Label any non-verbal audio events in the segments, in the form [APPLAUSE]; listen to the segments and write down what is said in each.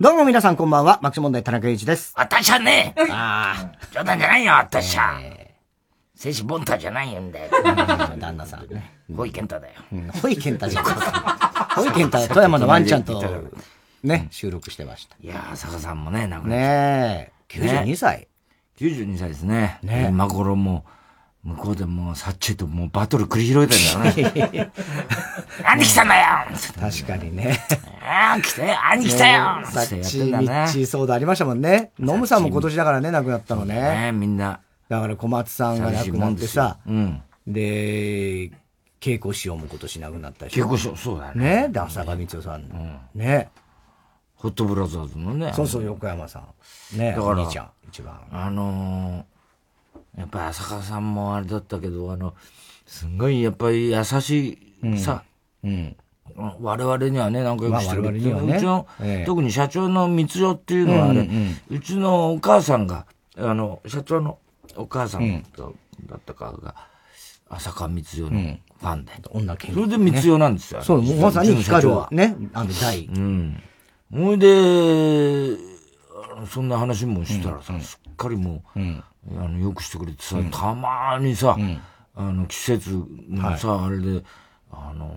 どうも皆さんこんばんは、マクシ問題田中裕一です。私はね、ああ、冗談じゃないよ、私は。精子ボンタじゃないんだよ。旦那さんね。ほい健太だよ。ほい健太じゃん。ほい健太、富山のワンちゃんと、ね、収録してました。いやー、坂さんもね、亡くなっねえ、92歳。 92歳ですね。ね今頃もう、向こうでもう、サッチーともうバトル繰り広 [LAUGHS] げてんだよね。何来たんだよ確かにね。ああ、来たよ兄貴来たよサってッやっチてんー、だミねッチー、ソーダありましたもんね。ノムさんも今年だからね、亡くなったのね。ねみんな、だから小松さんが亡くなってさ、うん。で、稽古しようも今年亡くなったし結。構そうそうだね。ねえ、で浅香光代さん。ねホットブラザーズのね。そうそう、横山さん。ねだおから兄ちゃん、一番。あのーやっぱり浅香さんもあれだったけど、あの、すんごいやっぱり優しいさ、うん。我々にはね、なんかよくしてくれて、まあ我々にはねうちの、ええ特に社長の光代っていうのはあれ、うちのお母さんが、あの、社長のお母さんだだったかが、浅香光代のファンで。女剣それで光代なんですよ。そう、もうまさにうちの社光長るは。ね、あの、第うん。ほいで、あのそんな話もしたらさ、すっかりもう、あの、よくしてくれてさ、たまにさ、あの、季節のさ、あれで、あの、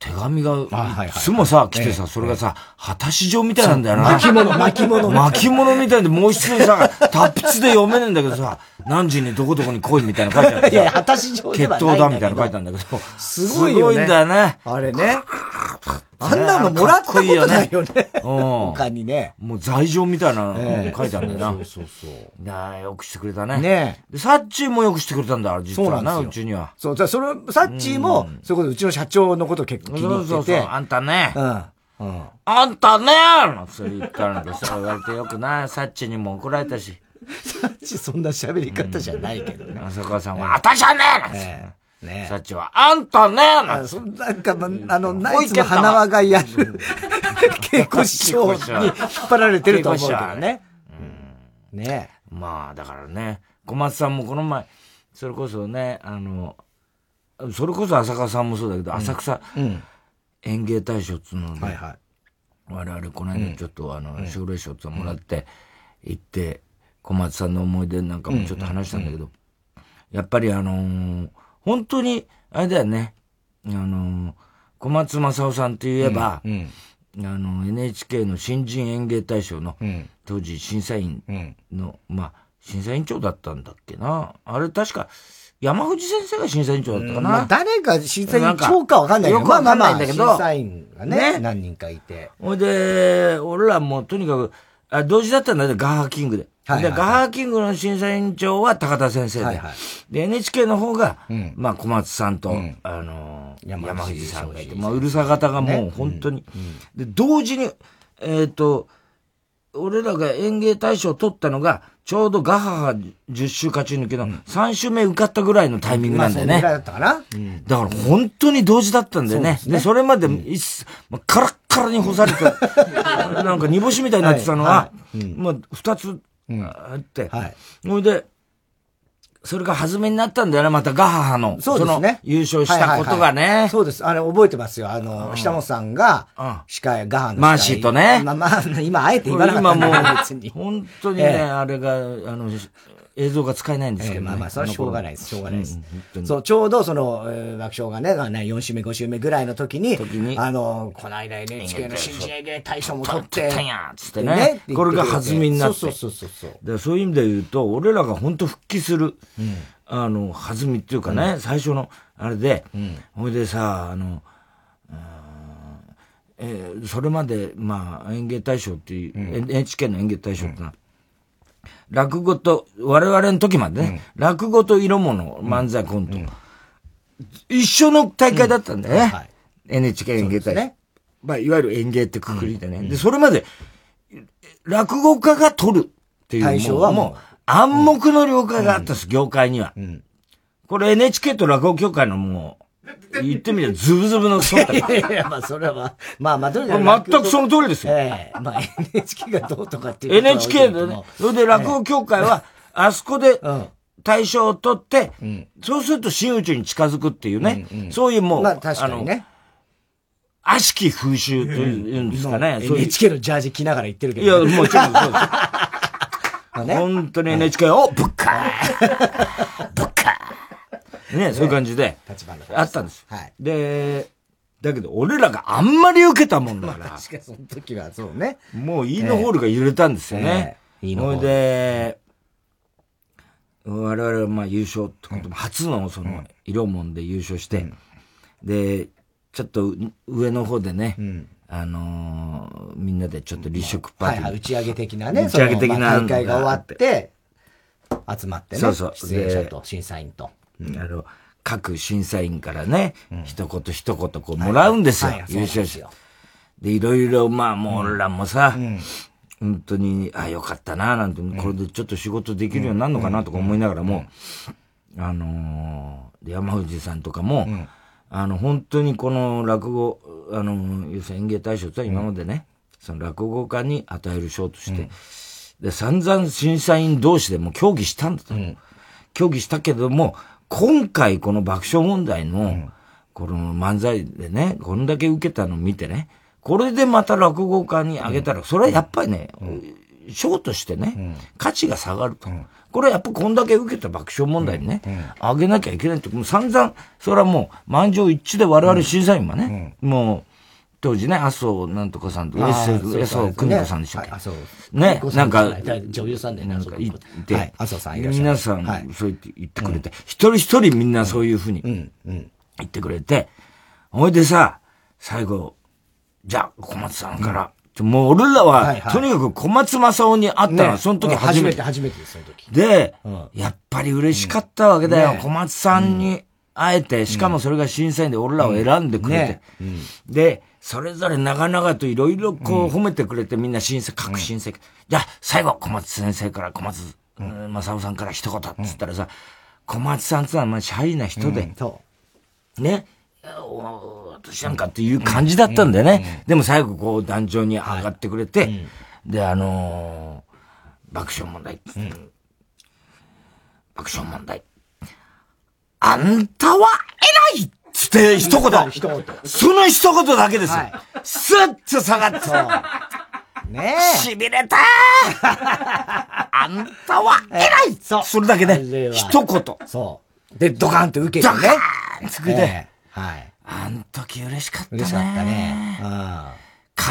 手紙が、はいはいいつもさ、来てさ、それがさ、果たし状みたいなんだよな。巻物、巻物。巻物みたいで、もう一度さ、達筆で読めねえんだけどさ、何時にどこどこに来いみたいなの書いてあって [LAUGHS] いや、さ、果たし状決では闘なだいみんただいなの書いけど。てあるんだけど、すごいよねすごいんだよね。あれね。あんなのもらったことないよね。うん他にね。もう罪状みたいなの書いてあるんだよな。そうそう。なあ、よくしてくれたね。ねえで、サッチーもよくしてくれたんだ、実そうなはんな、ですようちには。そう、だからそれ、サッチーも、そういうこと、うちの社長のこと結構気にそ入うそっうてそう。て。あんたねう、ん。うん。あんたねなんて言ったんでさ、割とよくな、サッチーにも怒られたし、サッチーそんな喋り方じゃないけどね。浅川さんは、あたしゃねなんてええねサッチーは、あんたねなんあてそんなんか、まあの、ナイツの花輪がやる、稽古師匠に引っ張られてると思うけどね。ねまあ、だからね、小松さんもこの前、それこそね、あの、それこそ浅川さんもそうだけど、浅草演芸大賞っつうので、はいはい。我々この間ちょっとあの奨励賞ってもらって行って小松さんの思い出なんかもちょっと話したんだけどやっぱりあのー本当にあれだよねあのー小松政夫さんといえばあの NHK の新人演芸大賞の当時審査員のまあ審査委員長だったんだっけなあれ確か山藤先生が審査委員長だったかまあな誰が審査員長かわかんないけど、なんかまあまあまよくわかんあ、ないんだ審けど査員がね、ね何人かいて。ほいで、俺らもうとにかく、あ同時だったんだね、ガーハキングで。はいはいはいで、ガーハキングの審査委員長は高田先生で。はいはいで、NHK の方が、まあ小松さんと、あのー山山口藤さんがいて、庄司まあうるさ方がもう本当に。で、同時に、えっ、と、俺らが演芸大賞を取ったのが、ちょうどガハハ10週勝ち抜けの3週目受かったぐらいのタイミングまなあ、んだそよねれぐらい。だったかな。だから本当に同時だったんだよね。そでそれまでいっす、もうカラッカラに干され [LAUGHS] て、なんか煮干しみたいになってたのは、まあ二つあって、はいそれで、それが弾めになったんだよね、またガハハの、そうですねの。優勝したことがね。はいはいはいそうです。あれ覚えてますよ。あの、下本さんうがん、司会、ガハの司会マーシーとねまあまあ、今、あえて言わなかった今んもうだけど [LAUGHS] 別に。、本当にね、ええあれが、あの、映像が使えないんですけえど、えねまあまあ、それはしょうがないい。です。しょうがないです。そう、ちょうどその、えー爆笑がね、がね4週目、5週目ぐらいの時に、にあの、この間 NHK の新人演芸大賞も取取っ、っててたんやつってねね。これが弾みになって。そうそうそうそう。でそういう意味で言うと、俺らが本当復帰する、あの、弾みっていうかね、最初の、あれで、ほいでさ、あの、うーんえーそれまで、まあ、演芸大賞っていう、NHK の演芸大賞ってのは、落語と、我々の時までね、落語と色物、漫才コント、一緒の大会だったんだよね。うんはい NHK 演芸大賞、ねまあ、いわゆる演芸ってくくりでね。で、それまで、落語家が取るっていう。対象はもうもう暗黙の了解があったんです、業界には。これ NHK と落語協会のもう、言ってみればズブズブの嘘だいやいや、 [LAUGHS] まあそれは、まあまあどれ全くその通りですよ。ええー、まあ NHK がどうとかっていう NHK でね。それで落語協会は、あそこで、対象を取って、うん、そうすると真宇宙に近づくっていうね。うんうん、そういうもう、まあ確かにね。悪しき風習というんですかね。うん、NHK のジャージ着ながら言ってるけど、ね、いや、も [LAUGHS] ちろんそうです。ね、本当に NHK をぶっかーぶっかーね、そういう感じで、あったんです。はい、で、だけど俺らがあんまり受けたもんだから。確かその時はそうね。もうイーノホールが揺れたんですよね。えー、イーノホール。で、我々はまあ優勝、初のその、色もんで優勝して、で、ちょっと上の方でね、うん、あのー、みんなでちょっと立食パーティー、はいはい、打ち上げ的なね、打ち上げ的な、大会が終わって、集まってね、そうそう出演者と審査員と。うん、あの各審査員からね、うん、一言一言こうもらうんですよ、はいはい、優勝者。で、いろいろ、まあ、もう俺らもさ、本当に、あ、よかったな、なんて、これでちょっと仕事できるようになるのかなとか思いながらも、あのー、山藤さんとかも、あの、本当にこの落語、あの、要するに演芸大賞とは今までね、うん、その落語家に与える賞として、うん、で、散々審査員同士でも協議したんだと、うん。協議したけども、今回この爆笑問題の、この漫才でね、こんだけ受けたの見てね、これでまた落語家にあげたら、それはやっぱりね、賞としてね、価値が下がると。これはやっぱこんだけ受けた爆笑問題にね、あ、うんうん、げなきゃいけないって、もう散々、それはもう満場一致で我々審査員はね、うん、もう、当時ね、麻生なんとかさんとか、麻生久美子さんでしたっけ、ね、ね、なんか、女優さんでなんかいて、はい、麻生さんいらっしゃ皆さん、はい、そう言って言ってくれて、一人一人みんなそういうふうに言ってくれて、ほいでさ、最後、じゃあ、小松さんから、もう俺らは、はいはい、とにかく小松正夫に会ったのは、ね、その時初めて。初めてです、その時。で、うん、やっぱり嬉しかったわけだよ。うんね、小松さんに会えて、うん、しかもそれが審査員で俺らを選んでくれて。ね、で、それぞれ長々といろいろこう褒めてくれて、みんな審査、各審査。じゃあ、最後、小松先生から、小松正夫さんから一言、つったらさ、小松さんってのはまあシャイな人で、ね。私なんかっていう感じだったんだよね。うんうん、でも最後こう壇上に上がってくれて、はいうん、で、あのー、爆笑問題、爆笑問題。あんたは偉いつって一言。一言。その一言だけです。はい、スッと下がって。ねえ。 [LAUGHS] 痺れたあんたは偉いそそれだけね。一言。そう。で、ドカンと受けてね。ドカンつくで、ね。はい。あの時嬉しかったね。嬉しかったね。うん、か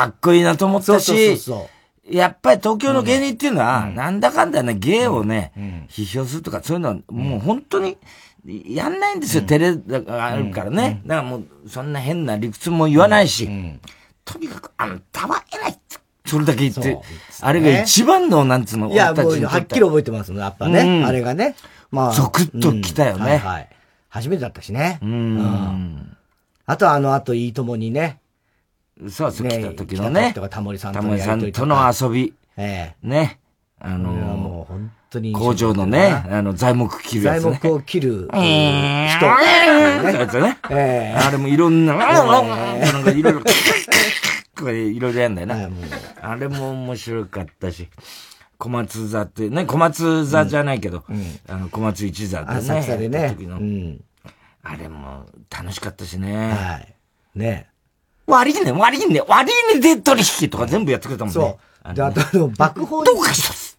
っこいいなと思ったし、そうそうそうやっぱり東京の芸人っていうのは、なんだかんだね、芸をね、うん、批評するとか、そういうのは、もう本当に、やんないんですよ、うん、テレがあるからね、だからもう、そんな変な理屈も言わないし、とにかく、あんたは偉いそれだけ言って、ね、あれが一番の、なんつうの、いや、もう、はっきり覚えてますね、やっぱね、あれがね。。まあ。ゾクッと来たよね。はいはい初めてだったしね。うん。あとあの後、いいともにね。そうですね。来た時のね。とかタモリさんとのさんとの遊び。ええ。ね。あのー、もう本当に工場のね、あの、材木切るやつ、ね。材木を切る、えー、人。えー、ね。ええ。あれもいろんな、なんかいろいろ、これいろいろやんだよな。あれも面白かったし。小松座って、ね、小松座じゃないけど、あの、小松一座でね。浅草でね。時の。うんあれも楽しかったしね。はい。ね悪いね、悪いね、悪いねで取引とか全部やってくれたもんね。そう。で、あとあの、爆砲どうかします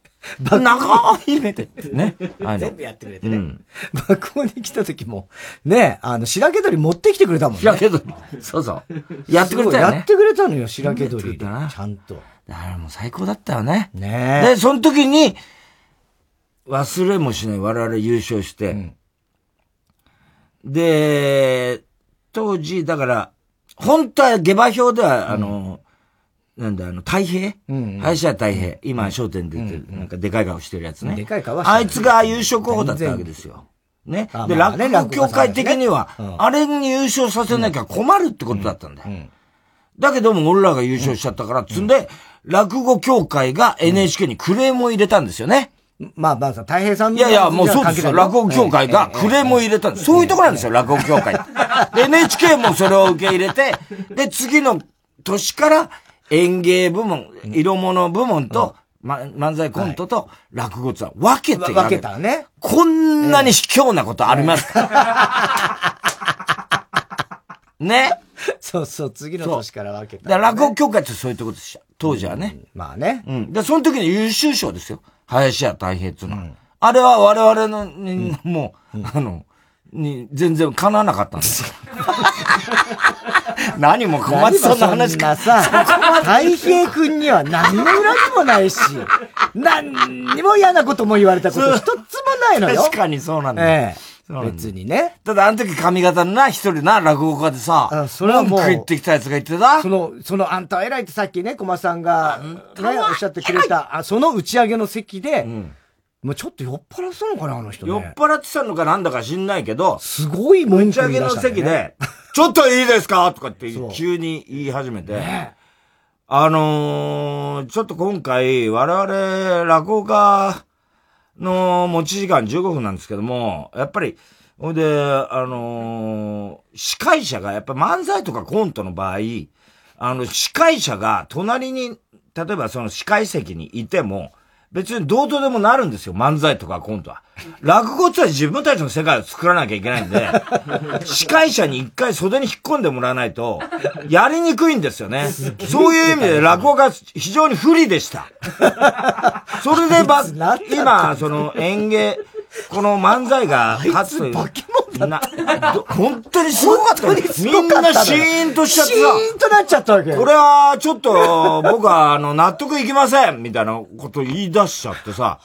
長いねって。ね。全部やってくれてね。うん、 [LAUGHS] 爆砲に来た時も、ね、あの、白毛鳥持ってきてくれたもんね。白毛鳥。そうそう。やってくれたよ、ね。やってくれたのよ、白毛鳥。ちゃんと。あれもう最高だったよね。ねで、その時に、忘れもしない我々優勝して、うんで、当時、だから、本当は下馬評では、あの、うん、なんだ、あの、太平、うんうん、林家太平。今、商店出てる、うんうん、なんかでかい顔してるやつね。でかい顔はあいつが優勝候補だったわけですよ。ね。で、落語協会的には、あれに優勝させなきゃ困るってことだったんだよ。だけども、俺らが優勝しちゃったから、つんで、落語協会が NHK にクレームを入れたんですよね。まあまあさ、大平さんいやいや、もうそうですよ。落語協会がクレームを入れたんです。そういうところなんですよ、落語協会。で、NHK もそれを受け入れて、で、次の年から演芸部門、色物部門と、ま、漫才コントと落語とは分けて分けたね。こんなに卑怯なことありますか、 [LAUGHS] ね。そうそう、次の年から分けた、ね。だ落語協会ってそういうとこでした。当時はね。まあね。うん。で、その時に優秀賞ですよ。林家たい平っていうのは。あれは我々の、に、もう、あの、に、全然叶わなかったんですよ。何も小松さんの話か。そんなさ、太平君には何の恨みもないし、何にも嫌なことも言われたこと一つもないのよ。確かにそうなんだ。ええ別にね。ただ、あの時髪型のな、一人な、落語家でさ、それはもう。文句言ってきたやつが言ってたその、その、あんた偉いってさっきね、駒さんが、ね、おっしゃってくれた、あその打ち上げの席で、うん、もうちょっと酔っ払ってたのかな、あの人、ね、酔っ払ってたのかなんだか知んないけど、すごい文句言い出した、ね、打ち上げの席で、ちょっといいですかとかって急に言い始めて、ね、あのー、ちょっと今回、我々、落語家、の持ち時間15分なんですけども、やっぱり、ほいで、あのー、司会者が、やっぱ漫才とかコントの場合、あの、司会者が隣に、例えばその司会席にいても、別にどうとでもなるんですよ、漫才とかコントは。落語っては自分たちの世界を作らなきゃいけないんで、司会者に一回袖に引っ込んでもらわないと、やりにくいんですよね。そういう意味で落語が非常に不利でした。 [LAUGHS] それでば、今、その演芸、この漫才が勝つという。化け物だ本当にすごかったみんなシーンとしちゃってさ。シーンとなっちゃったわけこれは、ちょっと、 [LAUGHS] 僕は、あの、納得いきませんみたいなこと言い出しちゃってさ。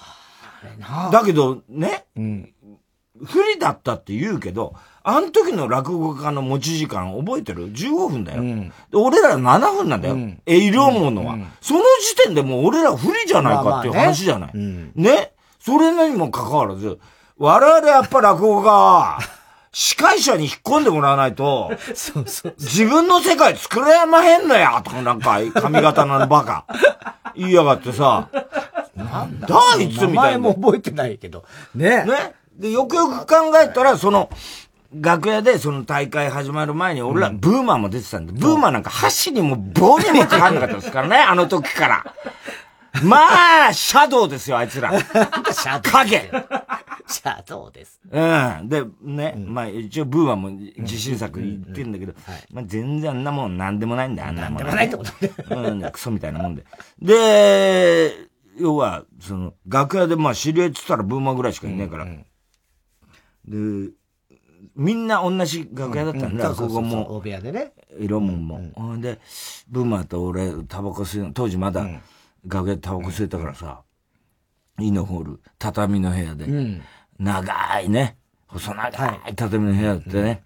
だけど、ね、うん、不利だったって言うけど、あの時の落語家の持ち時間覚えてる ?15 分だよ、うん、俺ら7分なんだよ。うん、え、いろものは、うん、その時点でもう俺ら不利じゃないかっていう話じゃない。まあまあね,ねそれにもかかわらず、我々やっぱ落語 [LAUGHS] が、司会者に引っ込んでもらわないと、そうそう自分の世界作れまへんのやとかなんか、髪型のバ [LAUGHS] カ。言いやがってさ、なんだあいつみたいな。名前 [LAUGHS] も覚えてないけど。ね。ね。で、よくよく考えたら、その、楽屋でその大会始まる前に俺らブーマーも出てたんで、うん、ブーマーなんか箸にも棒にもかかんなかったですから [LAUGHS] ね、あの時から。まあ、シャドウですよ、あいつら。シャドウ。影。シャドウです。うん。で、ね、うん、まあ一応ブーはもう自信作言ってんだけど、まあ全然あんなもんなんでもないんだ、あんなもん、ね。なんでもないってことね。うん、クソみたいなもんで。で、要は、その、楽屋でまあ知り合いって言ったらブーマぐらいしかいないから。うんうん、で、みんな同じ楽屋だったんだ、ここも。大部屋でね。色もんも。ほ、うんで、ブーマと俺、タバコ吸うの、当時まだ、楽屋でタバコ吸えたからさ、イノホール、畳の部屋で、長いね、細長い畳の部屋ってね、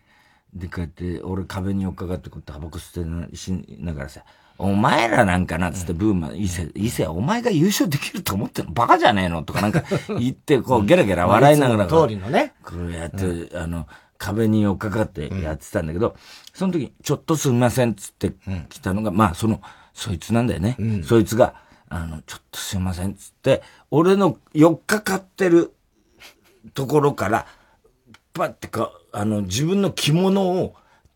で、こうやって、俺壁に寄っかかってこうタバコ吸ってしながらさ、お前らなんかなっつって、ブーマン、伊勢、伊勢、お前が優勝できると思ってんのバカじゃねえのとかなんか言って、こう、ゲラゲラ笑いながら。通りのね。こうやって、あの、壁に寄っかかってやってたんだけど、その時、ちょっとすみませんっつって来たのが、まあ、その、そいつなんだよね。そいつが、あの、ちょっとすいません、つって、俺の4日かってるところから、パってか、あの、自分の着物を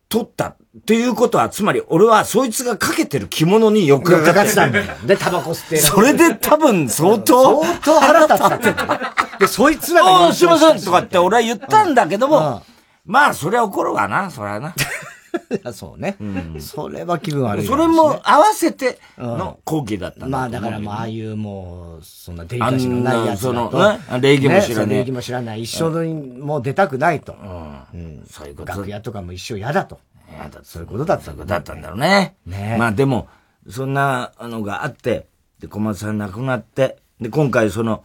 取った。っていうことは、つまり俺はそいつがかけてる着物によくかかってたんだよ。で、タバコ吸って。それで多分相当。相当腹立ってた。で、そいつらが。ああ、すいませんとかって俺は言ったんだけども、まあ、そりゃ怒るわな、そり [LAUGHS] ゃな。そうね、それは気分悪い、それも合わせての講義だったまあだからまあああいうもう、そんなデリカシーのないやつだと。そ礼儀も知らない、礼儀も知らない。一緒にもう出たくないと。うん。そういうこと。楽屋とかも一生嫌だと。嫌だそういうことだった。そういうことだったんだろうね。ねまあでも、そんなのがあって、で、小松さん亡くなって、で、今回その、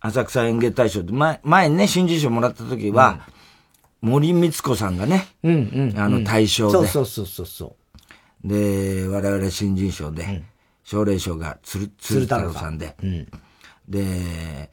浅草演芸大賞で、前、前ね、新人賞もらった時は、森光子さんがね、うんうんあの大賞で、そうそうそうそうで、我々新人賞で、奨励賞が鶴鶴太郎さんで、うん、で、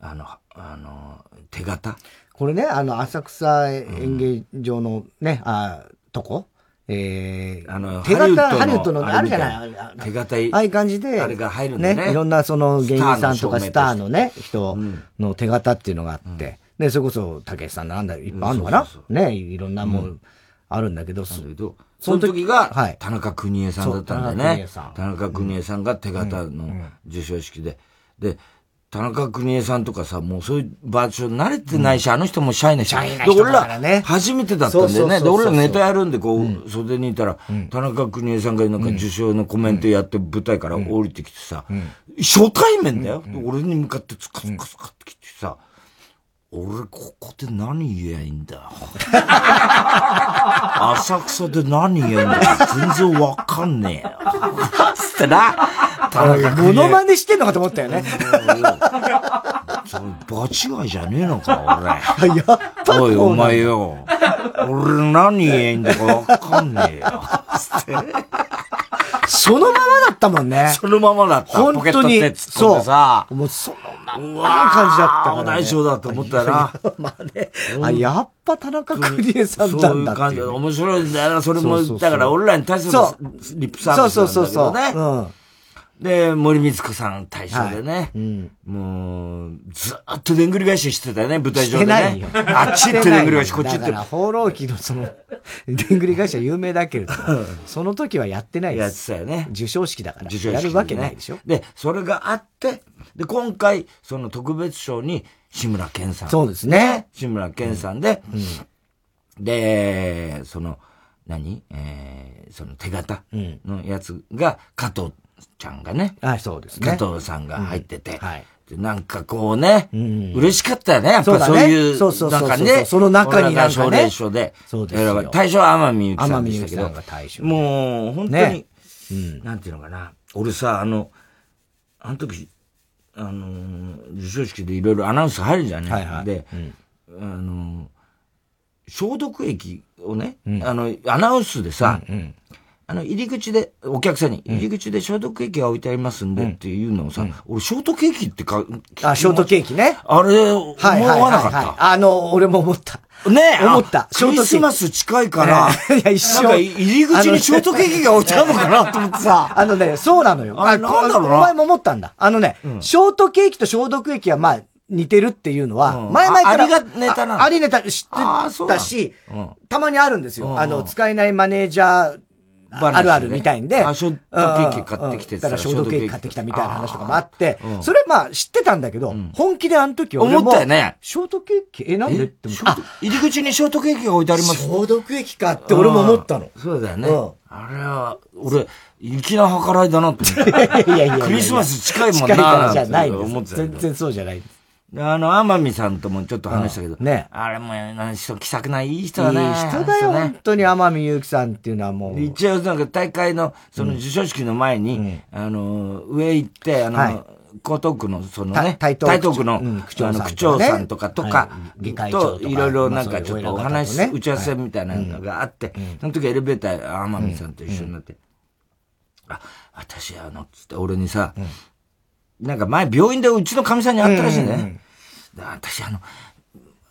あの、あの、手形これね、あの、浅草演芸場のね、あとこえー、あの、手形、ハリウッドの、あるじゃない手形い、ああいう感じで、あれが入るんだねいろんなその芸人さんとかスターのね、人の手形っていうのがあって、ね、それこそ、たけしさんなんだ、いっぱいあるのかなね、いろんなもんあるんだ [LAUGHS] けど、そだけどその時が、はい田中邦衛さんだったんだよね。そう田中邦衛さんが手形の授賞式で。で、田中邦衛さんとかさ、もうそういう場所慣れてないし、あの人もシャイな人。シャイな人だからねで俺ら、初めてだったんだよね。そうそうそうそうで、俺らネタやるんで、こう、袖にいたら、田中邦衛さんがなんか受賞のコメントやって、舞台から降りてきてさ、初対面だよ。で俺に向かってつかつかつかってきてさ、俺、ここで何言えばいいんだ浅草で何言えばいいんだ全然わかんねえよ。つってな、田中邦衛モノマネしてんのかと思ったよね。それ、場違いじゃねえのか、あやっぱ俺。おい、こおうなん前よ。俺何言えんだかわかんねえよ。つってそのままだったもんね。そのままだった。本ポケッ当ト手に突っ。込んでさ。もうそのまうまの感じだったから、ね。お大将だと思ったよ [LAUGHS] な。まあね。あ、やっぱ田中邦衛さんなんだそういうって感じいでうね。面白いんだよな、それも。そうそうそだうから、俺らに対するそリップサーそうビスなそうんだけどね。そうそう。うん。で、森光子さん大将でね。もう、ずーっとでんぐり返ししてたよね、舞台上でね。してないよあっち行ってでんぐり返し、こっち行だっかてら、放浪記のその、 [LAUGHS] でんぐり返しは有名だけれども、その時はやってないでやってす。たよね。受賞式だから。受賞式、ね、やるわけないでしょ。で、それがあって、で、今回、その特別賞に、志村けんさん。そうですね。志村けんさんで、で、その、何えー、その手形のやつが、加藤ちゃんがね、あ、そうです加ね。藤さんが入ってて、はいでなんかこうね、ん嬉しかったよね、やっそうぱだそうねいうそうそうそうそう中にね、その中にな俺らがんかね奨励賞で、そうですよ選ばれ大賞は天海祐希さ天んで海し祐たけ希どさん、が大賞。もう、本当に、ねなんていうのかな。俺さ、あの、あの時、あのー、授賞式でいろいろアナウンス入るじゃんね。はいはいで、あのー、消毒液をね、あの、アナウンスでさ、あの、入り口で、お客さんに、入り口で消毒液が置いてありますんでっていうのをさ、俺、ショートケーキってか、あ、ショートケーキね。あれ、思はいはいわはいなかっはい。た。あの、俺も思った。ねえ、思ったあクリスマス近いから、いや、一緒。なんか入り口にショートケーキが置いてあるのかなと思ってさ。 [LAUGHS] あのね、そうなのよ。あなあ、んだろうなお前も思ったんだ。あのね、ショートケーキと消毒液はまあ、似てるっていうのは、うん前々から。 [LAUGHS] あありがネタなのあありネタ知あーってそうなたのしうん、たまにあるんですうんうよ。んあの、使えないマネージャー、バラあンスでねるあるみたいんで。あショートケーキ買ってきてうんうんだからショーショートトケケーキーキ買ってきたみたいな話とかもあって、それはまあ知ってたんだけど、本気であの時俺も思ったよねショートケーキ、え、なんでって思っシてョート入り口にショートケーキが置いてあります。消毒液かって俺も思ったのあ。ーそうだよね。うんあれは、俺、粋な計らいだなと思って。 [LAUGHS] いやいやいやいやクリスマス近いもんな。近いからじゃないと思っでてす。たけど全然そうじゃないです。であの、天海さんともちょっと話したけど、うんねあれも、なん人気さくない、いいい人いだ人ね。だあの人よ、本ね当に天海祐希さんっていうのはもう。一応、なんか大会の、その授賞式の前に、あの、上行って、あの、はい江東区の、そのね、た台東区区の、うん区長あさんとかの、ね区長さんとかとかはい、議会長と、とかいろいろなんかちょっまとあおそういう話し、親方とね打ち合わせみたいなのがあって、その時エレベーター、天海さんと一緒になって、あ、私、あの、つって俺にさ、なんか前病院でうちの神さんに会ったらしいんだよね。で私、あの、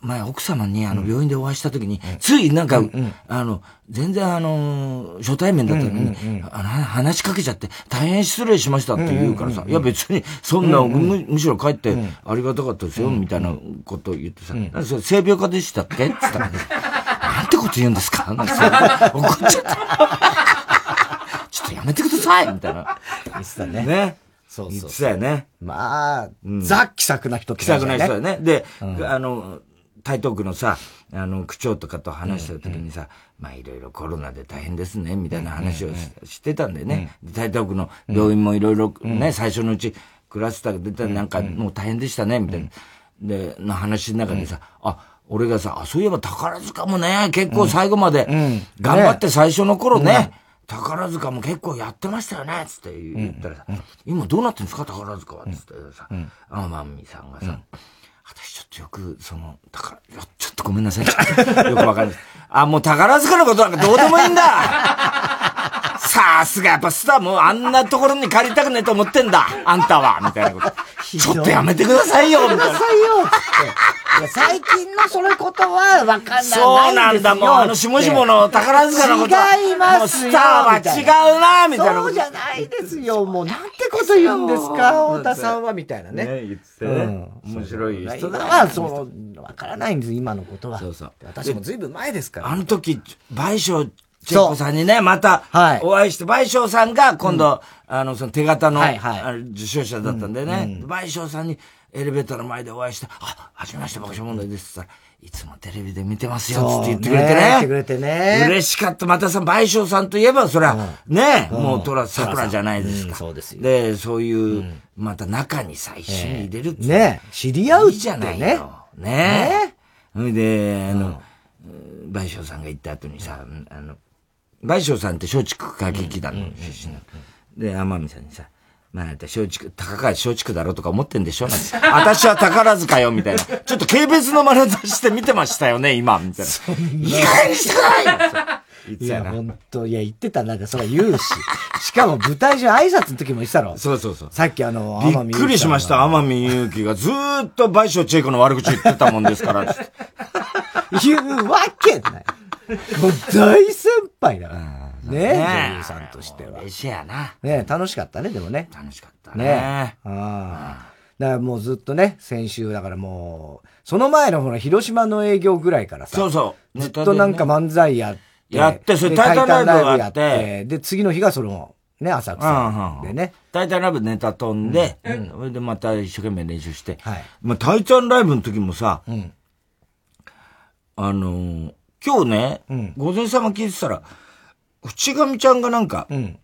前奥様にあの病院でお会いした時に、ついなんか、あの、全然あのー、初対面だったのに、あの、話しかけちゃって、大変失礼しましたって言うからさ、いや別にそんな、むむしろ帰ってありがたかったですよ、みたいなことを言ってさ、なんでそれ性病家でしたっ [LAUGHS] けって言ったら、なんてこと言うんですかなんてさ怒っちゃった。ちょっとやめてくださいみたいな。言ってたね。ね。そう言そっうて。たよね。まあ、ザ・気さくな人って気さくな人だよ感じね。で、あの、台東区のさ、あの、区長とかと話した時にさ、まあいろいろコロナで大変ですね、みたいな話をし,、てたんだよね。で台東区の病院もいろいろね、最初のうちクラスターが出たらなんかもう大変でしたね、みたいな。で、の話の中でさ、あ、俺がさ、あ、そういえば宝塚もね、結構最後まで、頑張って最初の頃ね、宝塚も結構やってましたよね、つって言ったらさ、今どうなってんですか、宝塚は、つってさ、天海さんがさ、私ちょっとよく、その、宝、いやちょっとごめんなさい、 [LAUGHS] よくわかんない。あ、もう宝塚のことなんかどうでもいいんだ [LAUGHS] さすがやっぱスターもうあんなところに借りたくねえと思 [LAUGHS] ってんだあんたはみたいなこと。ちょっとやめてくださいよみたいな。ね。や最近のそれことはわかんない。そうなんだ、もう、あの、しもしもの宝塚のことは。違いますもようスターは違うな、みたいな。そうじゃないですよ。もう、なんてこと言うんですか、太田さんは、みたいなね。ね、言ってたね。面白い人人だ。は、その、わからないんです、今のことは。そうそう私もずいぶん前ですから。あの時、倍賞千恵子さんにね、またはい、お会いして、倍賞さんが今度、あの、その手形の、はいはいあの受賞者だったんでね、倍賞さんにエレベーターの前でお会いして、あ、はじめまして、爆笑問題ですって言ったら、いつもテレビで見てますよ、つって言ってくれてね。そうね言ってくれてね嬉しかった。またさ、倍賞さんといえば、そりゃ、ね、もう、トラ、桜じゃないですうんか。そうですよで、そういう、また中にさ、一緒に入れるっていうのはね知り合ういっいてじゃないね。よ。ねえ。ほいで、あの、うん倍賞さんが行った後にさ、うんあの、倍賞さんって松竹歌劇団の出身なの。で、天海さんにさ、まあ、あなた松竹、高橋松竹だろとか思ってんでしょなんて私は宝塚よ、みたいな。ちょっと軽蔑の真似として見てましたよね、今、みたいな。いい加減にしてないよ言っいてたや、よなほんと、いや、言ってた、なんか、それは言うし。しかも、舞台上挨拶の時も言ってたろ。そうそうそう。さっきあの、びっくりしました、天天海祐希がずーっと倍賞千恵子の悪口言ってたもんですから。つって海祐希さんが。言うわけない。もう、大先輩だから。ね女優さんとしては嬉。しいやな。ね楽しかったね、でもね。楽しかったねね。え。ああ。だからもうずっとね、先週、だからもう、その前のほら、広島の営業ぐらいからさ、そうそう。ずっとなんかネ漫才やって、やってそれでタイタンライブタイタンがあってで、次の日がその、ね、浅タ草ででね。ね。タイタンライブネタ飛んで、それでまた一生懸命練習して。はい。まあ、タイタンライブの時もさ、んあのー今日ね、ん午前様聞いてたら、淵上ちゃんがなんか、うん。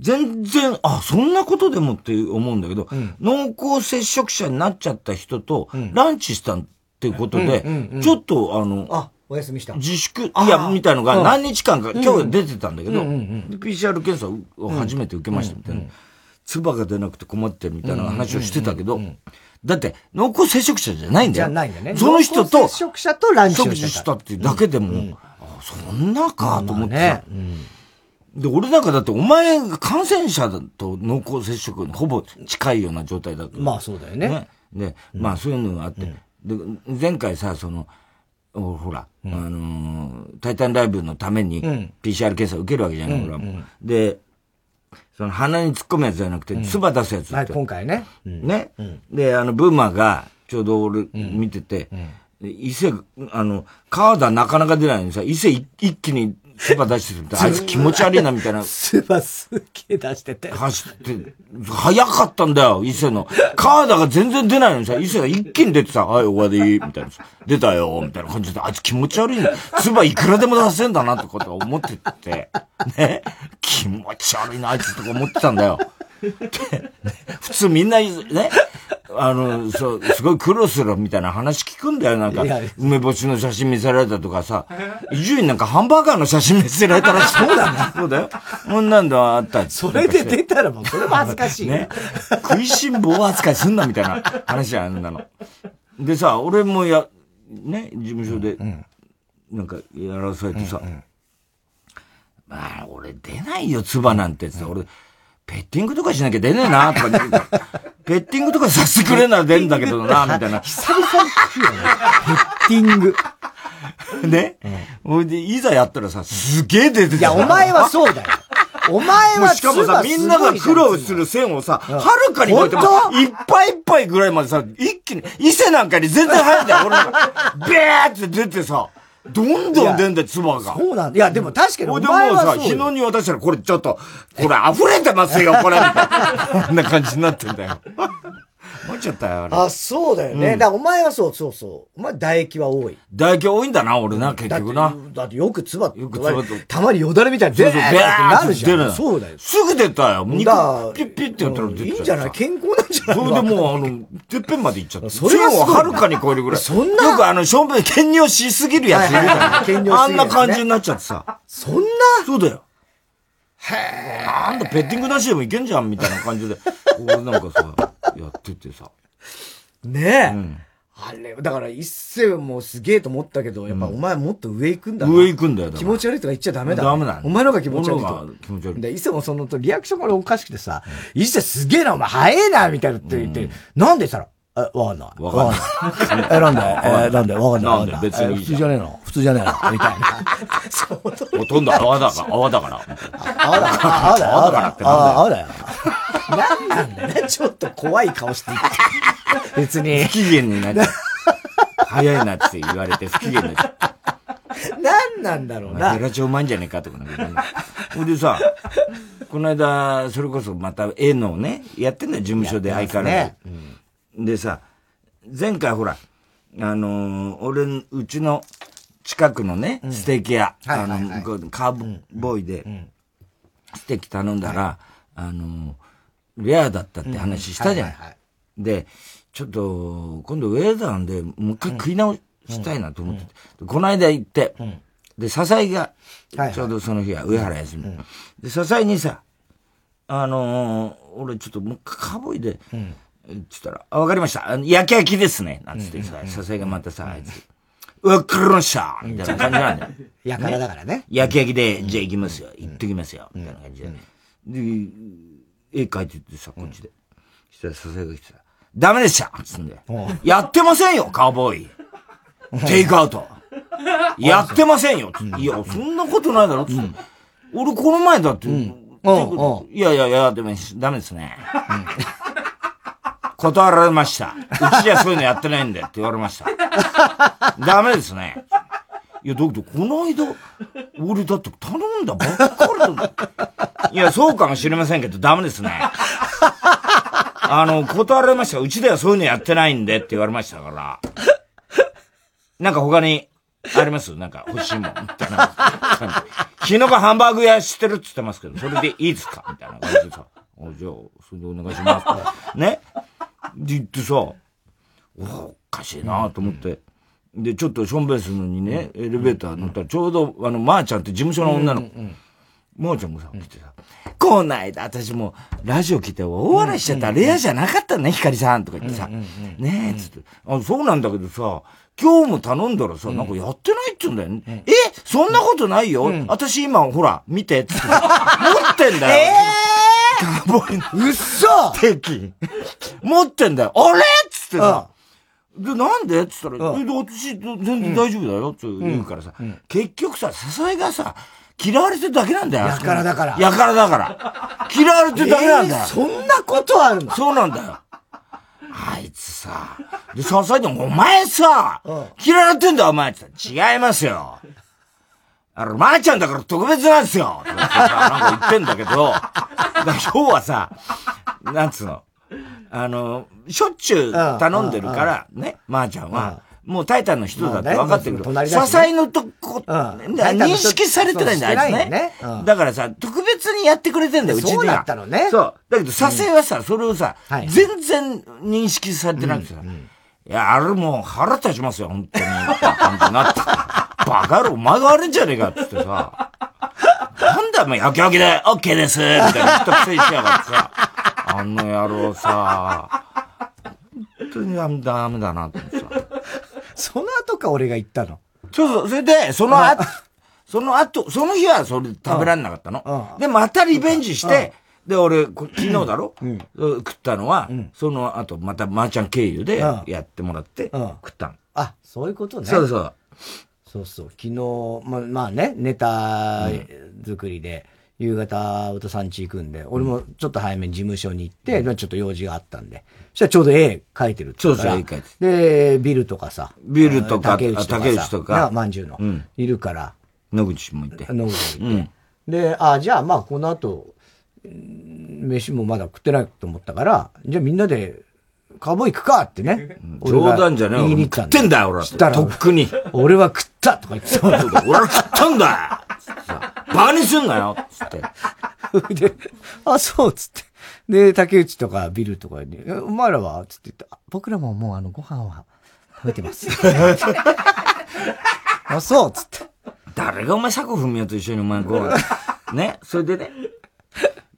全然、あ、そんなことでもって思うんだけど、濃厚接触者になっちゃった人と、ランチしたっていうことで、ちょっと、あの、あ、お休みした。自粛、いや、みたいのが何日間か、今日出てたんだけど、で PCR 検査を初めて受けましたみたいな。唾が出なくて困ってるみたいな話をしてたけど、だって濃厚接触者じゃないんじだゃよ。ないんだね。その人濃と厚接触者とランチを食し事てたしかたら。っていうだけでも、あそんなかと思ってまあさね。。うんで、俺なんかだってお前が感染者だと濃厚接触にほぼ近いような状態だから。まあそうだよね。で、まあそういうのがあって、で、前回さ、その、おほら、あのータイタンライブのために PCR 検査受けるわけじゃない、俺はもう。で、その鼻に突っ込むやつじゃなくて、唾出すやつはっい、て。今回ね。ね、で、あの、ブーマーが、ちょうど俺見てて、で伊勢、あの、カーダなかなか出ないのにさ、伊勢一一気に唾出してるって、 [LAUGHS] あいつ気持ち悪いなみ [LAUGHS] たいな。スバすげえ出してて。走 [LAUGHS] って、早かったんだよ、伊勢の。カーダが全然出ないのにさ、伊勢が一気に出てさ、はい、終わり、みたいなさ。出たよ、みたいな感じで、あいつ気持ち悪いね。唾いくらでも出せんだなってことは思ってて、ね。気持ち悪いな、あいつとか思ってたんだよ。で普通みんな、ね。あの、そう、すごい苦労するみたいな話聞くんだよ、なんかいや。梅干しの写真見せられたとかさ、伊集院なんかハンバーガーの写真見せられたらしい。そうだな。そうだよ。こんなんだ、あったっつっそてれで出たらもう、それも恥ずかしいよ。ね。食いしん坊扱いすんなみたいな話やあんなの。でさ、俺もや、ね、事務所で、なんかやらされてさ、まあ、俺出ないよ、唾なんてさ、俺、ペッティングとかしなきゃ出ねえな、とか言う [LAUGHS] からペッティングとかさせてくれなら出んだけどな、みたい [LAUGHS] な。久々に聞くよね。ヘッティング。ね。ほいで、いざやったらさ、すげえ出てた。いや、お前はそうだよ。お前もうはしかもさ、唾すごいみじゃんなが苦労する線をさ、はるかに超えて、も本当いっぱいいっぱいぐらいまでさ、一気に、伊勢なんかに全然入んだよ、俺なんか。ビーって出てさ、どんどん出んだよ、唾が。そうなんだ。いや、でも確かにほおいでもう前はさ、そう日よ野に渡したら、これちょっと、これ溢れてますよ、これ。こんな感じになってん [LAUGHS] だよ。 [LAUGHS] 思っちゃったよ、あれ。あ、そうだよね。だからお前はそう、そうそう。お前唾液は多い。唾液多いんだな、俺な、結だって、局な。だってよく唾、よく唾とたまによだれみたいに出そうるそう、ってビなーるってじ出るのゃん。そうだよ。すぐ出たよ。肉ピだからッピッってやったら出てたいよいんじゃない健康なんじゃないそれでもう、あの、てっぺんまで行っちゃった。それはすごい線をはるかに超えるぐらい。そんなよくあの、ションペン、兼業しすぎるやついるじはいゃはいん。兼業しあすんぎるやつねな感じになっちゃってさ。そんなそうだよ。へえ。なんだ、ペッティングなしでもいけんじゃん、みたいな感 [LAUGHS] じで。俺なんかさ、やっててさ。ねえ。あれ、だから一世もすげえと思ったけど、やっぱお前もっと上行くんだな上行くんだよ、だから気持ち悪いとか言っちゃダメだ。ダメだねお前の方が気持ち悪い俺の方とが。気持ち悪いで、伊勢もそのとリアクションがおかしくてさ、伊勢すげえな、お前早えな、みたいなって言って、なんでしたら、え、わかんない。わかんない。 [LAUGHS] え、なんだえ、なんだわかんない。なんだ別に普通じゃねえの普通じゃねえのみたいな。ほとんど泡だから、泡だから。泡だから、泡だよ。泡だからって泡だよ。な [LAUGHS] んなんだね。 [LAUGHS] ちょっと怖い顔して別に。不機嫌になっちゃう。 [LAUGHS] 早いなって言われて不機嫌になっちゃう。 [LAUGHS] 何なんだろうな。デラチョうまいんじゃねえかとかね。ほんでさ、この間、それこそまた絵のね、やってんだよ、事務所で相変わらず。ねうん、でさ、前回ほら、あのー、俺、うちの近くのね、うん、ステーキ屋、あの、はいはい、カーボーイで、ステーキ頼んだら、はい、あのー、レアだったって話したじゃない。で、ちょっと、今度ウェーダーで、もう一回食い直し、うんしたいなと思ってて、うん、この間行って、うん、で、笹井が、ちょうどその日は上原休み、はいはいうん、で、笹井にさ、あのー、俺ちょっともうかぼいで、うん、つったら、あ、わかりました。あの焼き焼きですね。なんつってさ、笹井がまたさ、あいつ、わかりましたみたいな感じなんだよ。 [LAUGHS] やからだからね。焼き焼きで、じゃあ行きますよ。行ってきますよ。みたいな感じで。で、絵描いててさ、こっちで。そしたら笹井が来てさ、ダメでしたつんで。やってませんよ、カウボーイ。テイクアウト。やってませんよ。いや、そんなことないだろ。つって、うん、俺、この前だって。うん、いやいやいや、でも、ダメですね。うん、断られました。うちじゃそういうのやってないんだよって言われました。ダメですね。いや、だけど、この間、俺だって頼んだばっ [LAUGHS] かりだいや、そうかもしれませんけど、ダメですね。 [LAUGHS] あの、断られました。うちではそういうのやってないんでって言われましたから。なんか他に、ありますなんか欲しいもん。みたいな感じ。日野がハンバーグ屋してるって言ってますけど、それでいいですかみたいな感じでさ。おじゃあ、それでお願いします。ねで言ってさ、おかしいなと思って。うん、で、ちょっとションベースにね、エレベーター乗ったら、ちょうど、あの、まー、あ、ちゃんって事務所の女の子。うんうんまー、あ、ちゃんもさ、来てさ、こないだ私もラジオ聞いて大笑いしちゃった、レアじゃなかったね、ひかりさんとか言ってさ、ねえ、つって、あ、そうなんだけどさ、今日も頼んだらさ、なんかやってないって言うんだよね。うん、えそんなことないよ、うん、私今、ほら、見て、つって。持ってんだよ。えー、うっそ定期。持ってんだよ。あれっつってさ。で、なんでって言ったら、え、私、全然大丈夫だよ、って言うからさ、うん、結局さ、支えがさ、嫌われてるだけなんだよ。やからだから。やからだから。嫌われてるだけなんだよ。えー、そんなことあるのそうなんだよ。あいつさ。で、ささいでも、お前さ、うん、嫌われてんだよ、お前って違いますよ。あれ、まー、あ、ちゃんだから特別なんですよ。とかなんか言ってんだけど、今日はさ、なんつうの、あの、しょっちゅう頼んでるから、ね、まー、あ、ちゃんは。もうタイタンの人だって分かってるけど、支えのとこ、うん、認識されてないんだ、あいつね。だからさ、特別にやってくれてんだよ、うちには。そうだったのね。そう。だけど、支えはさ、それをさ、全然認識されてなくてさ、いや、あれもう腹立ちますよ、本当に。感じなった。バカ野郎、お前が悪いんじゃねえか、つってさ。なんだ、もう焼き焼きで、オッケーです、みたいな人くせにしやがってさ。あの野郎さ、本当にダメだな、ってさ。その後か俺が行ったの。そうそう、それで、その後、その後、その日はそれ食べられなかったの。で、またリベンジして、で、俺、昨日だろ、う食ったのは、その後、またマーちゃん経由でやってもらって、食ったの、あ、そういうことね。そうそう。そうそう、昨日、ま、まあね、ネタ作りで、夕方、お父さん家行くんで、俺もちょっと早めに事務所に行って、ちょっと用事があったんで。そしたらちょうど絵描いてるってそうそう、絵描いてる。で、ビルとかさ。ビルとか、竹内とか。竹内とか。まんじゅうの。いるから。野口もいて。野口もいて。で、あ、じゃあまあこの後、飯もまだ食ってないと思ったから、じゃあみんなで、カーボーイ行くかってね。冗談じゃねえよ。食ってんだよ、俺は。したら。とっくに。俺は食ったとか言ってた。俺は食ったんだバカにすんなよつって。で、あ、そうつって。で、竹内とかビルとかに、えお前らはつって言った。僕らももうあの、ご飯は食べてます。あ、そうつって。誰がお前、作文明と一緒にお前ご飯。 [LAUGHS] ね、それでね。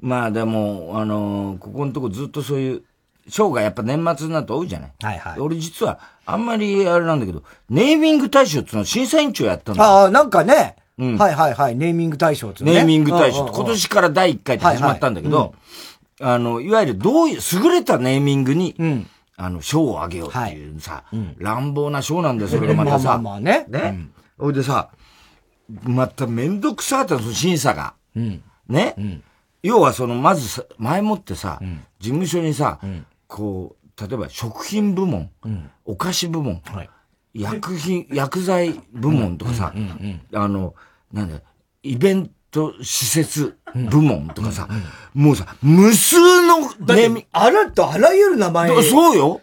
まあでも、あのー、ここのとこずっとそういう、ショーがやっぱ年末になると多いじゃないはいはい。俺実は、あんまりあれなんだけど、ネーミング大賞っていうの審査委員長やったんだああ、なんかね。うん、はいはいはい、ネーミング大賞ってね。ネーミング大賞って今年から第1回って始まったんだけど、あの、いわゆるどういう、優れたネーミングに、うん、あの、賞をあげようっていうさ、乱暴な賞なんですけど、またさ。まあまあまあねね。ほいでさ、まためんどくさかったの、その審査が。ね、要はその、まずさ、前もってさ、事務所にさ、こう、例えば食品部門、お菓子部門、薬品、薬剤部門とかさ、あの、なんだ、イベント施設部門とかさ、もうさ、無数のだってあらとあらゆる名前だそうよ。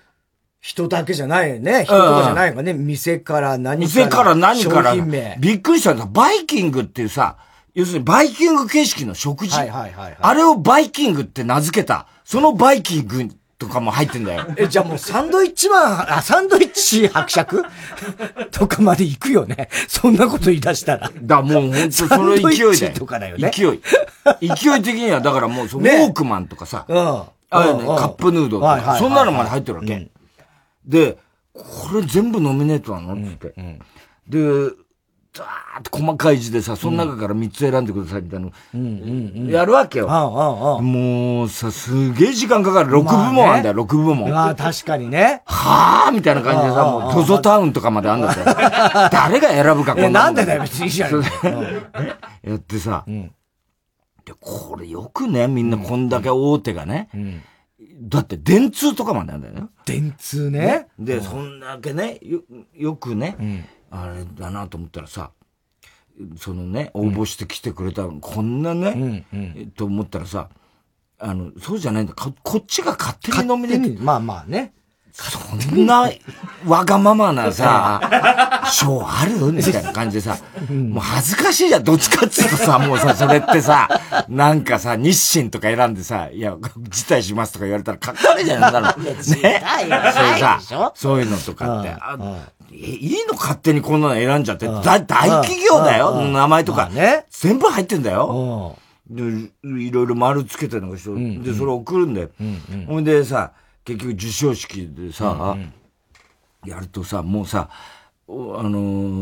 人だけじゃないよね。人とかじゃないからね。店から何から。店から何から。商品名。びっくりしたんだ。バイキングっていうさ、要するにバイキング形式の食事。はいはいはいはいあれをバイキングって名付けた。そのバイキングとかも入ってんだよ。 [LAUGHS] え、じゃあもうサンドイッチマン、あ、サンドイッチ [LAUGHS] 伯爵とかまで行くよね。そんなこと言い出したら。だ、もう本当その勢いサだンドイッチよ。とかだよね勢い。勢い的には、だからもうその、ねウォークマンとかさ、うん。ああれね、カップヌードルとはいはいはか、いそんなのまで入ってるわけ。で、これ全部ノミネートなのつって。で、ダーって細かい字でさ、その中から3つ選んでくださいみたいなの、やるわけよ。あああ。もうさ、すげえ時間かかる。6部まあね門あんだよ、6部門。まあ確かにね。はぁみたいな感じでさ、もう、ドゾタウンとかまであんだぜ。誰が選ぶか、え、もなんでだよ、別にいいじゃん。やってさ、で、これよくね、みんなこんだけ大手がね、だって電通とかまでなんだよね。電通ね。で、そんだけね、よ、よくね、あれだなと思ったらさ、そのね、応募してきてくれた、こんなね、えと思ったらさ、あの、そうじゃないんだ。かこっちが勝手にノミネート。まあまあね。そんな、わがままなさ、賞あるみたいな感じでさ、もう恥ずかしいじゃん。どっちかっつうとさ、もうさ、それってさ、なんかさ、日清とか選んでさ、いや、辞退しますとか言われたらかっこ悪いじゃん。なんだろう。ね。そうないでしさょ、そういうのとかって、あえいいの勝手にこんなの選んじゃって、だ大企業だよ。名前とまかあね。全部入ってんだよ。うん。で、いろいろ丸つけてなんかして、で、それ送るんだよ。ほんでさ、結局授賞式でさ、やるとさ、もうさ、おあの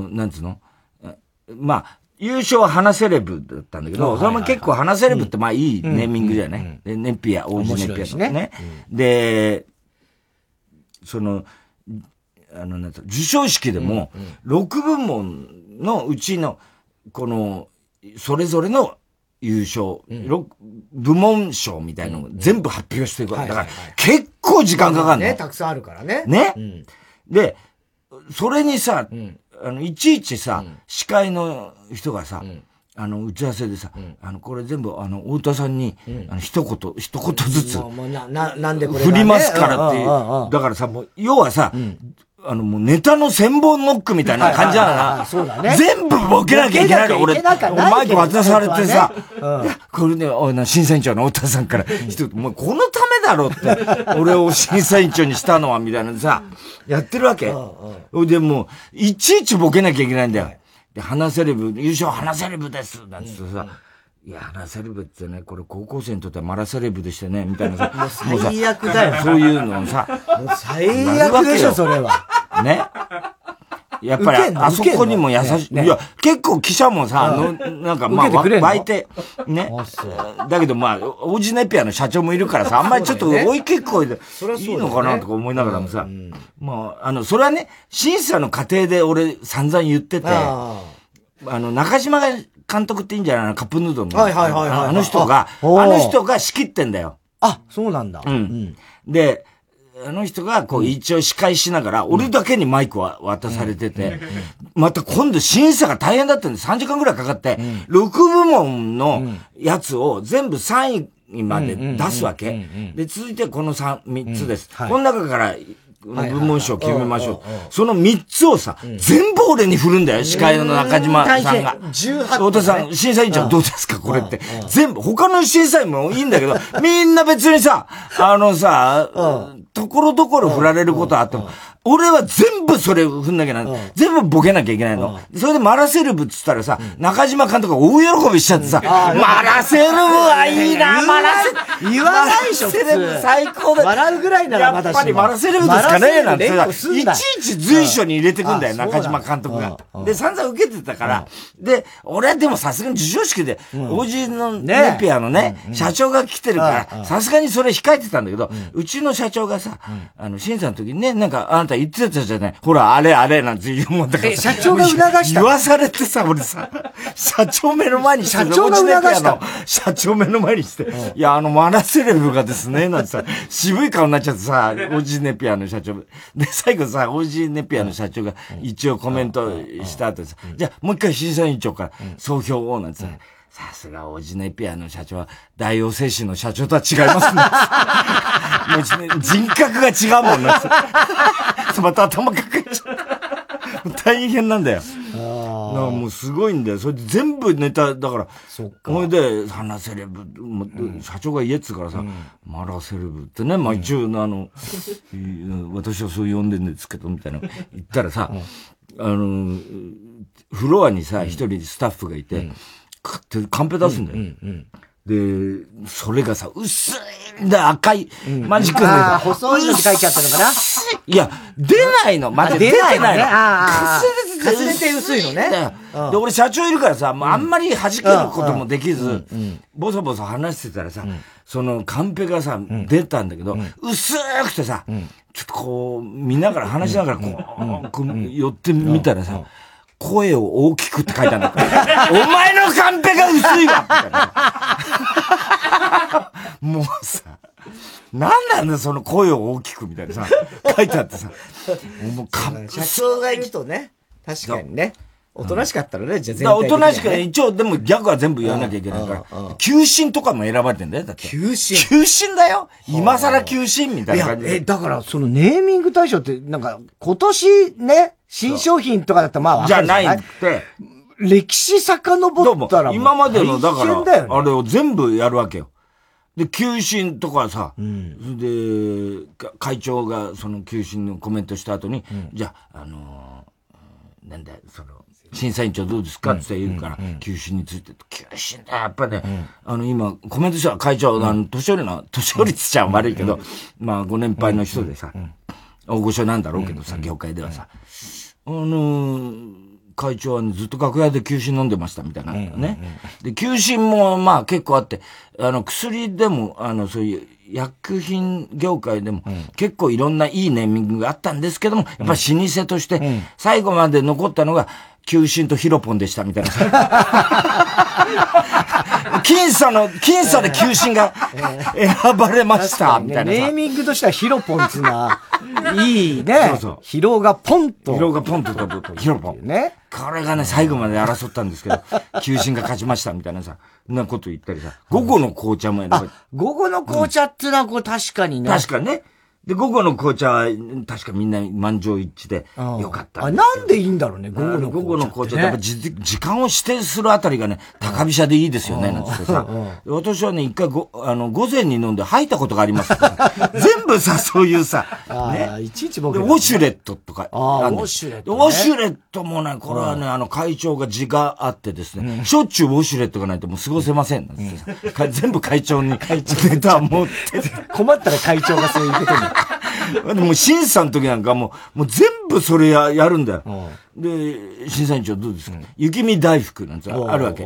ーなんつうのあまあ、優勝は花セレブだったんだけど、それも結構花セレブってまあいいネーミングじゃね。でネピア、王子ネピアとかね。面で、その、あの、なんつうの授賞式でも、6部門のうちの、この、それぞれの優勝、六部門賞みたいのを全部発表していくわけ。だから、結構時間かかるの。ね、たくさんあるからね。ね、で、それにさ、あの、いちいちさ、司会の人がさ、あの、打ち合わせでさ、あの、これ全部、あの、太田さんに、あの、一言、一言ずつ、もうもうな、な、なんでこれが振ねりますからっていんんんう。だからさ、もう、要はさ、あの、もうネタの千本ノックみたいな感じだはいはいはいかはいそうだら、ね全部ボケなきゃいけないの、ボ俺。ケなきゃいけなかないけどマイク渡されてさ本、いやこれね、おいな審査員長の太田さんから、一言、もうこのためだろって、俺を審査員長にしたのは、みたいなさ、やってるわけ。で、もう、いちいちボケなきゃいけないんだよ。で、花セレブ、優勝花セレブですなんつってさ、いや、花セレブってね、これ高校生にとってはマラセレブでしてね、みたい [LAUGHS] なさ、もうさ最悪だよそういうのをさ、もう最悪でしょ、それは。ね。やっぱウケんり、のあそこにも優しい。ねねいや、結構記者もさ、あの、なんかまあ、受けてくれんの湧いて、ねあそ。だけどまあ、オージネピアの社長もいるからさ、あんまりちょっとそうだよね大きい声で、りゃそういだよねいのかなとか思いながらもさ、まあ、あの、それはね、審査の過程で俺散々言ってて、ああの、中島が監督っていいんじゃないのカップヌードルの。はいはいはいはいあの人が、ああおーの人が仕切ってんだよ。あ。あ、そうなんだ。うん。で、あの人が、こう、一応司会しながら、俺だけにマイクは渡されてて、また今度審査が大変だったんで、3時間ぐらいかかって、6部門のやつを全部3位まで出すわけ。で、続いてこの3、3つです。はいこの中から、部門賞決めましょうんうんうんう。その3つをさ、全部俺に振るんだよ、司会の中島さんがうん。18太田さん、審査委員長どうですかこれって。全部、他の審査員もいいんだけど、みんな別にさ、あのさ、ところどころ振られることあっても、俺は全部それを踏んなきゃならない。全部ボケなきゃいけないの。それでマラセルブっつったらさ、中島監督が大喜びしちゃってさ、マラセルブはいいな、マラセルブ。言わないでしょ、マラセルブ最高だ。笑うぐらいならやっぱりマラセルブですかねなんてさ、いいちいち随所に入れてくんだよ、中島監督が。で、散々受けてたから。で、俺はでもさすがに授賞式で、王子のネピアのね、社長が来てるから、さすがにそれ控えてたんだけど、うちの社長がさ、あの、審査の時にね、なんか、あなた言ってたじゃない。ほら、あれあれなんて言うもんだから。社長が促した言わされてさ、俺さ、社長目の前にして社長が促した社長目の前にして、いや、あの、マラセレブがですね、 [LAUGHS] なんてさ、渋い顔になっちゃってさ、オージーネピアの社長。で、最後さ、オージーネピアの社長が一応コメントした後さ、じゃあもう一回審査委員長から総評をなんてさ、さすがオージネピアの社長は、大王精神の社長とは違い [LAUGHS] ますね。もう人格が違うもんね。また頭かけちゃった。大変なんだよ。あもうすごいんだよ。それで全部ネタ、だから、それで、サンラセレブ、社長が言えっつからさ、マラセレブってね、まあ一応、あの、私はそう呼んでんですけど、み [LAUGHS] たいな言ったらさ、あの、フロアにさ、一人スタッフがいて、かってカンペ出すんだよ。で、それがさ、薄いんだ、赤い、マジックの。ああ、細いのって書いちゃったのかないや、出ないの、まだ出ないの。かすれて薄いのね。で、俺社長いるからさ、あんまり弾けることもできず、ボソボソ話してたらさ、そのカンペがさ、出たんだけど、薄くてさ、ちょっとこう、見ながら、話しながら、こう、寄ってみたらさ、声を大きくって書いたんだ [LAUGHS] お前のカンペが薄い [LAUGHS] わもうさ、なんなんだその声を大きくみたいなさ、書いてあってさ。もうカンペ。社長がいるとね、確かにね。おとなしかったらね、じゃあ全部、ね。おとなしく、一応、でもギャグは全部言わなきゃいけないから、求心とかも選ばれてんだよ、だって。求心求心だよ今更求心みたいな感じ。え、だから、そのネーミング対象って、なんか、今年ね、新商品とかだったらまあじゃないって。歴史遡ったら今までの、だから、あれを全部やるわけよ。で、求心とかさ、うん、で、会長がその求心のコメントした後に、じゃあ、あのなんだ、その、審査委員長どうですかって言うから、休止について、休止だ、やっぱね、あの、今、コメントしたら会長、あの、年寄りの、年寄りつちゃ悪いけど、まあ、ご年配の人でさ、大御所なんだろうけどさ、業界ではさ、あの会長はね、ずっと楽屋で休止飲んでましたみたいなね。で、休止もまあ結構あって、あの、薬でも、あの、そういう薬品業界でも結構いろんないいネーミングがあったんですけども、やっぱ老舗として最後まで残ったのが、球心とヒロポンでしたみたいな。僅差の、僅差で球心が選ばれました、みたいな、ね、ネーミングとしてはヒロポンっつうのは、いいね。そうそう。疲労がポンと。疲労がポンと飛ぶ。ヒロポン。ね。これがね、最後まで争ったんですけ [LAUGHS] ど、球心が勝ちました、みたいなさ、なこと言ったりさ、午後の紅茶も選ばれ午後の紅茶ってのはこう確かにね。確かにね。で、午後の紅茶は、確かみんな満場一致で、よかったあ。なんでいいんだろうね、午後の紅茶、ね。午後の紅茶やっぱ時間を指定するあたりがね、高飛車でいいですよね、なんつってさ。私はね、一回ご、あの、午前に飲んで吐いたことがあります、 [LAUGHS] 全部さ、そういうさ、ね。いちいち僕、ね、ウォシュレットとか。ああ、ウォシュレット、ウォシュレットもね、これはね、あの、会長が字があってですね、しょっちゅうウォシュレットがないともう過ごせません、なんつってさ。全部会長に、会長ネタ持って。困ったら会長がそういうことに。 [LAUGHS] もう審査の時なんかもう、もう全部それややるんだよ。で、審査委員長どうですか、雪見大福なんてあるわけ。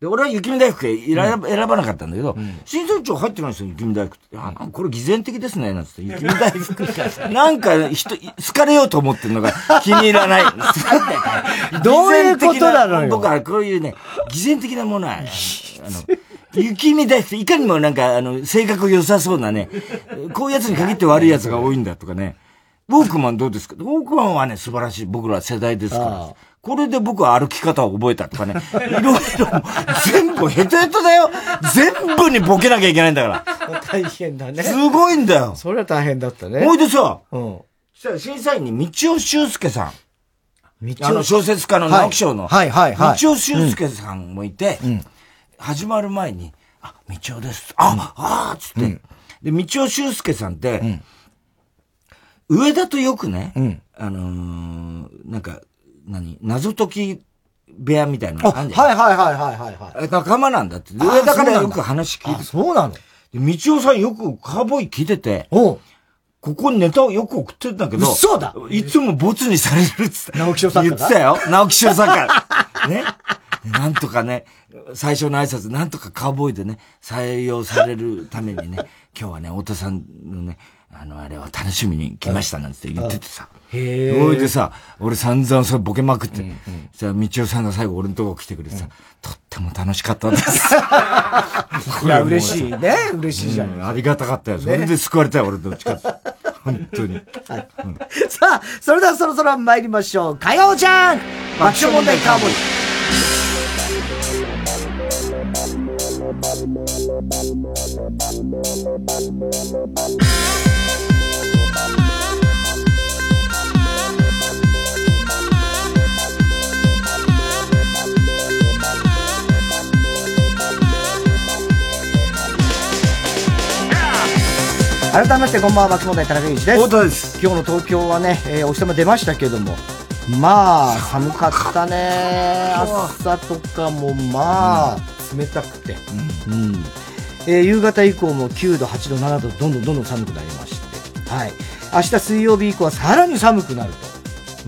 で、俺は雪見大福選ばなかったんだけど、審査委員長入ってないんですよ、雪見大福って。あ、これ偽善的ですね、なんつって。 [LAUGHS] 雪見大福。なんか、人、好かれようと思ってるのが [LAUGHS] 気に入らない。 [LAUGHS] どういうことなのよ。。僕はこういうね、偽善的なものは、あの、雪見大福、いかにもなんか、あの、性格良さそうなね、こういうやつに限って悪いやつが多いんだとかね。ウォークマンどうですかウォークマンはね、素晴らしい。僕ら世代ですから。これで僕は歩き方を覚えたとかね。いろいろ、全部ヘトヘトだよ。全部にボケなきゃいけないんだから [LAUGHS] 大変だね。すごいんだよ。それは大変だったね。ほいでさ、うん。したら審査員に道尾修介さん。あの、小説家の直木賞の、はい。はい、はい、道尾修介さんもいて、うん始まる前に、あ、道夫です。あ、ああつって。で、道夫修介さんって、上田とよくね、んあのーなんか、何、謎解き部屋みたいなのあ、あはんいじゃん。はいはいはいはいはい。い。仲間なんだって。であ上田かそうなんだらよく話聞いあ、てそうなので、道夫さんよくカーボーイ聞いてて、おうここにネタをよく送ってんだけど、嘘だいつもボツにされるっつって。直木賞作家言がってたよ。直木賞作家。ね。なんとかね、最初の挨拶、なんとかカーボーイでね、採用されるために [LAUGHS] ね、今日はね、太田さんのね、あの、あれを楽しみに来ましたなんて言っててさ。へそれでさ、俺散々それボケまくって、さ、道夫さんが最後俺のとこ来てくれてさ、とっても楽しかったです。 [LAUGHS] いや、嬉しいね。嬉しいじゃん。ありがたかったよ。それで救われたよ、俺どっちかって。本当に。さあ、それではそろそろ参りましょう。火曜じゃん爆笑問題カーボーイ。改めましてこんばんは、爆問題田中裕一です。太田です。今日の東京はね、えーお日様出ましたけども、まあ、寒かったね。朝とかもまあ、冷たくて、うんえー夕方以降も9度、8度、7度、どんどんどんどん寒くなりまして、はい。明日水曜日以降はさらに寒くなると。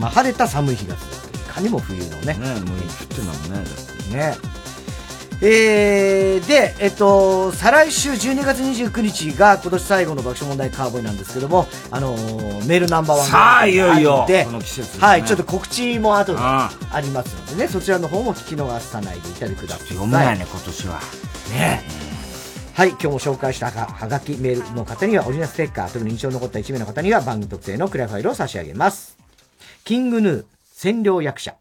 まあ、晴れた寒い日が続く。いかにも冬のね。ねもう降ってたもんね。ね。えーで、えっと、再来週12月29日が今年最後の爆笑問題カーボーイなんですけども、あのーメールナンバーワンがさあ、いよいよ、でこの季節ですね、はい、ちょっと告知も後であありますのでね、そちらの方も聞き逃さないでいただいてください。読めないね、今年は。ねはい、今日も紹介したはがはがきメールの方にはオリジナルステッカー、特に印象に残った1名の方には番組特製のクラファイルを差し上げます。キングヌー、占領役者。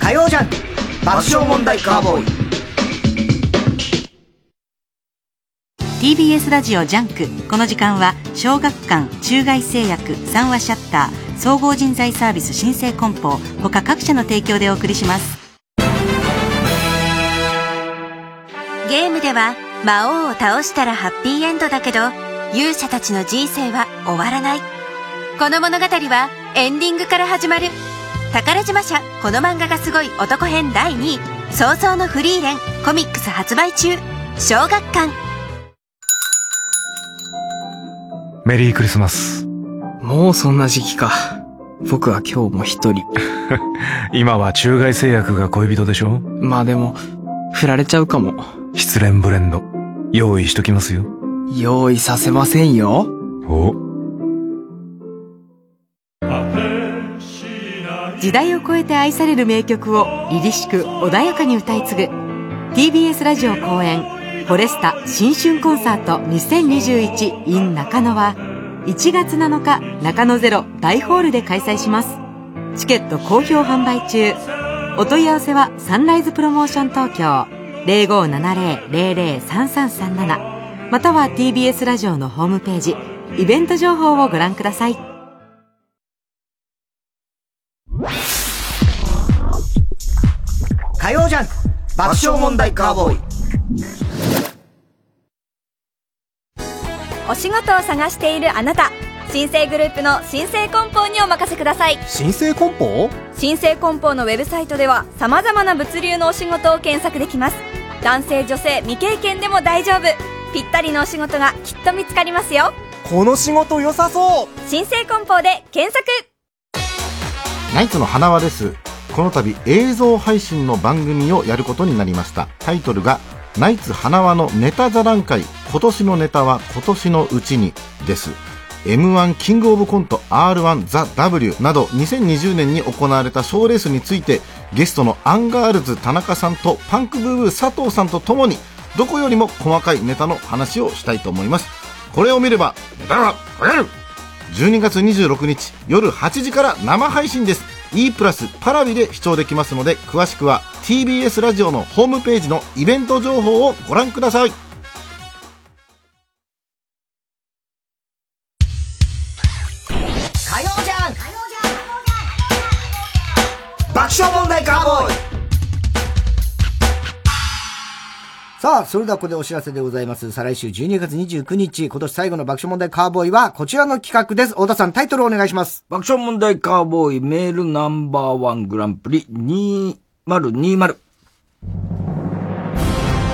火曜じゃん爆笑問題カーボーイ。 TBS ラジオジャンクこの時間は小学館中外製薬三話シャッター総合人材サービス新生梱包他各社の提供でお送りしますゲームでは魔王を倒したらハッピーエンドだけど勇者たちの人生は終わらないこの物語はエンディングから始まる宝島社この漫画がすごい男編第2位早々のフリーレンコミックス発売中小学館メリークリスマス。もうそんな時期か。僕は今日も一人。 [LAUGHS] 今は中外製薬が恋人でしょまあでも、振られちゃうかも。失恋ブレンド。用意しときますよ。用意させませんよ。お時代を超えて愛される名曲を凛々しく穏やかに歌い継ぐ TBS ラジオ公演「フォレスタ新春コンサート 2021in 中野」は1月7日中野ゼロ大ホールで開催しますチケット好評販売中お問い合わせはサンライズプロモーション東京0570-003337または TBS ラジオのホームページイベント情報をご覧ください火曜ジャンク爆笑問題カーボーイお仕事を探しているあなた新生グループの新生梱包にお任せください新生梱包新生梱包のウェブサイトではさまざまな物流のお仕事を検索できます男性女性未経験でも大丈夫ぴったりのお仕事がきっと見つかりますよこの仕事良さそう新生梱包で検索ナイツの花輪です。この度映像配信の番組をやることになりました。タイトルがナイツ花輪のネタ座談会今年のネタは今年のうちにです。M1 キングオブコント R1 ザ・ W など2020年に行われた賞レースについてゲストのアンガールズ田中さんとパンクブーブー佐藤さんとともにどこよりも細かいネタの話をしたいと思います。これを見ればネタが増える12月26日夜8時から生配信です e プラスパラビで視聴できますので詳しくは TBS ラジオのホームページのイベント情報をご覧ください火曜ジャンク爆笑問題カーボーイさあ、それではここでお知らせでございます。再来週12月29日、今年最後の爆笑問題カーボーイはこちらの企画です。太田さん、タイトルをお願いします。爆笑問題カーボーイメールナンバーワングランプリ2020。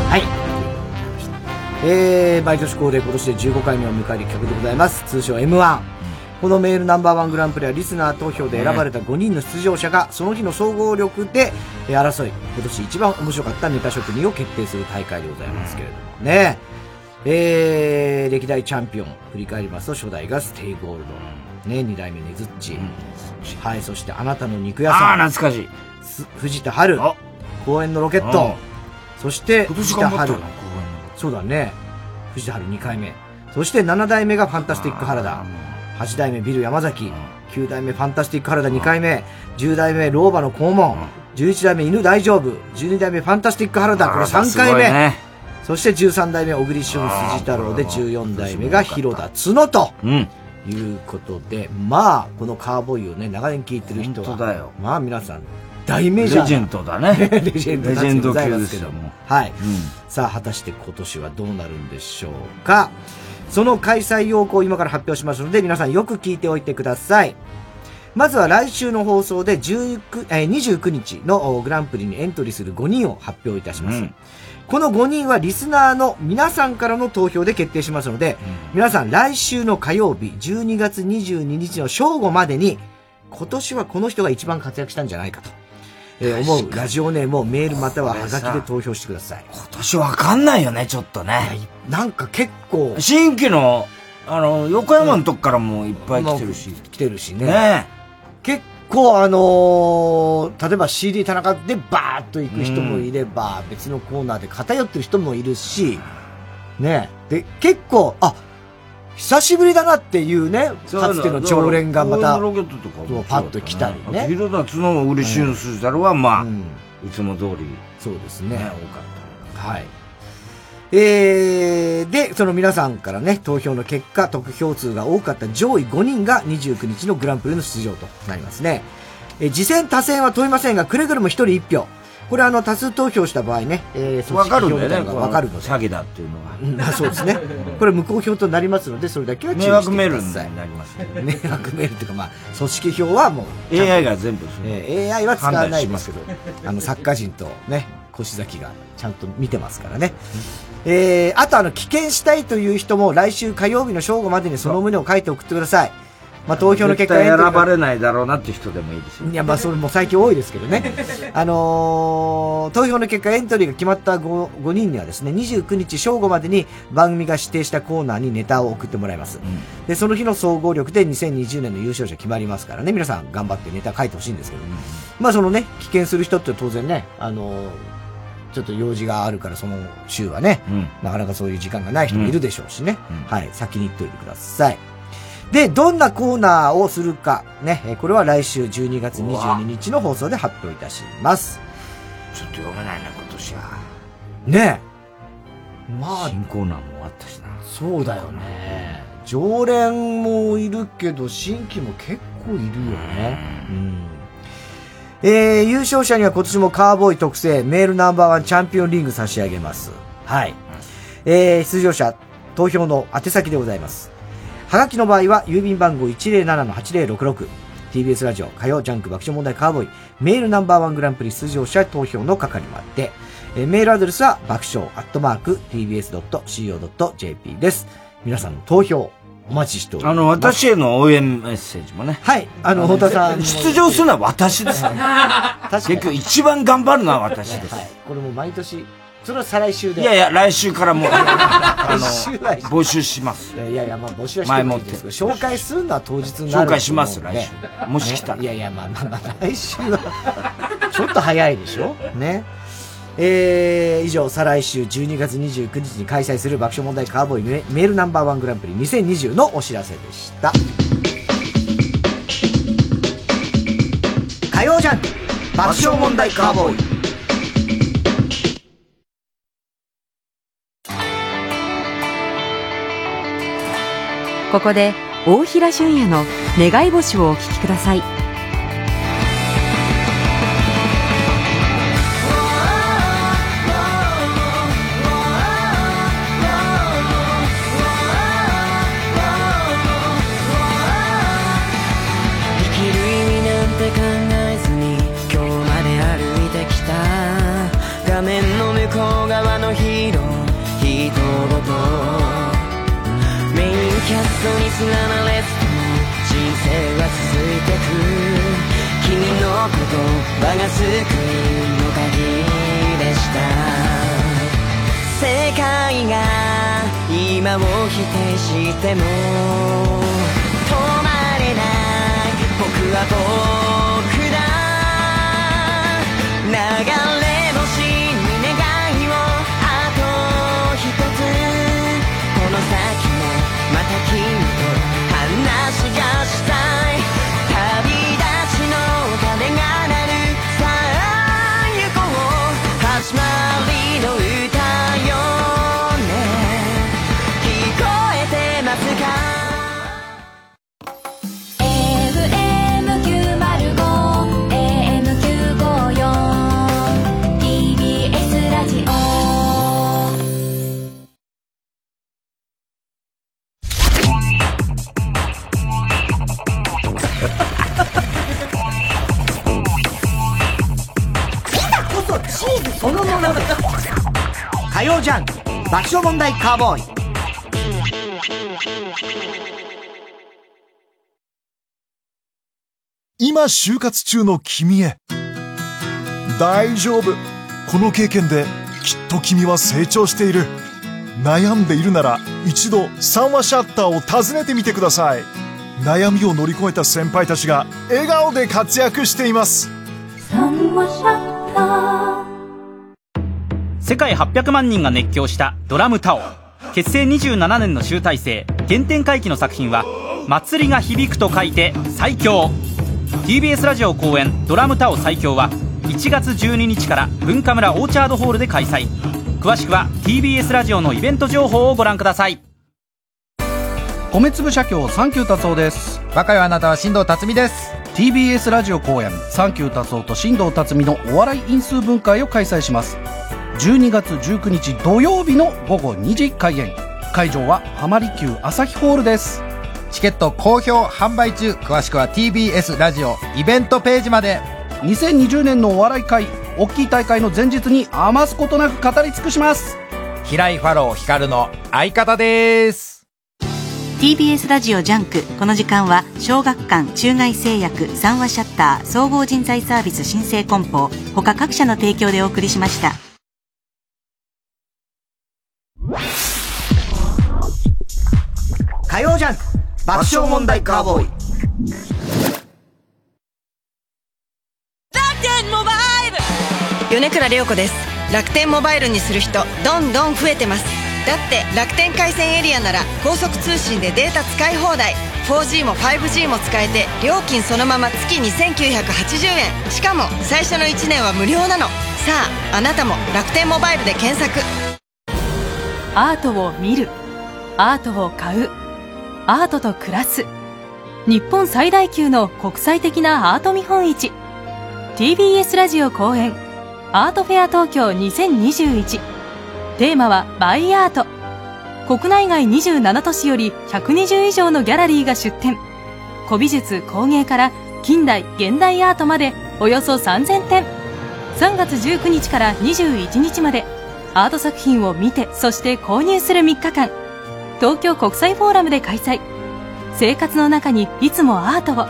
はい。えー、毎年恒例今年で15回目を迎える企画でございます。通称 M1。このメールナンバーワングランプリはリスナー投票で選ばれた5人の出場者がその日の総合力でえー争い、今年一番面白かったネタ職人を決定する大会でございますけれどもね。えー、歴代チャンピオン、振り返りますと初代がステイゴールド。ね、二代目ネズッチ。はい、そしてあなたの肉屋さあん。あ、懐かしい。す藤田春公園のロケットそして今年藤頑田張った春な、公演の。そうだね藤田春2回目そして7代目がファンタスティック原田8代目ビル山崎9代目ファンタスティック原田2回目10代目老婆の肛門11代目犬大丈夫12代目ファンタスティック原田これ3す回ごい目、ねそして13代目小栗旬辻太郎で14代目が広田角とうん。いうことでまあこのカーボーイをね長年聞いてる人本当だよはまあ皆さん大メレジジャーなェンドだね。 [LAUGHS] レジェンドレジェンドなんでござい級まですすけどよ、もう。はい。うさあ、果たして今年はどうなるんでしょうか。その開催要項を今から発表しますので、皆さんよく聞いておいてください。まずは来週の放送で19、えー29日のおグランプリにエントリーする5人を発表いたします。うんこの5人はリスナーの皆さんからの投票で決定しますので、皆さん来週の火曜日12月22日の正午までに、今年はこの人が一番活躍したんじゃないかと、えー思うラジオネームをメールまたはハガキで投票してください。今年わかんないよね、ちょっとね。なんか結構新規の、あの、横山のとこからもいっぱい来てるし。来てるしね。ね結構あのー例えば CD 田中でバーッと行く人もいれば、別のコーナーで偏ってる人もいるし、ねで、結構、あ、久しぶりだなっていうね、そういうかつての常連がだまた、からロケットとかもそうだパッと来たりねあと広田角の嬉しいのするだろうは、まあ、うんいつも通り、ね、そうです多ね。かっはい。えー、で、その皆さんからね、投票の結果、得票数が多かった上位5人が29日のグランプリの出場となりますね。えー、次戦、他戦は問いませんが、くれぐれも1人1票。これあの、多数投票した場合ね、えー、た。わかるんだよ組織票みたいね、なこののがわかるの [LAUGHS] で。詐欺だっていうのが。うんあそうですね。これ無効票となりますので、それだけは注 [LAUGHS] 意迷して惑くメーだルにさい。なりますね。 [LAUGHS] 迷惑メールというか、まあ、組織票はもう、 AI が全部そのえー AI は使わないですけど、あの、作家人とね、越崎が。ちゃんと見てますからね。えー、あとあの、棄権したいという人も来週火曜日の正午までにその旨を書いて送ってください。まあ、投票の結果絶対選ばれれないだろうなって人でもいいですよ。いや、まあ、それも最近多いですけ [LAUGHS] どね。あのー投票の結果エントリーが決まった 5, 5人にはですね、29日正午までに番組が指定したコーナーにネタを送ってもらいます。で、その日の総合力で2020年の優勝者決まりますからね、皆さん頑張ってネタ書いてほしいんですけど、まあ、そのね、棄権する人って当然ね、あのーちょっと用事があるから、その週はね、なかなかそういう時間がない人もいるでしょうしね。はい、先に言っておいてください。で、どんなコーナーをするか、ね、えーこれは来週12月22日の放送で発表いたします。ちょっと読めないな、今年は。ねえ。まあ、新コーナーも終わったしな。そうだよね。常連もいるけど、新規も結構いるよね。うん。えー、優勝者には今年もカーボーイ特製メールナンバーワンチャンピオンリング差し上げます。はい。えー、出場者、投票の宛先でございます。はがきの場合は、郵便番号107-8066。TBS ラジオ、火曜ジャンク爆笑問題カーボーイ、メールナンバーワングランプリ出場者投票の係まで、えーメールアドレスは爆笑アットマーク TBS.CO.JP です。皆さんの投票、お待ちしております。あの、私への応援メッセージもね。はい、あの、太田さん。出場するのは私です。 [LAUGHS] 結局一番頑張るのは私です。これもう毎年、それは再来週で。いやいや、来週から [LAUGHS] もう、あ [LAUGHS] の、来週来週募集します。いやいや、まあ募集はして前ももいっいてですけど、紹介するのは当日になる紹介します、と思う来んで週。もし来たら。いやいや、まあまあまあ、来週は、ちょっと早いでしょね。えー、以上、再来週12月29日に開催する爆笑問題カーボーイメメールナンバーワングランプリ2020のお知らせでした。火曜ジャンク爆笑問題カーボーイここで大平俊也の願い星をお聞きください生きる意味なんて考えずに今日まで歩いてきた画面の向こう側のヒーロー人ごとメインキャストにすがられずとも人生は続いてく君の言葉が救いの鍵でした世界が今を否定しても止まれない僕は僕だ流れ星に願いをあと一つこの先もまた君と話がしたい旅立ちの鐘が鳴るさあ行こう始まりの歌よね聞こえてますか FM905 AM954 TBS ラジオこそチーズそのものだ火曜ジャンク爆笑問題カーボーイ今就活中の君へ大丈夫この経験できっと君は成長している悩んでいるなら一度三話シャッターを訪ねてみてください悩みを乗り越えた先輩たちが笑顔で活躍しています世界800万人が熱狂したドラムタオ結成27年の集大成原点回帰の作品は「祭りが響く」と書いて最強 TBS ラジオ公演「ドラムタオ最強」は1月12日から文化村オーチャードホールで開催詳しくは TBS ラジオのイベント情報をご覧ください米粒社協サンキュー達夫です若いあなたは新藤辰巳です TBS ラジオ公演サンキュー達夫と新藤辰巳のお笑い因数分解を開催します12月19日土曜日の午後2時開演会場は浜離宮朝日ホールですチケット好評販売中詳しくは TBS ラジオイベントページまで2020年のお笑い界大きい大会の前日に余すことなく語り尽くします平井ファロー光の相方です。 TBS ラジオジャンクこの時間は小学館中外製薬三話シャッター総合人材サービス新生梱包他各社の提供でお送りしました火曜ジャンク爆笑問題カーボーイ米倉涼子です楽天モバイルにする人どんどん増えてますだって楽天回線エリアなら高速通信でデータ使い放題 4G も 5G も使えて料金そのまま月2980円しかも最初の1年は無料なのさああなたも楽天モバイルで検索アートを見るアートを買うアートと暮らす日本最大級の国際的なアート見本市 TBS ラジオ公演アートフェア東京2021テーマは「バイアート」国内外27都市より120以上のギャラリーが出展古美術工芸から近代現代アートまでおよそ3000点3月19日から21日までアート作品を見てそして購入する3日間東京国際フォーラムで開催生活の中にいつもアートを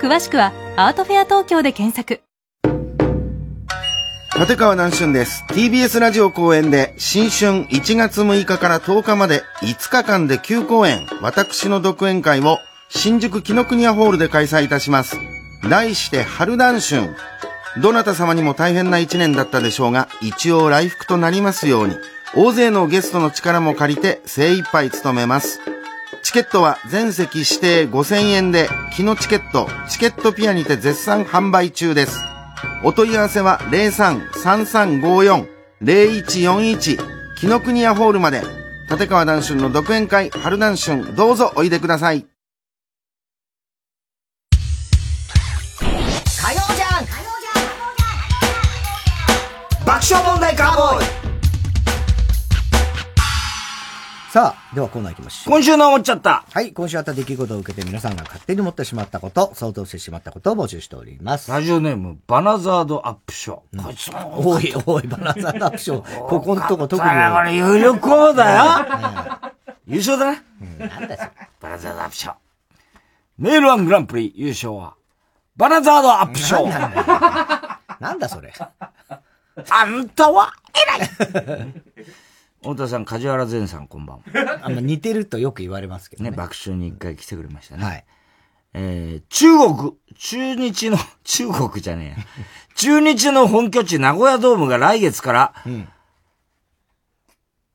詳しくはアートフェア東京で検索立川南春です。TBS ラジオ公演で、新春1月6日から10日まで5日間で9公演、私の独演会を新宿紀ノ国屋ホールで開催いたします。題して春南春。どなた様にも大変な1年だったでしょうが、一応来福となりますように、大勢のゲストの力も借りて精一杯務めます。チケットは全席指定5000円で、キノチケット、チケットピアにて絶賛販売中です。お問い合わせは03-3354-0141、キノ国屋ホールまで、立川談春の独演会、春談春、どうぞおいでください。火曜ジャンク爆笑問題カーボーイさあ、ではコーナー行きましょう。今週の思っちゃった。はい、今週あった出来事を受けて皆さんが勝手に思ってしまったこと、想像してしまったことを募集しております。ラジオネーム、バナザードアップショー。こいつも多い、多い、バナザードアップショー。ここのとこ特に多い。だから有力候補だよ優勝だな。なんだそれバナザードアップショー。メールワングランプリ優勝は、バナザードアップショー。なんだそれ。あんたは偉い太田さん、梶原善さん、こんばんは。 [LAUGHS] あんま似てるとよく言われますけどね。爆笑に一回来てくれましたね。はい。えー、中国、中日の、 [LAUGHS] 中国じゃねえや。 [LAUGHS] 中日の本拠地、名古屋ドームが来月から、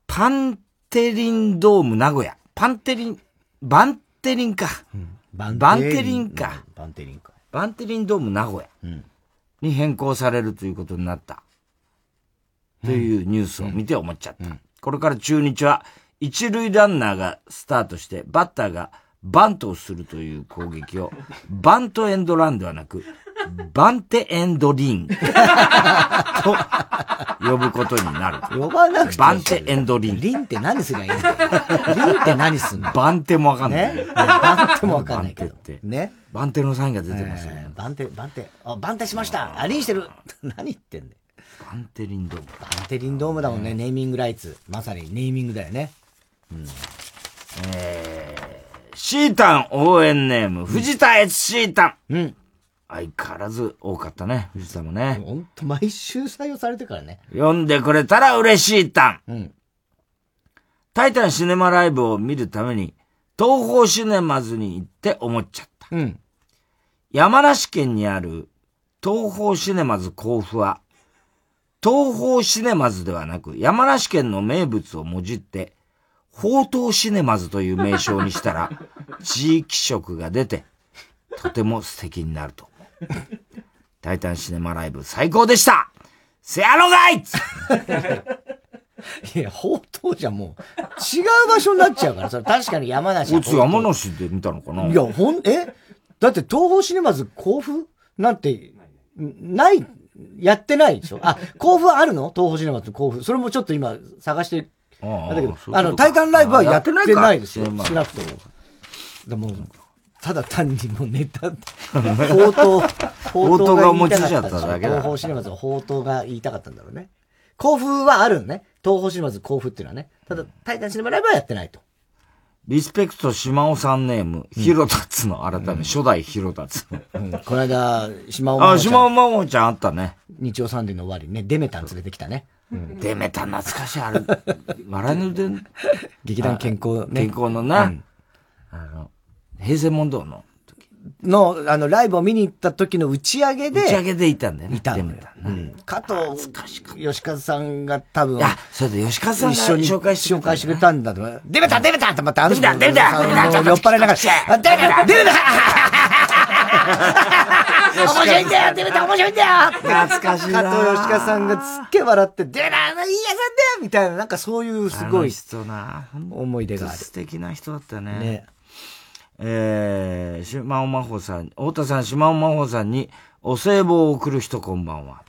パンテリンドーム名古屋。パンテリン、バンテリンか。バンテリンか。バンテリンか。バンテリンドーム名古屋に変更されるということになった。というニュースを見て思っちゃった。これから中日は、一塁ランナーがスタートして、バッターがバントをするという攻撃を、バントエンドランではなく、バンテエンドリ [LAUGHS] ンと呼ぶことになる。呼ばなくてバンテエンドリン。リンって何すりゃいいんだよ。リンって何すんのバンテもわかんない。ねバンテもわかんないけどバンテって。ね。バンテのサインが出てますよね。えーバンテ、バンテ、あ、バンテしましたあ、リンしてる [LAUGHS] 何言ってんだよ。バンテリンドーム。バンテリンドームだもんね、ネーミングライツ。まさにネーミングだよね。えー、シータン応援ネーム、藤田悦シータン。うん。相変わらず多かったね、藤田もね。ほんと、毎週採用されてからね。読んでくれたら嬉しいタン。タイタンシネマライブを見るために、東方シネマズに行って思っちゃった。山梨県にある東方シネマズ甲府は、東方シネマズではなく、山梨県の名物をもじって、宝東シネマズという名称にしたら、地域色が出て、とても素敵になると思う。タイタンシネマライブ最高でしたせやろがいいや、宝刀じゃもう、違う場所になっちゃうから、それ確かに山梨こいつ山梨で見たのかないや、ほん、えだって東方シネマズ甲府なんて、んない、やってないでしょあ、甲府はあるの東方シネマズ甲府。それもちょっと今探して、あだそういうけどこと、かあの、タイタンライブはやってないですよ。あやってないか少なくとも。でも、[LAUGHS] ただ単にもうネ [LAUGHS] タ、宝刀、宝刀が思いついちゃっただけだ東宝シネマズの宝刀が言いたかったんだろうね。甲府はあるのね。東宝シネマズ甲府っていうのはね。ただ、タイタンシネマライブはやってないと。リスペクト島尾さんネーム、ヒロタツの、改め、初代ヒロタツ。この間、島尾真あ、央ちゃん島尾真央ちゃんあったね。日曜サンデーの終わりにね、デメタン連れてきたね。デメタン懐かしい、あれ。 [LAUGHS] 笑いので、劇団健康ね健康のな、うんあの、平成問答の。の、あの、ライブを見に行った時の打ち上げで。打ち上げでいたんだよね。いたのよ。うん加藤、吉和さんが多分。あ、そうだ、吉和さんが一緒に紹介して紹介してくれたんだと思う。出れた出れたと思って、あの人出れた出れたあの酔っ払いながら、出れた出れた面白いんだよ出れた面白いんだよ懐かしいな加藤吉和さんがすっげえ笑って、出れたいいやさんだよみたいな、なんかそういうすごあのい人な思い出がある。素敵な人だったね。ねえー、島尾真帆さん、太田さん、島尾真帆さんに、お歳暮を送る人こんばんは。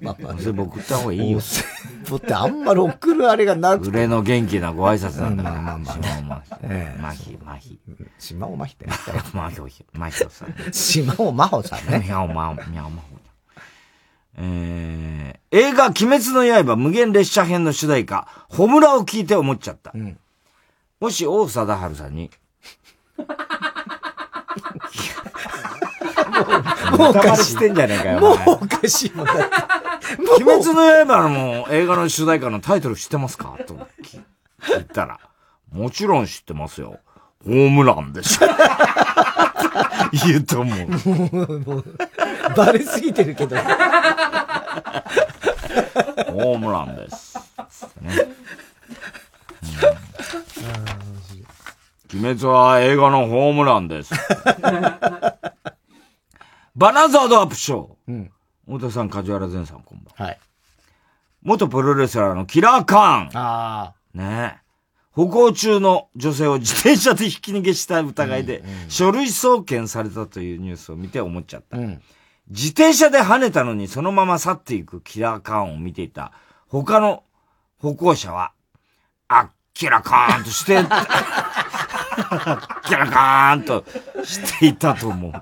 お歳暮送った方がいいよ。お歳暮ってあんまり送るあれがなくて。売れの元気なご挨拶なんだから。まあまあええまあ。島尾真帆。まひ、まひ。島尾真ひって。まひょひ、まひょさん。島尾真帆さんね。みゃおまお、みゃおまほ。えー、映画、鬼滅の刃、無限列車編の主題歌、ホムラを聞いて思っちゃった。もし、王貞治さんに、もうおネタバかレしい。してんじゃねえかよ。もうお前おかしいもんだって。鬼滅の刃の映画の主題歌のタイトル知ってますかと聞聞いたら、もちろん知ってますよ。ホームランでしょ。 [LAUGHS] 言うと思う。 [LAUGHS] もう、もう、バレすぎてるけど。 [LAUGHS] ホームランです。ね鬼滅は映画のホームランです。 [LAUGHS] バナザードアップショー。太田さん、梶原善さん、こんばんは。はい。元プロレスラーのキラーカーン。あねえ。歩行中の女性を自転車でひき逃げした疑いで、書類送検されたというニュースを見て思っちゃった。自転車で跳ねたのにそのまま去っていくキラーカーンを見ていた他の歩行者は、あ、キラーカーンとして、 [LAUGHS] キラーカーンとしていたと思う。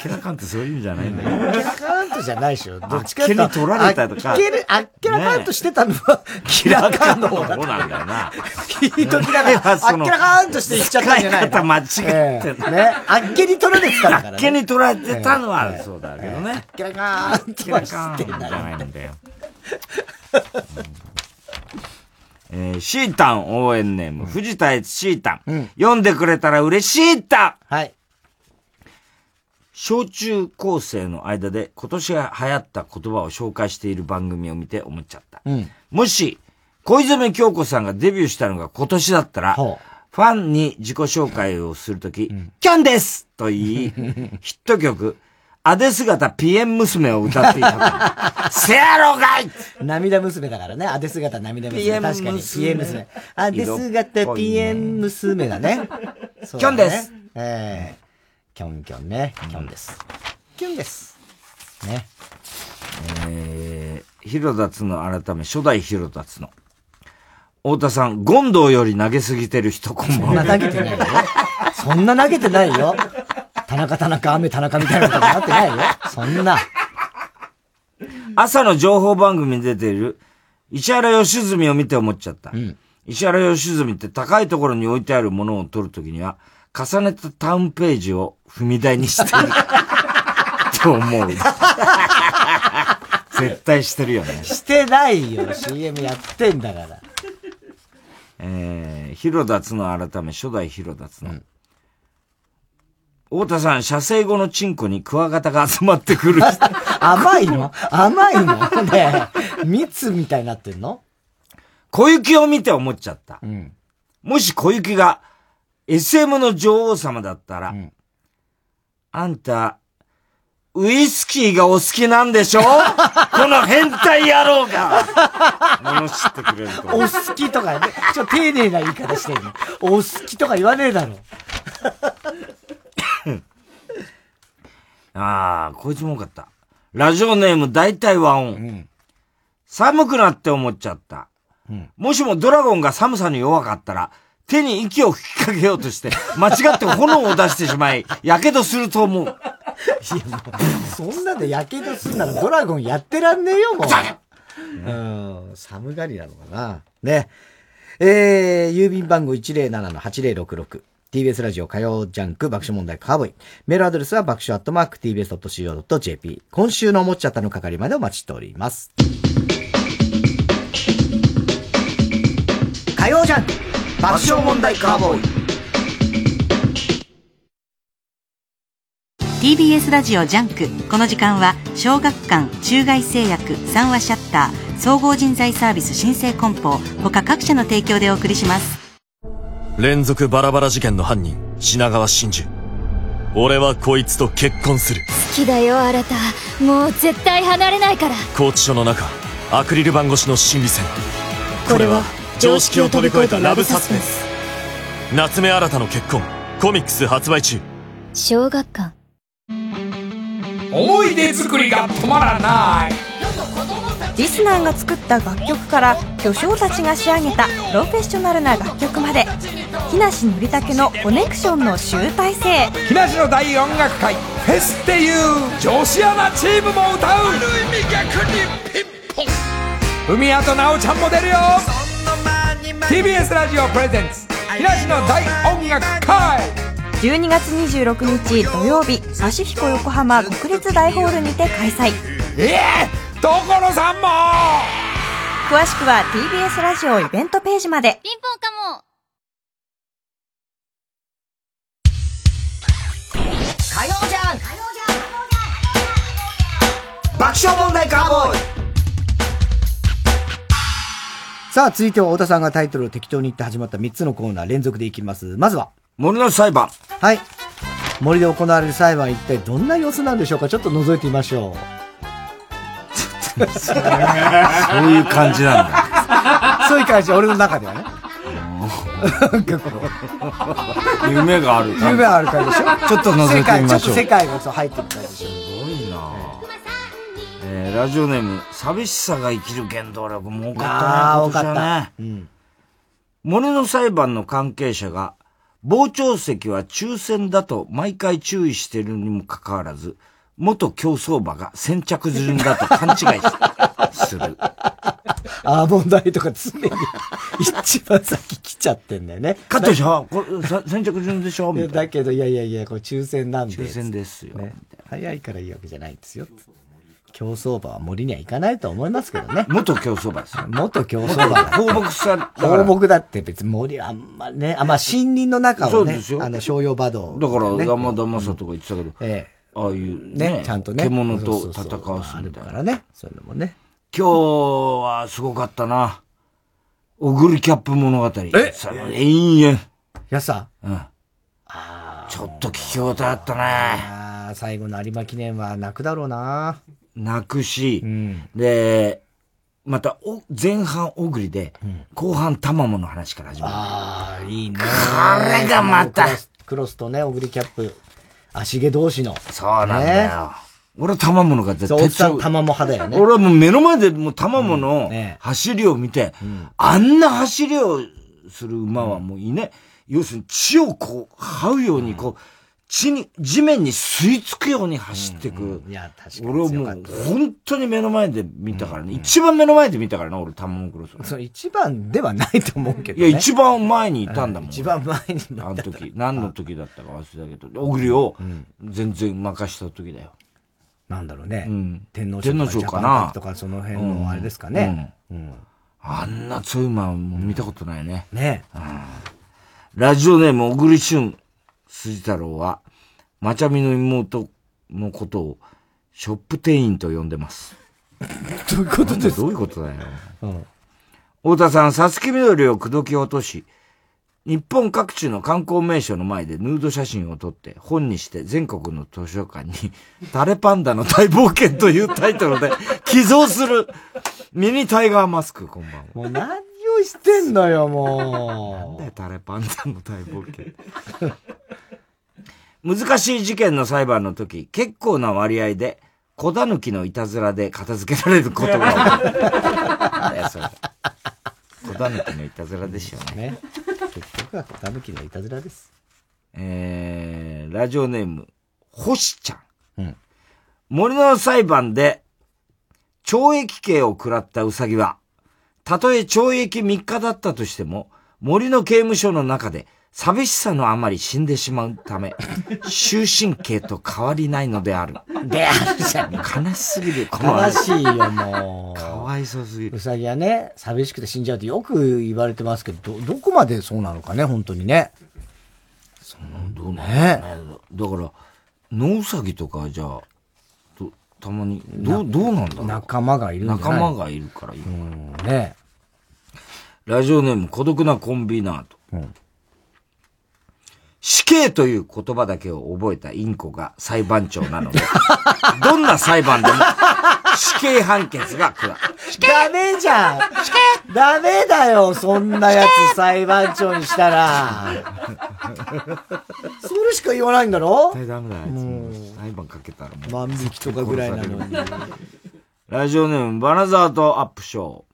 キラーカーンってそういう意味じゃないんだあ。あっよけ。らかんとじゃないでしょ。どっちかあっけに取られたとかあっけるあっけらかんとしてたのは、キラーカーンの方だ。そうなんだよな。いい時だから、あっけらかんとして行っちゃったんじゃないの使い方間違ってええね。あっけに取られてたからね。あっけに取られてたのはそうだけどねええあっけらかんとはしてなじい。ゃないんだよ。えー、シータン応援ネーム、藤田悦シータン、読んでくれたら嬉しいたはい。小中高生の間で今年が流行った言葉を紹介している番組を見て思っちゃった。うん。もし、小泉京子さんがデビューしたのが今年だったら、ファンに自己紹介をするとき、キャンですと言い、ヒット曲、 [LAUGHS] アデ姿ピエン娘を歌っていた [LAUGHS] と。せやろがい涙娘だからね。あで姿涙娘。 PM 確かに。娘 PM 娘。あで姿色っぽいね PM 娘だね。そうだキョねンです。ええキョンキョンね。キョンです。キョンです。ね。えー、広田つの改め、初代広田つの。太田さん、ゴンドウより投げすぎてる人、こんばんそんなは。投げてないよ。そんな投げてないよ。田中田中雨田中みたいなことになってないよ。そんな。朝の情報番組に出ている、石原良純を見て思っちゃった。石原良純って高いところに置いてあるものを撮るときには、重ねたタウンページを踏み台にして [LAUGHS] る。と思う。絶対してるよね。してないよ。CM やってんだ [LAUGHS] から。えー、広田つの改め、初代広田つの。太田さん、射精後のチンコにクワガタが集まってくる。 [LAUGHS] 甘いの甘いのねえ蜜みたいになってんの小雪を見て思っちゃった。もし小雪が SM の女王様だったら、あんた、ウイスキーがお好きなんでしょこの変態野郎が罵ってくれるとお好きとかね、ちょっと丁寧な言い方してるの。お好きとか言わねえだろ。ああ、こいつも多かった。ラジオネーム大体和音。寒くなって思っちゃった。もしもドラゴンが寒さに弱かったら、手に息を吹きかけようとして、間 [LAUGHS] 違って炎を出してしまい、火傷すると思う。そんなでやけどすんならドラゴンやってらんねえよ、もう。うん、寒がりなのかな。ね。えー、郵便番号107-8066。TBS ラジオ火曜ジャンク爆笑問題カーボーイ。メールアドレスは爆笑アットマーク TBS.CO.JP。今週のおもっちゃったの係までお待ちしております。火曜ジャンク爆笑問題カーボーイ TBS ラジオジャンクこの時間は小学館中外製薬三話シャッター総合人材サービス申請梱包他各社の提供でお送りします連続バラバラ事件の犯人品川真珠俺はこいつと結婚する好きだよあなたもう絶対離れないから拘置所の中アクリル板越しの心理戦これは常識を飛び越えたラブサスペンス夏目新たの結婚コミックス発売中小学館思い出作りが止まらないリスナーが作った楽曲から巨匠たちが仕上げたプロフェッショナルな楽曲まで木梨憲武のコネクションの集大成木梨の大音楽会フェスっていう女子アナチームも歌う海谷と奈緒ちゃんも出るよ TBS ラジオプレゼンツ木梨の大音楽会12月26日土曜日アシヒコ横浜国立大ホールにて開催ええ所さんも詳しくは TBS ラジオイベントページまでピンポンかも火曜ジャンク爆笑問題カーボーイさあ、続いては太田さんがタイトルを適当に言って始まった3つのコーナー連続でいきます。まずは。森の裁判。はい。森で行われる裁判、一体どんな様子なんでしょうかちょっと覗いてみましょう。そういう感じなんだ。 [LAUGHS] そういう感じ、俺の中 [LAUGHS] ではね。なんかこう夢がある感じ夢がある感じでしょちょっと覗いてみましょう世界ちょっと世界がそう入ってきたでしょいいなぁえーラジオネーム、寂しさが生きる原動力も多かったなあー今年は多かっね。森の裁判の関係者が、傍聴席は抽選だと毎回注意しているにもかかわらず、元競走馬が先着順だと勘違いしす [LAUGHS] る。アーモンドアイとか常に一番先来ちゃってんだよね。カットでしょこれさ先着順でしょみたいなだけど、いやいやいや、これ抽選なんで。抽選ですよ。早いからいいわけじゃないんですよ。競走馬は森には行かないと思いますけどね。元競走馬ですよ。元競走馬。放牧さんだから放牧だって別に森はあんまね、あ、まあ森林の中そをうねで、すよあの、商用馬道、だから、ね山田正とか言ってたけど、ああいうねねちゃんとね獣そとうそ戦うわすみたいな。からね、そういうのもね。今日はすごかったな。おぐりキャップ物語。えその延々。やさ。うん。ちょっと聞き応えあったね。あー最後の有馬記念は泣くだろうな。泣くし、で、また、お、前半おぐりで、後半玉もの話から始まる。ああ、いいね。これがまたクロス。クロスとね、オグリキャップ、足毛同士の。そうなんだよ。俺は玉物が絶そう、おっ対さん強い玉も派だよね。俺はもう目の前でもう玉物の走りを見て、あんな走りをする馬はもういね、要するに血をこう、這うようにこう、地に、地面に吸い付くように走っていく。いや、確かに。俺はもう本当に目の前で見たからね。一番目の前で見たからな、俺、タモンクロス。そう、一番ではないと思うけど、いね。や、一番前にいたんだもん。一番前にいたあの時、何の時だったか忘れたけど、小栗を全然任した時だよ。なんだろうね。うん。天皇天皇賞賞とかかジャパンカッなプとかその辺のあれですかね。うんうんあんな強い馬はもう見たことないね。ねラジオネーム、小栗旬辻太郎は、まちゃみの妹のことを、ショップ店員と呼んでます。どういうことですかどういうことだよ。うん。太田さん、さつき緑を口説き落とし、日本各地の観光名所の前でヌード写真を撮って本にして全国の図書館にタレパンダの大冒険というタイトルで寄贈するミニタイガーマスクこんばんは。もう何をしてんのよ、もう。タレパンダの大冒険。 [LAUGHS] 難しい事件の裁判の時、結構な割合で、小狸のいたずらで片付けられることが多い。 [LAUGHS] あれそれ小狸のいたずらでしょうね。結局たぬきのいたずらです。えー、ラジオネーム、星ちゃん。森の裁判で、懲役刑を食らったウサギは、たとえ懲役3日だったとしても、森の刑務所の中で、寂しさのあまり死んでしまうた [LAUGHS] め、終身刑と変わりないのである。であるじゃん。悲しすぎる、この悲話しいよ、もう。かわいそうすぎる。うさぎはね、寂しくて死んじゃうってよく言われてますけど、ど、どこまでそうなのかね、本当にね。どうねだから、野ウサギとかじゃあ、どたまに、どう、どうなんだろう仲間がいるんじゃない仲間がいるからいいのかなねラジオネーム、孤独なコンビナート。死刑という言葉だけを覚えたインコが裁判長なので、 [LAUGHS] どんな裁判でも死刑判決が下る。ダメじゃんダメだよ、そんなやつ裁判長にしたら。それしか言わないんだろ絶対ダメだよ、あいつもう裁判かけたらもう。万引きとかぐらいなのに。ラジオネーム、バナザーとアップショー。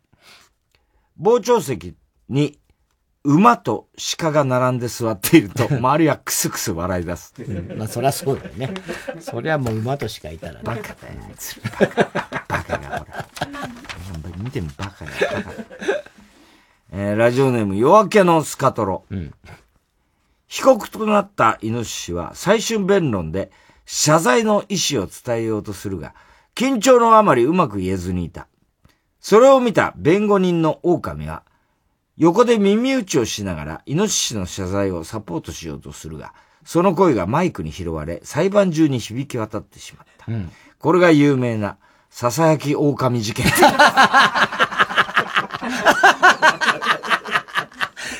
傍聴席に、馬と鹿が並んで座っている [LAUGHS] と、周りはクスクス笑い出す。まあ、そりゃそうだよね。そりゃもう馬としかいたらね。バカだよ、あいつ。バカが、ほら。見てもバカだよ、バカだよえーラジオネーム、夜明けのスカトロ。被告となったイノシシは最終弁論で謝罪の意思を伝えようとするが、緊張のあまりうまく言えずにいた。それを見た弁護人の狼は、横で耳打ちをしながらイノシシの謝罪をサポートしようとするが、その声がマイクに拾われ、裁判中に響き渡ってしまった。これが有名な、囁き狼事件。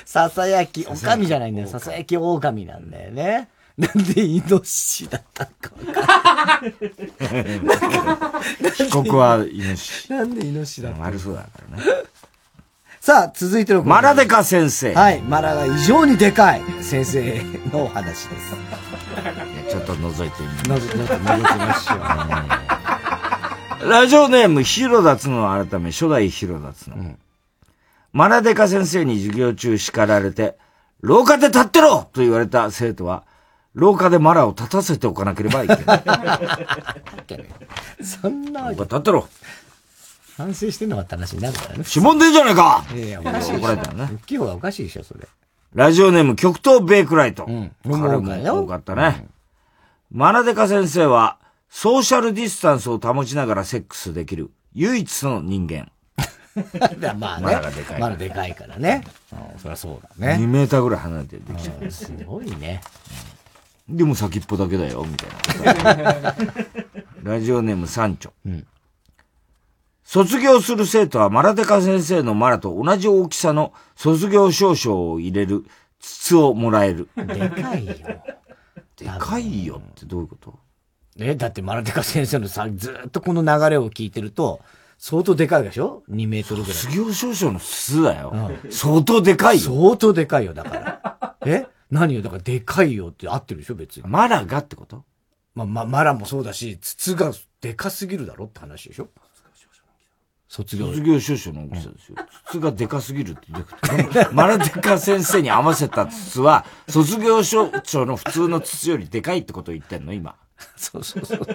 ささやき、おかみじゃないんだよ。ささやきおおかみなんだよね。なんでイノシシだったのかわかんない。被告はイノシシ。なんでイノシシだった悪そうだからね。さあ、続いてのマラデカ先生。はい、マラが異常にでかい先生のお話です。ちょっと覗いてみのぞ、ちょっと覗きましょう。ラジオネーム、広田つの改め、初代広田つの。マラデカ先生に授業中叱られて、廊下で立ってろと言われた生徒は、廊下でマラを立たせておかなければいけない。 [LAUGHS] そんなわけ立ってろ反省してんのかって話になるからね。指紋でんじゃねえかいやいや、お怒かしいでしられたよょ。ね。規模がおかしいでし [LAUGHS] ょ、それ。ラジオネーム、極東ベイクライト。こもれうだもよ多かったね。マラデカ先生は、ソーシャルディスタンスを保ちながらセックスできる、唯一の人間。まあね。マラがでかいマラでかいからね。うん、そりゃそうだね。 2メーターぐらい離れてできちゃう。すごいね。でも先っぽだけだよ、みたい [LAUGHS] な。ラジオネーム三丁。卒業する生徒はマラデカ先生のマラと同じ大きさの卒業証書を入れる筒をもらえる。でかいよ。でかいよってどういうことえ、だってマラデカ先生のさ、ずーっとこの流れを聞いてると、相当でかいでしょ ?2 メートルぐらい。卒業証書の筒だよ。相当でかいよ。相当でかいよ、だから。 [LAUGHS] え何よ、だからでかいよって合ってるでしょ、別に。マラがってことまあ、ま、マラもそうだし、筒がでかすぎるだろって話でしょ卒業卒業証書の大きさですよ。筒がでかすぎるってどういうこと。マラデカ先生に合わせた筒は、卒業証書の普通の筒よりでかいってことを言ってんの、今。そうそうそう。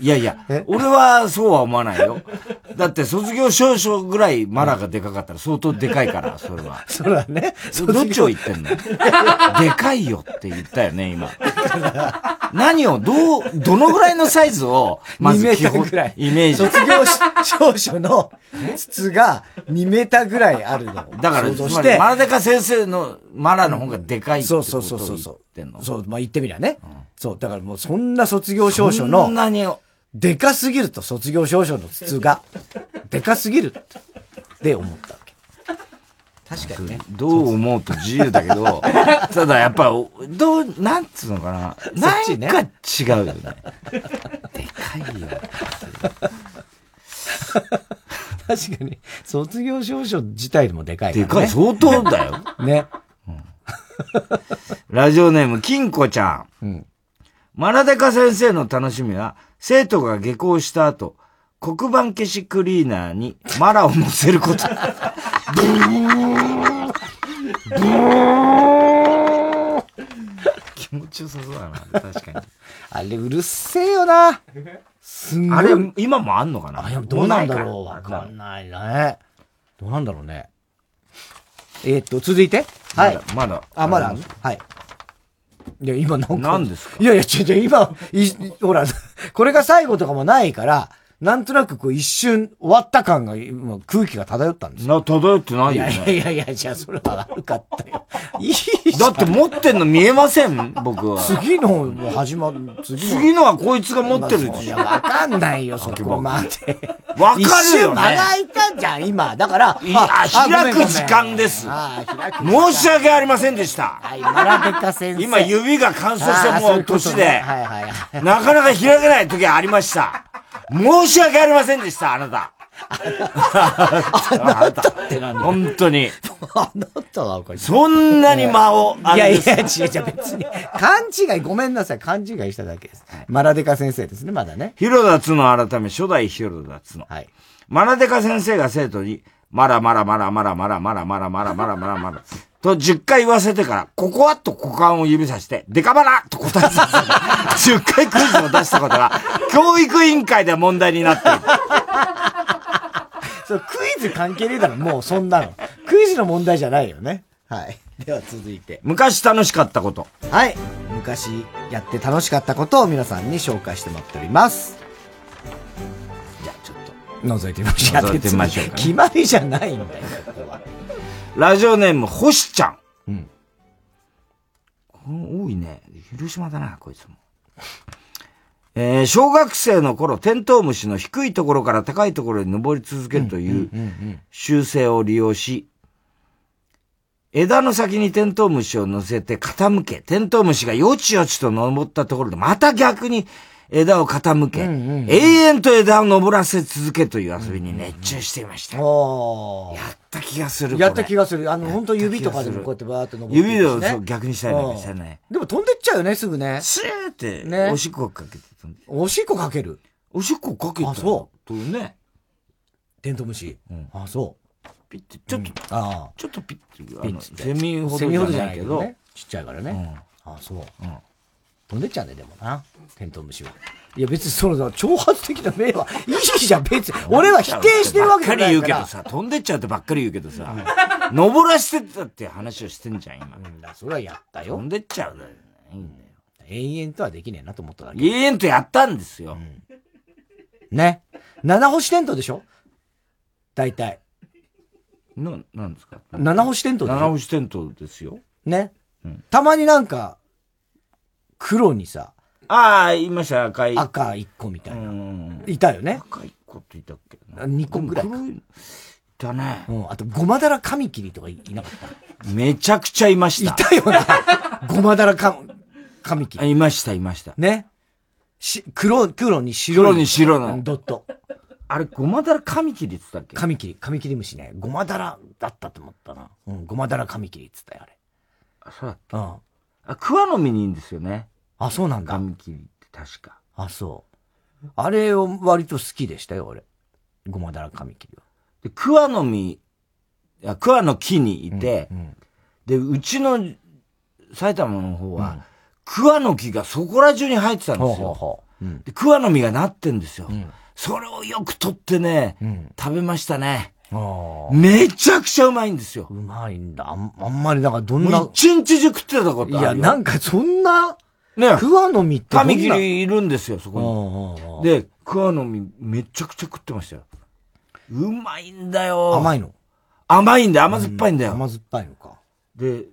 いやいや、俺はそうは思わないよ。だって卒業証書ぐらいマラがでかかったら相当でかいから、それ [LAUGHS] は。それはね。どっちを言ってんのでかいよって言ったよね、今。何を、どう、どのぐらいのサイズを、まず基本、 [LAUGHS] 2メーターぐらいイメージ。卒業し証書の筒が2メーターぐらいあるの。だから、想像つましりて。マラデカ先生のマラの方がでかいってそこうそとをうそうそう言そってんのう。そう、まあ言ってみりゃね。そう、だからもうそんな卒業証書の。そんなに。でかすぎると、卒業証書の筒が。 [LAUGHS] でかすぎるって思ったわけ。確かにね。どう思うと自由だけど、ただやっぱ、おどう、なんつうのかな。なんちねか違うよね。でかいよ。確かに、卒業証書自体もでかいから、ね。でかい、相当だよ。ね。ラジオネーム、金子ちゃん。マラデカ先生の楽しみは、生徒が下校した後、黒板消しクリーナーにマラを乗せること。ブーン気持ちよさそうだな。確かに。あれ、うるせえよな。すんごい。あれ、今もあんのかなあいや [LAUGHS] どうなんだろうわかんないね。どうなんだろうね。えーっと、続いて。はい。まだ。あ、まだある。はい。いや、今なんか。何ですかいやいや、違う違う、今、い [LAUGHS] ほら、これが最後とかもないから、なんとなくこう一瞬終わった感が、今空気が漂ったんですな、漂ってないいよやね。いやいやいや、じゃあそれは悪かったよ。いいだって持ってんの見えません僕は。次のも始まる、次の。次のはこいつが持ってるでしょまあいやわかんないよ、そこまで。わかるよね一瞬間が空いたじゃん、今。だから、。いや開く時間ですす。間申し訳ありませんでした。村ベカ先生。今指が乾燥してあーそうもいうことね年で、はいはいはい。なかなか開けない時がありました。申し訳ありませんでした、あなた。あなたってなんだ本当に。あなたはおかしい。そんなに間を、あいやれいですや、違う違う、別に。勘違い、ごめんなさい、勘違いしただけです。マラデカ先生ですね、まだね。広田つの改め、初代広田つの。はい。マラデカ先生が生徒に、マラマラマラマラマラマラマラマラマラマラマラ、と10回言わせてから、ここはと股間を指さして、デカマラと答えさせる。10回クイズを出したことが、教育委員会で問題になっている。そう、クイズ関係ねえだろ、もうそんなの。クイズの問題じゃないよね。はい。 [LAUGHS] では続いて。昔楽しかったこと。はい。昔やって楽しかったことを皆さんに紹介してもらっております。じゃあちょっと。覗いてみましょう。覗いてみましょうかね決まりじゃないんだよ、ここは。ラジオネーム、星ちゃん。うん。多いね。広島だな、こいつも。えー小学生の頃、テントウムシの低いところから高いところに登り続けるという習性を利用し、枝の先にテントウムシを乗せて傾け、テントウムシがよちよちと登ったところで、また逆に枝を傾け、永遠と枝を登らせ続けという遊びに熱中していました。おやった気がする。やった気がする。あの、本当指とかでもこうやってバーって登っていくしね、指でそう逆にしたりなんかしてねうんでも飛んでっちゃうよね、すぐね。スーって、ねおしっこかけてたんで。おしっこかけるおしっこかけたあ、そう。というね。テントウムシ。あ、そう。ピッて、ちょっと、あちょっとピッて、あピッのつってセミほセミどほどじじゃゃなないいけけどどね、ちっちゃいからね。あ、そう。飛んでっちゃうね、でもな。テントウムシは。いや、別にその、挑発的な迷 [LAUGHS] 惑。いいじゃん、別に。俺は否定してるわけじばっかゃないかり言うけらど。さ、飛んでっちゃうってばっかり言うけどさ、登らしてったって話をしてんじゃん、今。それはやったよ飛んでっちゃうだよね。いいんだよ永遠とはできねえなと思っただけ。永遠とやったんですよ。ね。七星テントでしょ大体。な、なんですか七星テントでしょ七星テントですよ。ね。たまになんか、黒にさ、ああ、言いました、赤い。赤1個みたいな。いたよね。赤1個っていたっけ ?2 個ぐらいか。だね。うん。あと、ごまだらカミキリとかいいなかった。めちゃくちゃいました。いたよな。ごまだらか、神木。いました、いました。ね。し、黒、黒に白い。黒に白のドット。あれ、ごまだら神切りって言ったっけ神切り、神切り虫ね。ごまだらだったと思ったな。うん、ごまだら神切りって言ったよ、あそうだっけああ、桑の実にいいんですよね。あ、そうなんだ。神切りって確か。あ、そう。あれを割と好きでしたよ、俺。ごまだら神切りは。で、桑の実、あ桑の木にいて、で、うちの埼玉の方は、桑の木がそこら中に生えてたんですよ。で桑の実がなってんですよ。それをよく取ってね、食べましたね。めちゃくちゃうまいんですよ。うまいんだ。あんあんまり、なんかどんなもう。一日中食ってたことあるよいや、なんかそんな、ね桑の実ってどんな神切りいるんですよ、そこうんうんうんに。で、桑の実めちゃくちゃ食ってましたよ。うまいんだよ。甘いの甘いんだよ、甘酸っぱいんだよ。甘酸っぱいのか。で、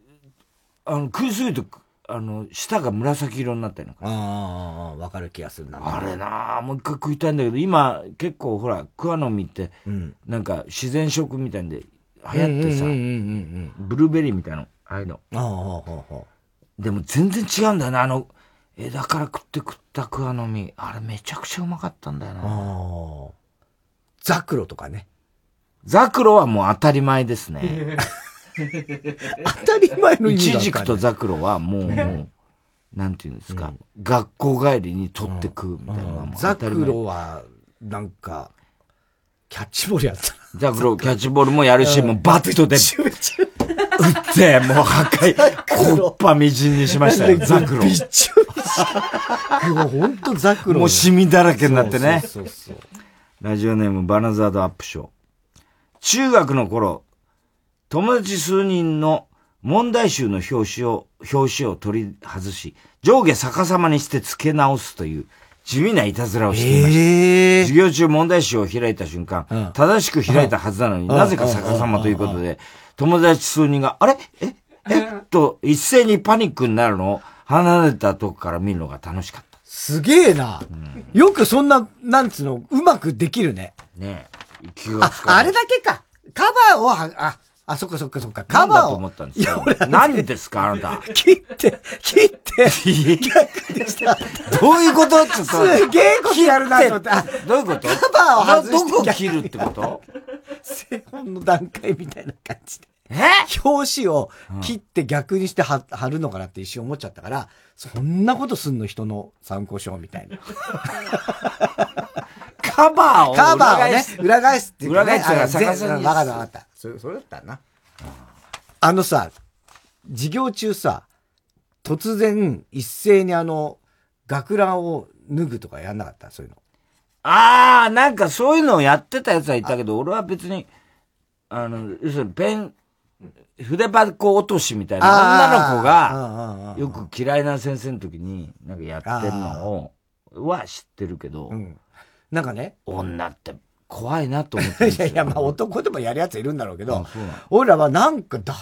あの、食いすぎると、あの、舌が紫色になったりなんか。ああ、わかる気がするな。あれなあもう一回食いたいんだけど、今、結構ほら、桑の実って、なんか自然食みたいんで、流行ってさ、うんうんうんうんブルーベリーみたいなの、ああいうの。でも全然違うんだよね、あの、枝から食って食った桑の実。あれめちゃくちゃうまかったんだよな。ザクロとかね。ザクロはもう当たり前です [LAUGHS] ね。当たり前の意味一がわかんない軸とザクロはもう、もう、なんていうんですか、学校帰りに取って食うみたいなのがもうザ当たり前クロは、なんか、キャッチボールやってた。ザクロ、キャッチボールもやるし、もうバットで、打って、もう破壊、こっぱみじんにしましたよ、ザクロ。びっちょびちょ。ほんとザクロ。もうシミだらけになってね。そうそうそうそうラジオネームバナザードアップショー。中学の頃、友達数人の問題集の表紙を、表紙を取り外し、上下逆さまにして付け直すという地味ないたずらをしていました。授業中問題集を開いた瞬間、正しく開いたはずなのにうんなぜか逆さまということで、友達数人が、あれええと、一斉にパニックになるのを離れたとこから見るのが楽しかった。すげえな。よくそんな、なんつうの、うまくできるね。ねえ。気があつ、かあないれだけか。カバーをは、あ、あ、そっかそっかそっか。カなんバだーとを思ったんですよ。何ですか、あなた。切って、切って、逆でした。どういうことちょっと。すげえことやるなと思って。あどういうことカバーを外してどこ切るってこと製本の段階みたいな感じで。え表紙を切って逆にして貼貼るのかなって一瞬思っちゃったから、そんなことすんの人の参考書みたいな。 [LAUGHS] カバーをカバーをね、裏裏返返すすっていうか、ね。裏返すから逆あさのに全わかったわかった。それ、それだったな。あのさ、授業中さ、突然一斉にあの、学ランを脱ぐとかやんなかったそういうの。あー、なんかそういうのをやってたやつはいたけど、俺は別に、あの、要するにペン、筆箱落としみたいなあー女の子うんうんうんがうん、よく嫌いな先生の時に、なんかやってるのを、は知ってるけど、なんかね、女って怖いなと思って。 [LAUGHS] いやいや、まあ男でもやるやついるんだろうけど、俺らはなんかだ、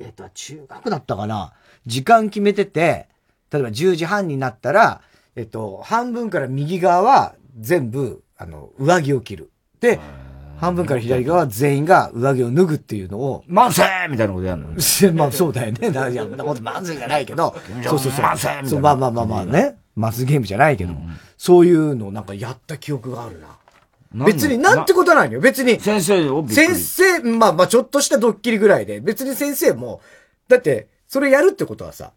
えっ、と、中学だったかな、時間決めてて、例えば10時半になったら、えっ、と、半分から右側は全部、あの、上着を着る。で、半分から左側は全員が上着を脱ぐっていうのを。万世みたいなことやるの [LAUGHS] まあそうだよね。な、いや、そんなことまずいじゃないけ [LAUGHS] ど。そうそうそう。万世みたいなそうまあまあまあまあね。マスゲームじゃないけど、そういうのをなんかやった記憶があるな。なんで別になんてことはないのよ。別に。先生をびっくり先生、まあまあちょっとしたドッキリぐらいで。別に先生も、だって、それやるってことはさ、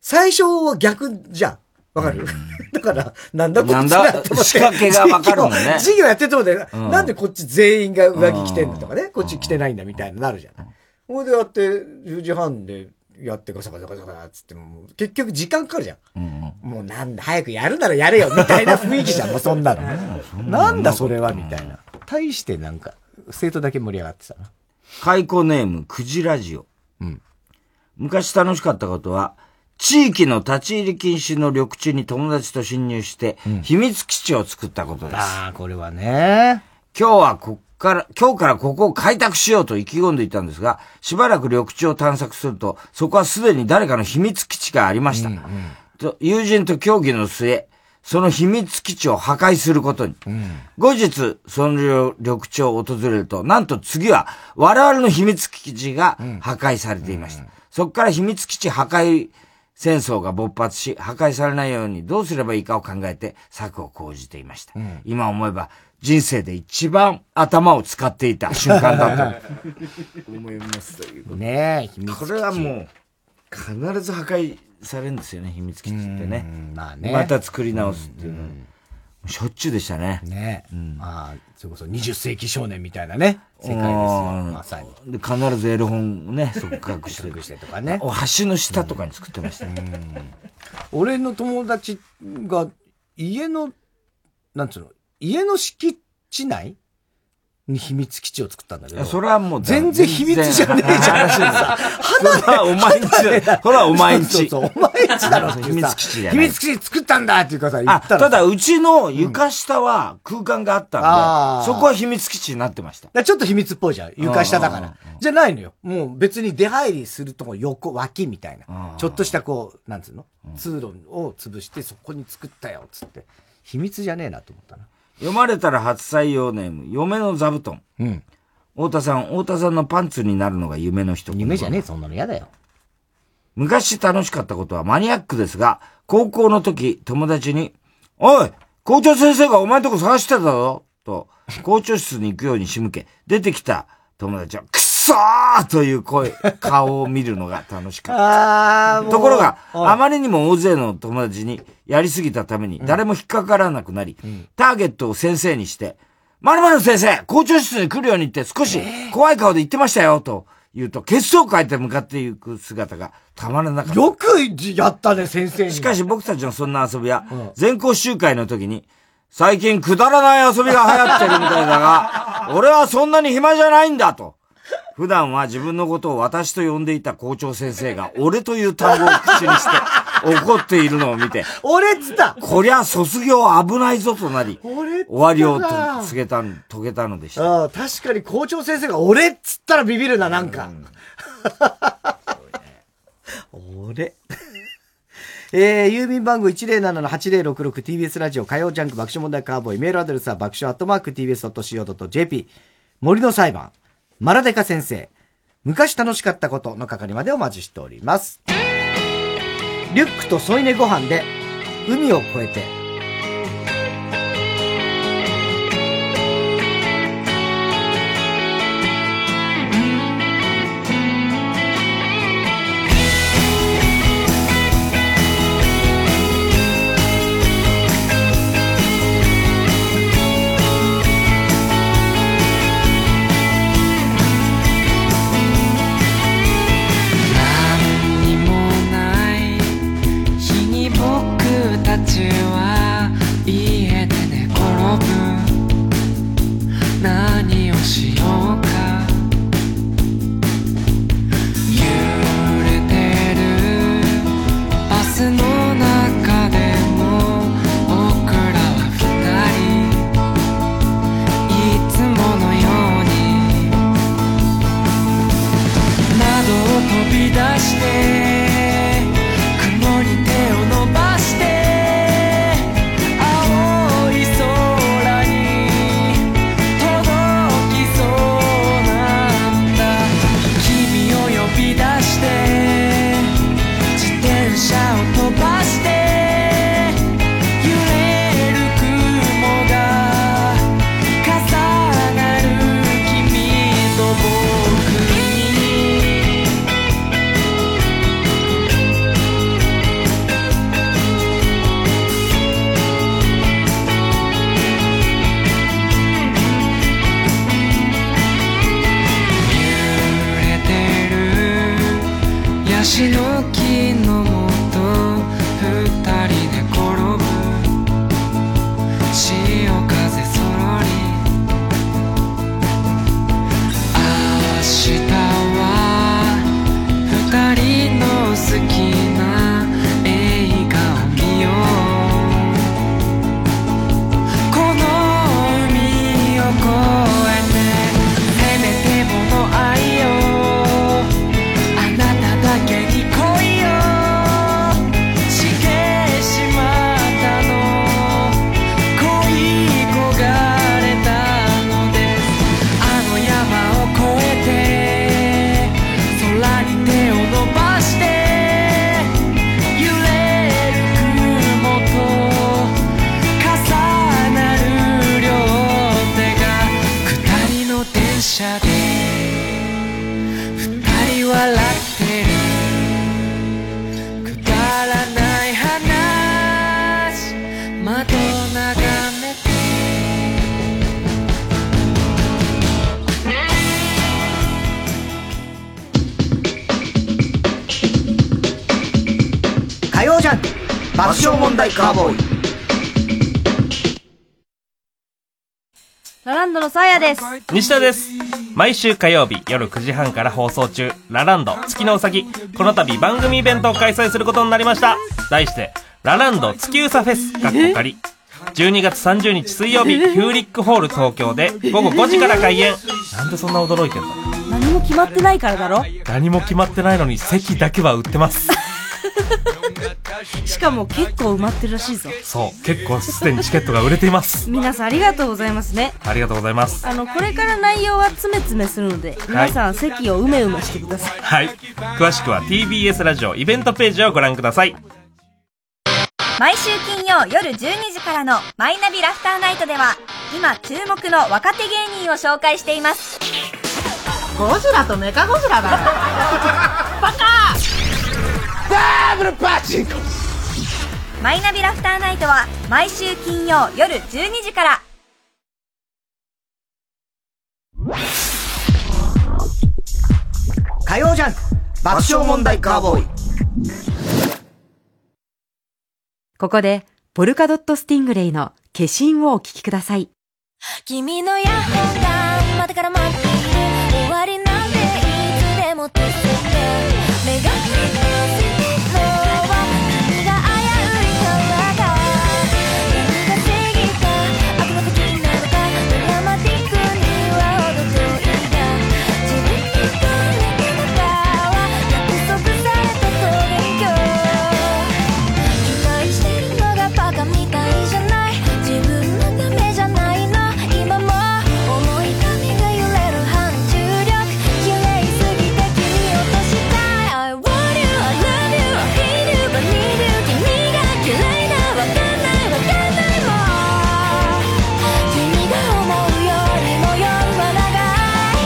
最初は逆じゃん。わかる、 [LAUGHS] だから、なんだこっちなんだと思って仕掛けがわかるのね授業 [LAUGHS] 授業やっててもね、うんなんでこっち全員が上着着てんだとかね、こっち着てないんだみたいになるじゃない。ほいでやって、10時半でやってガサガサガサガサっつっても、結局時間かかるじゃん。もうなんだ、早くやるならやれよ、みたいな雰囲気じゃん、もう [LAUGHS] そんなの。なんだそれは、みたいな。対してなんか、生徒だけ盛り上がってたな。解雇ネーム、クジラジオ。昔楽しかったことは、地域の立ち入り禁止の緑地に友達と侵入して、秘密基地を作ったことです。ああ、これはね。今日はこっから、今日からここを開拓しようと意気込んでいたんですが、しばらく緑地を探索すると、そこはすでに誰かの秘密基地がありました。と友人と協議の末、その秘密基地を破壊することに。後日、その緑地を訪れると、なんと次は、我々の秘密基地が破壊されていました。そこから秘密基地破壊戦争が勃発し、破壊されないようにどうすればいいかを考えて策を講じていました。今思えば、人生で一番頭を使っていた瞬間だと。思いますということでねえ、これはもう、必ず破壊されるんですよね、秘密基地ってね。まあねまた作り直すっていうのに。しょっちゅうでしたね。ねえ。まあ、それこそ20世紀少年みたいなね、世界ですよ、うんまさに。で必ずエロ本をね、即角して。してとかね。お橋の下とかに作ってました。俺の友達が、家の、なんつうの、家の敷地内に秘密基地を作ったんだけいど。やそれはもう全然秘密じゃねえじゃん。話ですさそれはお前んちだ。ほら、お前んち。 [LAUGHS] そうそうそうお前んちだろっていうさ秘密基地だ秘密基地作ったんだっていうかさ、言あ、ったたらさだ、うちの床下は空間があったんで、あーそこは秘密基地になってました。だからちょっと秘密っぽいじゃん。床下だから。じゃないのよ。もう別に出入りするとこ横、脇みたいな。ちょっとしたこう、なんつうの通路を潰してそこに作ったよ、つって。秘密じゃねえなと思ったな。読まれたら初採用ネーム、嫁の座布団。うん。太田さん、太田さんのパンツになるのが夢の人。夢じゃねえ、そんなの嫌だよ。昔楽しかったことはマニアックですが、高校の時、友達に、おい校長先生がお前んとこ探してたぞと、校長室に行くように仕向け、出てきた友達は、くっそーという声、顔を見るのが楽しかった。あーもうところが、うんあまりにも大勢の友達にやりすぎたために、誰も引っかからなくなり、ターゲットを先生にして、まるまる先生、校長室に来るように言って少し怖い顔で言ってましたよ、と言うと、結束を変えて向かっていく姿がたまらなかった。よくやったね、先生しかし僕たちのそんな遊びは、全校集会の時に、最近くだらない遊びが流行ってるみたいだが、俺はそんなに暇じゃないんだと。普段は自分のことを私と呼んでいた校長先生が、俺という単語を口にして、怒っているのを見て、 [LAUGHS] 俺っつったこりゃ卒業危ないぞとなり、俺っつったな終わりをと告げた、遂げたのでした。ああ、確かに校長先生が俺っつったらビビるな、なんか。俺。 [LAUGHS] えー、郵便番号 107-8066TBS ラジオ火曜ジャンク爆笑問題カーボーイメールアドレスは爆笑アットマーク TBS.CO.JP 森の裁判マラデカ先生昔楽しかったことの係までお待ちしておりますリュックと添い寝ご飯で海を越えて何にもない日に僕たちは家で寝転ぶ何をしようか揺れてるバスの中でも僕らは二人いつものように窓を飛び出して雲に手を伸ばして青い空に届きそうなんだ君を呼び出して自転車を飛ばして揺れる雲が重なる君と僕に揺れてるヤシの木のもと二人で転ぶ潮風そろり明日は二人の好きな映画を見ようこの海を越えてせめてもの愛をあなただけに来いよしてしまったの「恋焦がれたのです」「あの山を越えて」「空に手を伸ばして」「揺れる雲と重なる両手が」「二人の電車で二人笑ってる」くだらない話窓眺めて火曜ジャンク爆笑問題カーボーイラランドのさあやです。 [LAUGHS] 西田です毎週火曜日夜9時半から放送中「ラランド月のうさぎ」この度番組イベントを開催することになりました題して「ラランド月うさフェス」かっこ仮12月30日水曜日ヒューリックホール東京で午後5時から開演なんでそんな驚いてんの何も決まってないからだろ何も決まってないのに席だけは売ってますしかも結構埋まってるらしいぞそう結構すでにチケットが売れています皆さんありがとうございますねありがとうございますあのこれから内容は詰め詰めするので皆さん席をうめうめしてくださいはい詳しくは TBS ラジオイベントページをご覧ください毎週金曜夜12時からの「マイナビラフターナイト」では今注目の若手芸人を紹介していますゴジラとメカゴジラだよバカダブルパチンコマイナビラフターナイトは毎週金曜夜12時から火曜ジャンク爆笑問題カーボーイここで、ポルカドット・スティングレイの化身をお聴きください。君の野望がまだから待っている終わりなんていつでも手捨てて目が覚めてるのは君が危うい川だ君が過ぎた悪魔的なのかドラマティックには程遠いが自分にくれてのは約束された桃源郷期待してるのがバカみたいじゃない自分のためじゃないの今も重い髪が揺れる反重力綺麗すぎて切り落としたい I want you, I love you, I hate you, but need you 君が嫌いなわかんないわかんないもん君が思うよりも夜は長い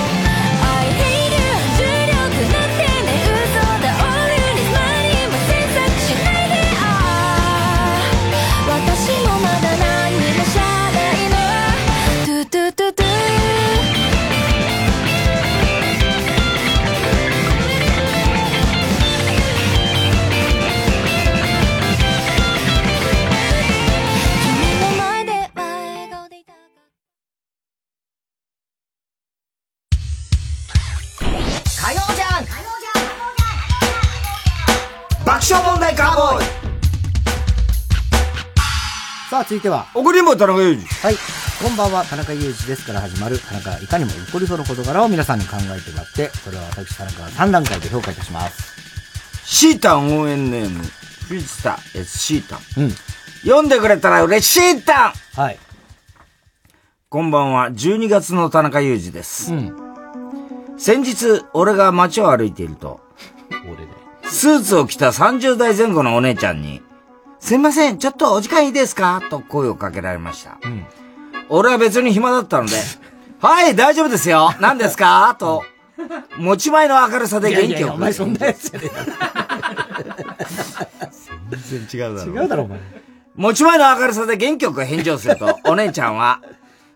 I hate you 重力なんてね嘘だ Only this money も詮索しないでああ私もまだ何にもしゃないの Do do do do 君の前で火曜じゃん爆笑問題カーボーイさあ、続いては。送りも田中裕二。はい。こんばんは、田中裕二ですから始まる、田中いかにも怒りその事柄を皆さんに考えてもらって、これは私、田中が3段階で評価いたします。シータン応援ネーム、フィスタ S シータン。うん。読んでくれたら嬉しいタンはい。こんばんは、12月の田中裕二です。先日、俺が街を歩いていると、スーツを着た30代前後のお姉ちゃんに、すいません、ちょっとお時間いいですかと声をかけられました。俺は別に暇だったので、 [LAUGHS] はい、大丈夫ですよ何ですかと、持ち前の明るさで元いやい気やを。お前そんなやつじゃね全然違うだろ違うだろお前持ち前の明るさで元気よく返事をすると、お姉ちゃんは、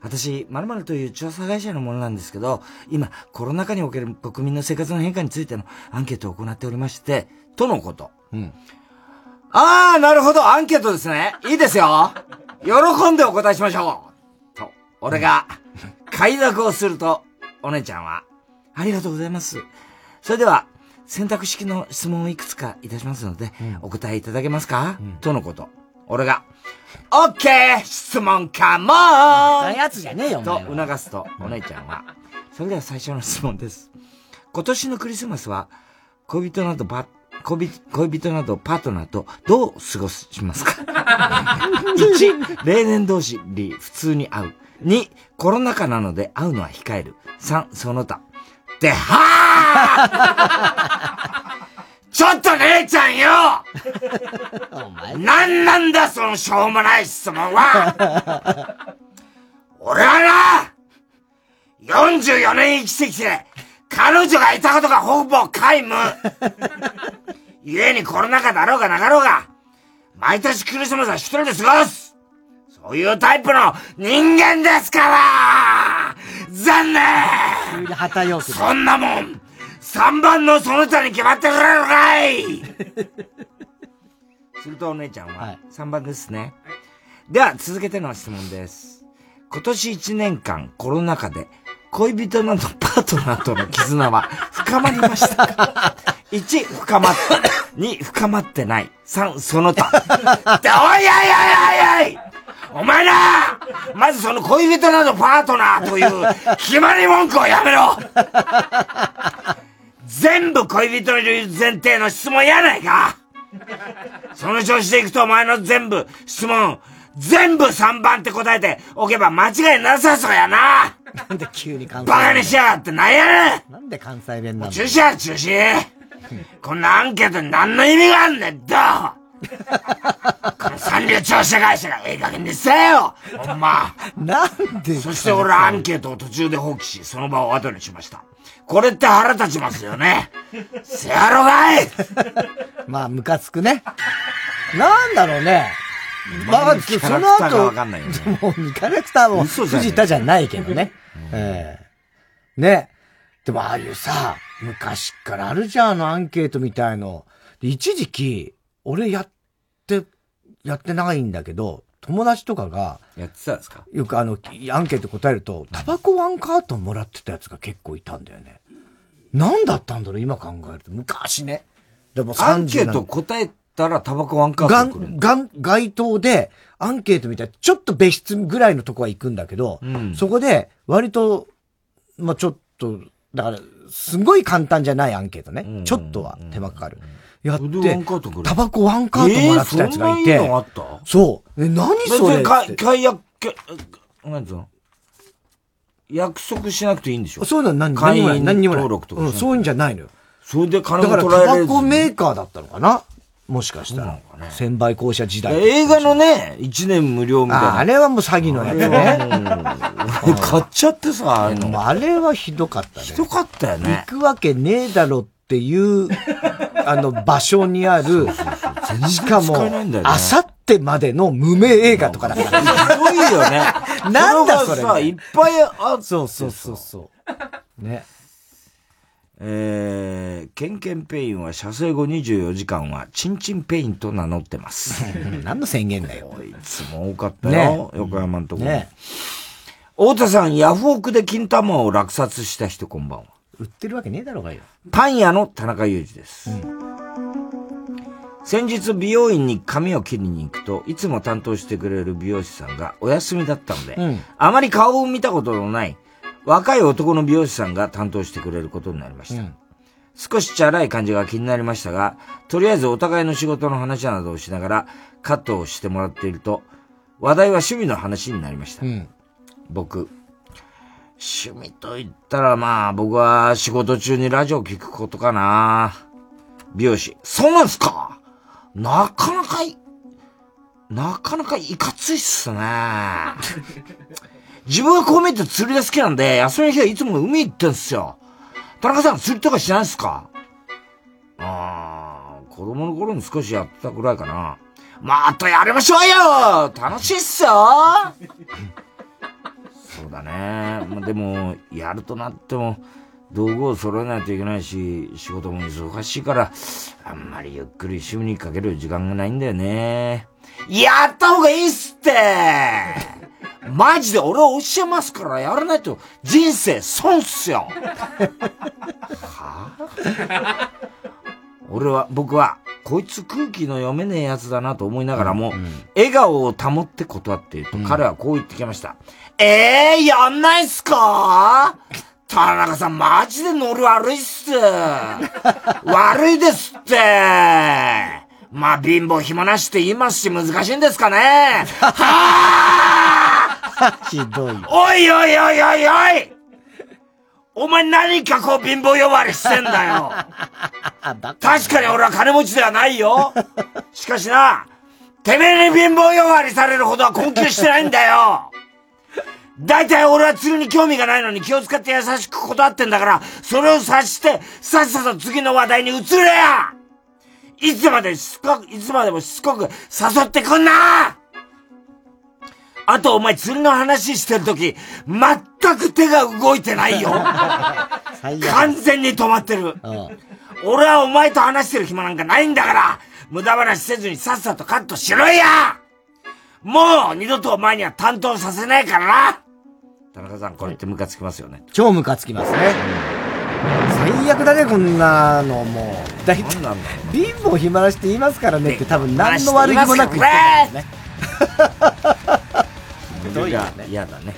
私、〇〇という調査会社のものなんですけど、今、コロナ禍における国民の生活の変化についてのアンケートを行っておりまして、とのこと。うん。あー、なるほど、アンケートですね。いいですよ。喜んでお答えしましょう。と、俺が、快諾をすると、お姉ちゃんは、ありがとうございます。それでは、選択式の質問をいくつかいたしますので、お答えいただけますか、とのこと。俺が、オッケー質問かもーやつじゃねえよ、と促すと、お姉ちゃんは、それでは最初の質問です。今年のクリスマスは、恋人などば、恋人恋人などパートナーとどう過ごします [LAUGHS] か1、例年同士に普通に会う。2、コロナ禍なので会うのは控える。3、その他。ではーちょっと姉ちゃんよなんなんだそのしょうもない質問は俺はな !44 年生きてきて、彼女がいたことがほぼ皆無家にコロナ禍だろうがなかろうが、毎年クリスマスは一人で過ごすそういうタイプの人間ですから残念そんなもん !3 番のその他に決まってくれるかいするとお姉ちゃんは、3番ですね。では、続けての質問です。今年1年間、コロナ禍で、恋人などパートナーとの絆 [LAUGHS] は深まりましたか ?1、深まった。2、深まってない。3、その他。っておいおいおいおいおいお前なまずその恋人などパートナーという決まり文句をやめろ全部恋人いる前提の質問やないかその調子でいくとお前の全部質問、全部3番って答えておけば間違いなさそうやななんで急に関西バカにしやがってなんやねんなんで関西弁なの中止や中止こんなアンケートに何の意味があんねんだこの三流調査会社がええ加減にせよほんま。なんでそして俺はアンケートを途中で放棄し、その場を後にしました。これって腹立ちますよね。せやろがいまあ、ムカつくね。なんだろうね。まあそキャのラクターが後、わかんないよねもうキャラクターも嘘じゃねえ藤田じゃないけどね。ええね。でもああいうさ、昔からあるじゃん、あのアンケートみたいの。で一時期、俺やって、やってないんだけど、友達とかが、やってたんですかよくあの、アンケート答えると、タバコワンカートンもらってたやつが結構いたんだよね。なんだったんだろう、今考えると。昔ね。でもアンケート答えたらタバコワンカートがン来るん、がん、街頭で、アンケートみたいな、ちょっと別室ぐらいのとこは行くんだけど、そこで、割と、まあ、ちょっと、だから、すごい簡単じゃないアンケートね。ちょっとは手間かかる。やって、タバコワンカートンもらってたやつがいて、えーそんないいのあったそう。え、何それ別にかって解約、けなんつうの約束しなくていいんでしょそういうのは何会何もない員何にもない登録とかしうなんくてそういうんじゃないのよ。それで金だがから、取タられバる。コメーカーだったのかなもしかしたら。先輩公社時代。映画のね、1年無料みたいあな。あれはもう詐欺のやつね。買っちゃってさ、ああいうの。あれはひどかったね。ひどかったよね。行くわけねえだろっ [LAUGHS] ていう、あの、場所にある、しかも、あさってまでの無名映画とかだから。。すごいよね [LAUGHS] なんだそれれがさ、いっぱいあって。そうそうそうそう。ね。えー、ケンケンペインは射精後24時間はチンチンペインと名乗ってます。 [LAUGHS] 何の宣言だよ。こいつも多かったよ。ね横山のところ。ね太田さん、ヤフオクで金玉を落札した人こんばんは。売ってるわけねえだろうがよ。パン屋の田中裕二です。先日美容院に髪を切りに行くと、いつも担当してくれる美容師さんがお休みだったので、うんあまり顔を見たことのない若い男の美容師さんが担当してくれることになりました。少しチャラい感じが気になりましたが、とりあえずお互いの仕事の話などをしながらカットをしてもらっていると、話題は趣味の話になりました。僕、趣味と言ったらまあ僕は仕事中にラジオ聞くことかな。美容師、そうなんすかなかなかい、なかなかいかついっすね。自分はこう見えて釣りが好きなんで、休みの日はいつも海行ってんすよ。田中さん釣りとかしないっすかあー、子供の頃に少しやってたぐらいかな。またやりましょうよ楽しいっすよそうだね。まあ、でも、やるとなっても、道具を揃えないといけないし、仕事も忙しいから、あんまりゆっくり趣味にかける時間がないんだよね。やった方がいいっすってマジで俺は教えますから、やらないと人生損っすよはぁ俺は、僕は、こいつ空気の読めねえやつだなと思いながらも、笑顔を保って断っていると、彼はこう言ってきました。 [LAUGHS] ええー、やんないっすか田中さん、マジでノリ悪いっす。悪いですって。まあ、貧乏暇なしって言いますし、難しいんですかね。はぁひどい。おいおいおいおいおいお前何かこう貧乏呼ばわりしてんだよ。確かに俺は金持ちではないよ。しかしな、てめえに貧乏呼ばわりされるほどは困窮してないんだよ。大体俺は釣りに興味がないのに気を使って優しく断ってんだから、それを察して、さっさと次の話題に移れやいつまでしつこく、いつまでもしつこく誘ってくんなあとお前釣りの話してるとき、全く手が動いてないよ。完全に止まってる。俺はお前と話してる暇なんかないんだから、無駄話せずにさっさとカットしろやもう二度とお前には担当させないからな田中さん、これってムカつきますよね。超ムカつきますね。最悪だね、こんなのもう。だいたい、貧乏暇なしって言いますからねって多分何の悪気もなく言ってるんだよね。ひどいよね。嫌だね。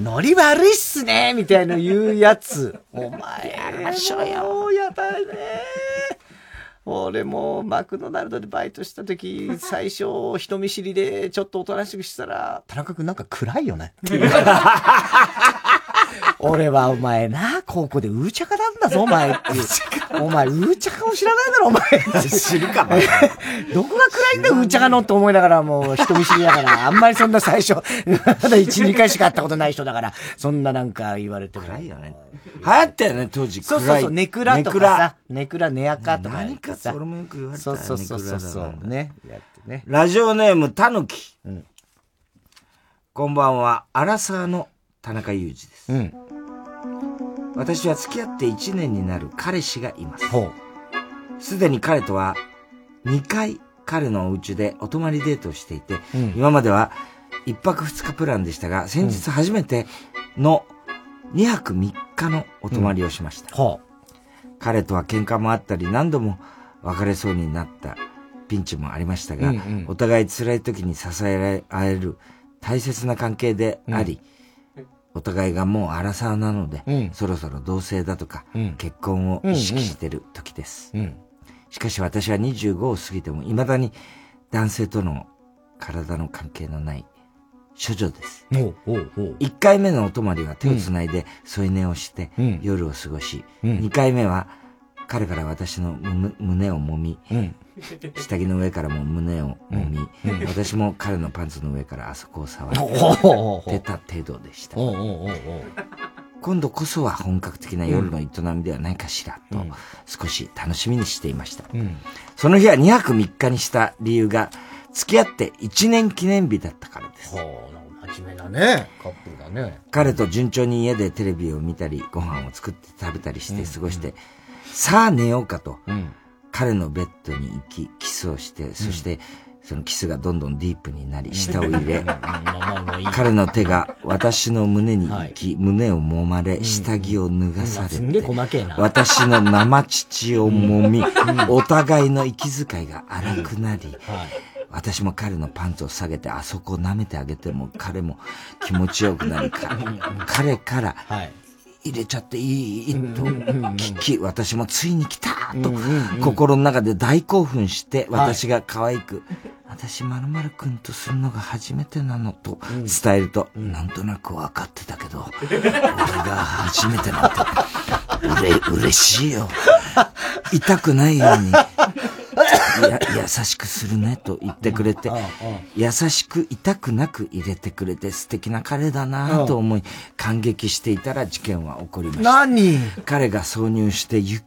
ノリ悪いっすねみたいな言うや [LAUGHS] つ。お前、やりましょうよ。もうやだね俺もマクドナルドでバイトした時、最初人見知りでちょっとおとなしくしたら、田中くんなんか暗い [LAUGHS] よね。俺はお前な、高校でうーちゃかなんだぞ、お前っていう。お前、うーちゃかを知らないだろ、お前って。知るかな [LAUGHS] どこが暗いんだよ、うーちゃかのって思いながら、もう人見知りだから、あんまりそんな最初、 [LAUGHS] まだ1、2回しか会ったことない人だから、そんななんか言われても。暗いよね。流行ったよね、当時。そうそうそう、暗いネクラとかさ、ネクラ、ネアカとか。何かそれもよく言われたそようねそうそうそうネクラだなんそだう。ね。やってね。ラジオネーム、たぬき。こんばんは、アラサーの田中裕二です。私は付き合って1年になる彼氏がいます。すでに彼とは2回彼のお家でお泊まりデートをしていて、うん今までは1泊2日プランでしたが、先日初めての2泊3日のお泊まりをしました。彼とは喧嘩もあったり、何度も別れそうになったピンチもありましたが、うんうんお互い辛い時に支え合える大切な関係であり、お互いがもうアラサーなので、そろそろ同棲だとか、うん結婚を意識してる時です、しかし私は25を過ぎても未だに男性との体の関係のない処女です。一1回目のお泊まりは手をつないで添い寝をして、夜を過ごし、う二ん2回目は彼から私の胸胸を揉み、下着の上からも胸を揉み、うん私も彼のパンツの上からあそこを触おって出た程度でした。今度こそは本格的な夜の営みではないかしらと、少し楽しみにしていました。その日は2泊3日にした理由が、付き合って1年記念日だったからです。真面目だね。カップルだね。彼と順調に家でテレビを見たり、ご飯を作って食べたりして過ごして、さあ寝ようかと、彼のベッドに行き、キスをして、そして、そのキスがどんどんディープになり、舌を [LAUGHS] 入れ、彼の手が私の胸に行き、胸を揉まれ、下着を脱がされすんげえ細けえな。私の生乳を揉み、 [LAUGHS] うんお互いの息遣いが荒くなり、私も彼のパンツを下げて、あそこを舐めてあげても、彼も気持ちよくなり [LAUGHS] か、彼から、入れちゃっていいと聞き、私もついに来たと、心の中で大興奮して、はい私が可愛く、私まるまるくんとするのが初めてなのと伝えると、なんとなく分かってたけど、俺が初めてなんて、俺、嬉しいよ。痛くないように、や優しくするねと言ってくれて、優しく痛くなく入れてくれて素敵な彼だなぁと思い、感激していたら事件は起こりました。何彼が挿入してゆっ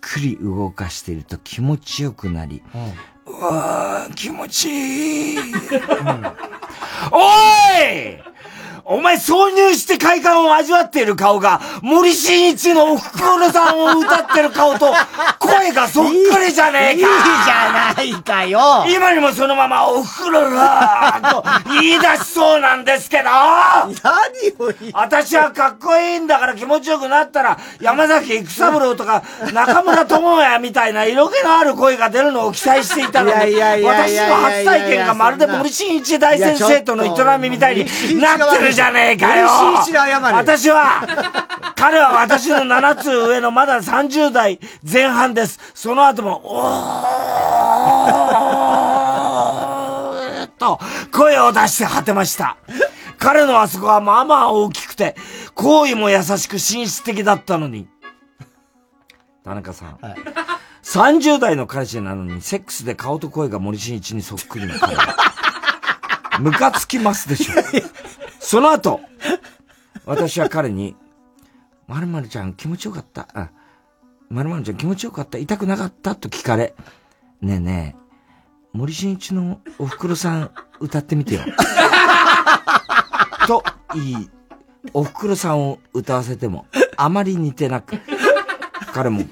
くり動かしていると気持ちよくなり、うわあ、気持ちいい。おいお前挿入して快感を味わっている顔が、森進一のおふくろさんを歌ってる顔と、声がそっくりじゃねえかいいいいじゃないかよ今にもそのままおふくろらーと言い出しそうなんですけど何を私はかっこいいんだから気持ちよくなったら、山崎育三郎とか中村智也みたいな色気のある声が出るのを期待していたのに、いやいやいやい私やの初体験がまるで森進一大先生との営みみたいになってるじゃねえかよ森進一が謝れ私は、彼は私の7つ上のまだ30代前半です。その後も、おーっと声を出して果てました。彼のあそこはまあまあ大きくて、行為も優しく紳士的だったのに。田中さん。30代の彼氏なのに、セックスで顔と声が森進一にそっくりな彼は。ムカつきますでしょ。その後、私は彼に、まるまるちゃん気持ちよかった。あまるまるちゃん気持ちよかった。痛くなかったと聞かれ。ねえねえ、森進一のおふくろさん歌ってみてよ。と言い、おふくろさんを歌わせても、あまり似てなく、彼も、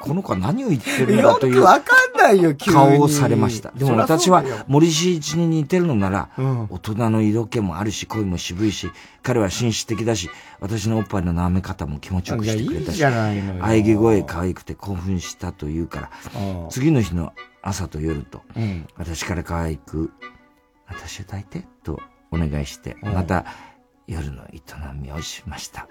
この子は何を言ってるんだという。よくわかんないよ急に顔をされました。でもそりゃそう私だよは森進一に似てるのなら、大人の色気もあるし、恋も渋いし、彼は紳士的だし、私のおっぱいの舐め方も気持ちよくしてくれたし、いやいいじゃないのよ喘ぎ声可愛くて興奮したというから、次の日の朝と夜と、うん私から可愛く、私を抱いて、とお願いして、うんまた夜の営みをしました。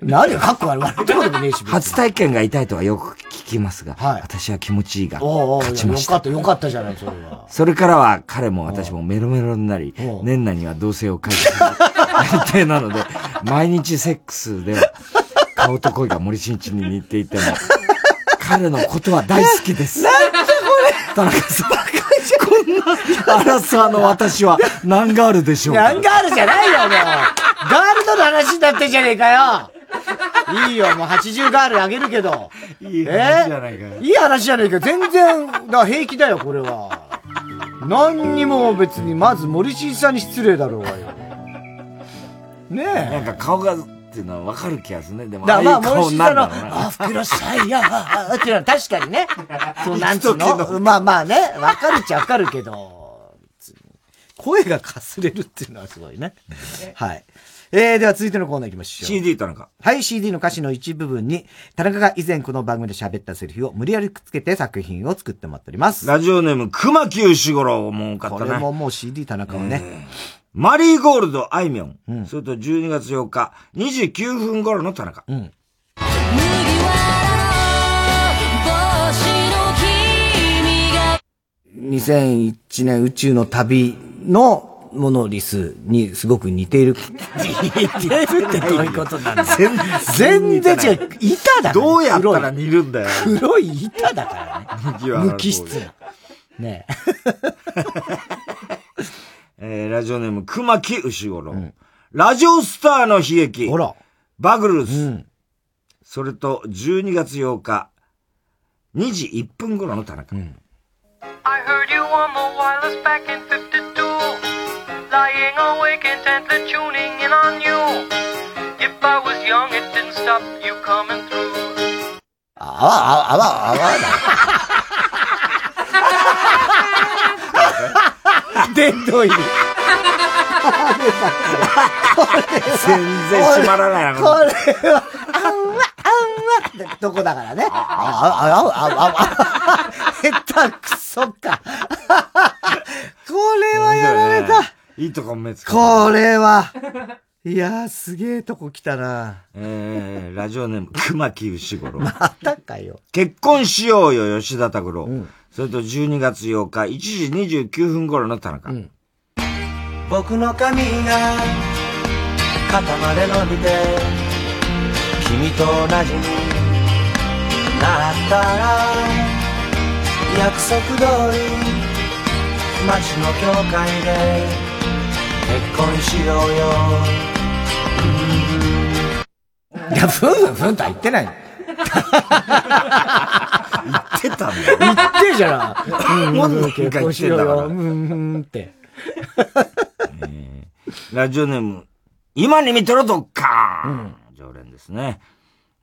何がかっこ悪い笑ってこともねえし。初体験が痛いとはよく聞きますが、私は気持ちいいが、おうおう勝ちましよかたっ。た、よかったじゃない、それは。それからは彼も私もメロメロになり、年内には同棲を開始する予定なので、 [LAUGHS] 毎日セックスでは顔と声が森進一に似ていても、彼のことは大好きです。田中さん、こんなアラサーの私は何があるでしょうかヤンガールじゃないよ、もう。ガールドの話になってんじゃねえかよ。いいよ、もう80ガールあげるけど。いい話じゃないかよいい話じゃねえかよ。全然、だから平気だよ、これは。何にも別に、まず森進一さんに失礼だろうがよ。ねえ。なんか顔がっていうのはわかる気がするね。でも、あだあかいらまあ、う顔森に進なさるんんだろの、うなあ、袋さいや、あ [LAUGHS] あっていうのは確かにね、そうなんつう行く時の、まあまあね、わかるっちゃわかるけど、声がかすれるっていうのはすごいね。はい。えー、では続いてのコーナー行きましょう。 CD 田中。はい、CD の歌詞の一部分に、田中が以前この番組で喋ったセリフを無理やりくっつけて作品を作ってもらっております。ラジオネーム、熊木牛五郎も多かったこね。れももう CD 田中はね、マリーゴールド、あいみょん。それと12月8日、29分頃の田中。 2001年宇宙の旅のモノリスにすごく似ている。似てるってどういうことなんだ全然違う。板だ、ね、どうやったら似るんだよ。黒い板だから麦ね。わら坊主無機質な。ねえ。えー、ラジオネーム、熊木牛五郎。ラジオスターの悲劇。ほら。バグルス。それと、12月8日、2時1分頃の田中。 I heard you on the wireless back in 52. Lying awake intently tuning in on you. If I was young, it didn't stop you coming through. あわ、あわ、あわだ。殿堂入り。全然閉まらないなこれは、あんわ、あんわってとこだからね。あ、あ、あ、あ、あ、あ、下手くそか。これはやられた。いいとこ目つけたこれは。いやー、すげえとこ来たな。えー、ラジオネーム、 [LAUGHS] 熊木牛五郎。またかよ。結婚しようよ、吉田拓郎。それと12月8日、1時29分頃の田中。僕の髪が肩まで伸びて君と同じになったら約束通り街の教会で結婚しようよいや、ふんふんふん [LAUGHS] とは言ってないの。言ってたん言ってんじゃない。もっとなんか言ってんだから結婚しようようんうんって。ラジオネーム、今に見てろドッカーン、常連ですね。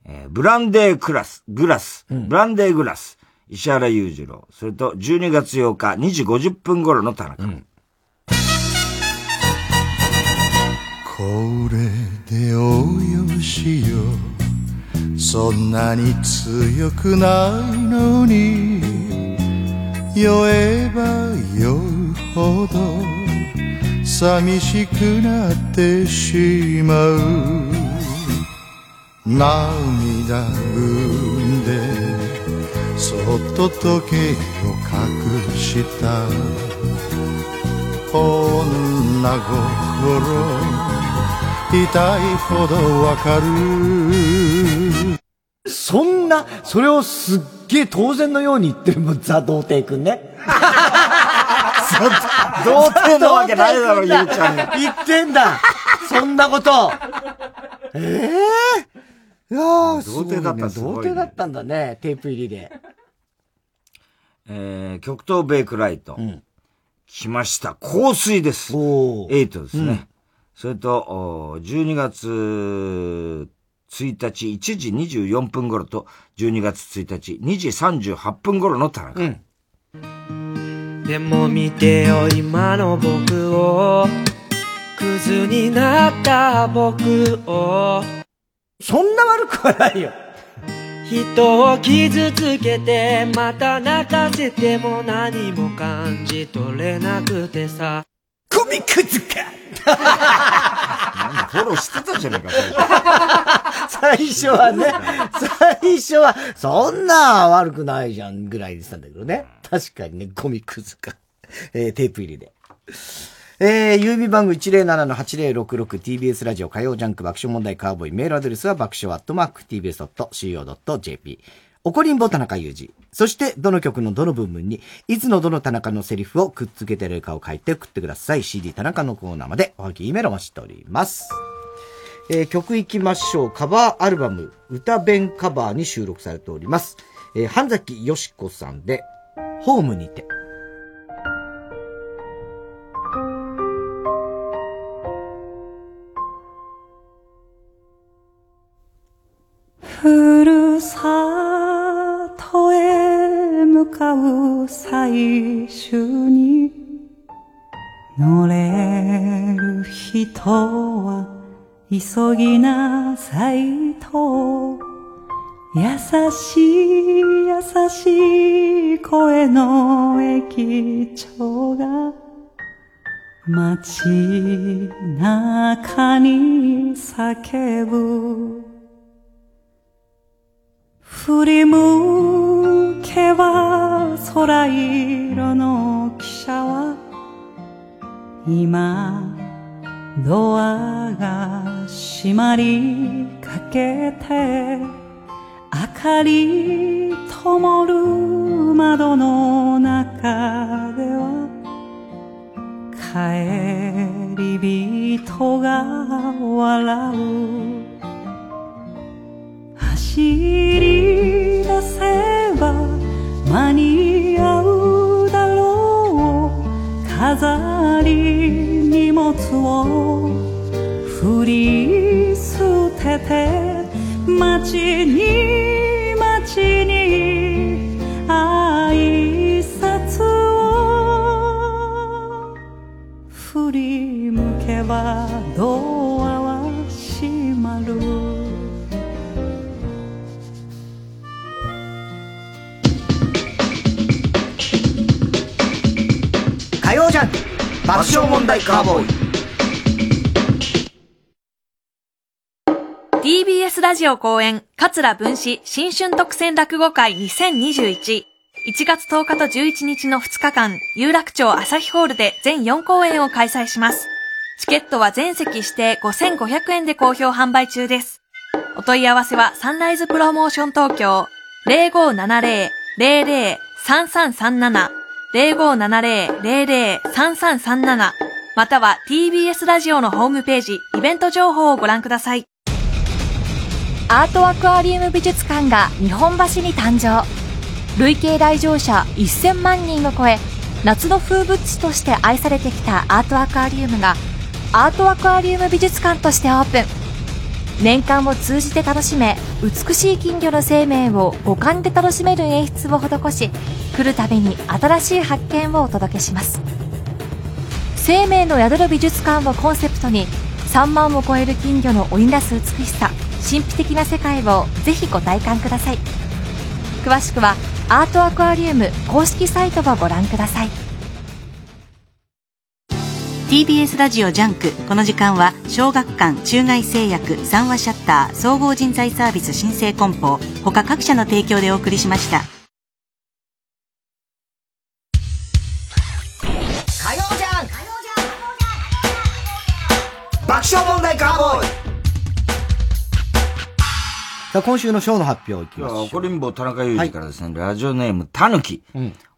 えーブランデークラス、グラス、ブランデーグラス、石原裕次郎。それと12月8日、2時50分頃の田中。これで応用しようそんなに強くないのに酔えば酔うほど寂しくなってしまう涙ぐんでそっと時計を隠した女心痛いほどわかるそんな、それをすっげえ当然のように言ってるもんザ・童貞く [LAUGHS] んね。童貞のわけないだろゆうちゃんが言ってんだそんなことええいやー、すごいね、童貞だったらすごいね童貞だったんだね、テープ入りで。えー極東ベイクライト。来ました。香水です。エイトですね。うんそれと、おー12月1日1時24分頃と、12月1日2時38分頃の田中。でも見てよ今の僕をクズになった僕をそんな悪くはないよ人を傷つけてまた泣かせても何も感じ取れなくてさ首くずかフォローしてたじゃないか、最初はね、最初は、そんな悪くないじゃんぐらいでしたんだけどね。確かにね、ゴミくずか。えーテープ入りで。えー、郵便番号 107-8066TBS ラジオ火曜ジャンク爆笑問題カーボーイメールアドレスは爆笑アットマーク TBS.CO.JP おこりんぼ田中裕二。そして、どの曲のどの部分に、いつのどの田中のセリフをくっつけてるかを書いて送ってください。CD 田中のコーナーまでおはぎメールを待ちしております。えー曲いきましょう。カバーアルバム、歌弁カバーに収録されております。えー、半崎よしこさんで、ホームにて。かう最終に乗れる人は急ぎなさいと優しい優しい声の駅長が街中に叫ぶ振り向けば空色の汽車は今ドアが閉まりかけて明かり灯る窓の中では帰り人が笑う走り出せば間に合うだろう飾り荷物を振り捨てて街に街に挨拶を振り向けばドアは閉まる火曜ジャンク爆笑問題カーボーイ TBS ラジオ公演、桂文史新春特選落語会2021。1月10日と11日の2日間、有楽町朝日ホールで全4公演を開催します。チケットは全席指定5500円で好評販売中です。お問い合わせはサンライズプロモーション東京0570-00-3337 0570-00-3337または TBS ラジオのホームページ、イベント情報をご覧ください。アートアクアリウム美術館が日本橋に誕生累計来場者1000万人を超え夏の風物詩として愛されてきたアートアクアリウムがアートアクアリウム美術館としてオープン年間を通じて楽しめ美しい金魚の生命を五感で楽しめる演出を施し来るたびに新しい発見をお届けします生命の宿る美術館をコンセプトに3万を超える金魚の織り出す美しさ神秘的な世界をぜひご体感ください詳しくはアートアクアリウム公式サイトをご覧ください TBS ラジオジャンクこの時間は小学館中外製薬三話シャッター総合人材サービス申請梱包他各社の提供でお送りしました火曜ジャンク爆笑問題カーボーイさあ、今週のショーの発表いきましょう。怒りんぼ田中裕二からですね、ラジオネーム、たぬき。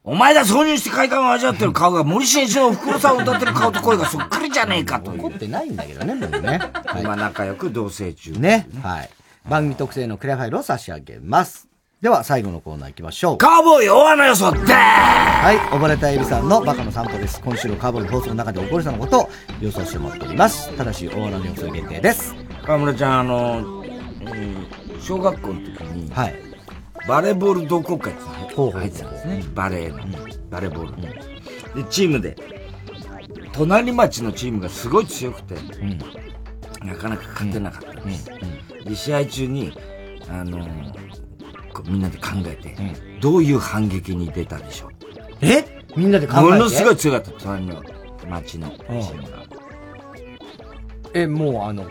お前が挿入して快感を味わってる顔が森進一のおふくろさんを歌ってる顔と声がそっくりじゃねえかという。怒ってないんだけどね、も [LAUGHS] うね。今仲良く同棲中。ね。はい。番組特製のクレアファイルを差し上げます。では、最後のコーナー行きましょう。カーボーイ大穴予想ではい、溺れたエビさんのバカの散歩です。今週のカーボーイ放送の中で溺れさんのことを予想してもらっております。ただし、大穴の予想限定です。河村ちゃん、あの、うん小学校の時に、バレーボール同好会っていうのに入ってたんですね。バレーの、バレーボールの。で、チームで、隣町のチームがすごい強くて、なかなか勝てなかったんです。で、試合中に、あのこうみんなで考えて、どういう反撃に出たでしょう。えみんなで考えてものすごい強かった、隣の町のチームが。え、もうあの、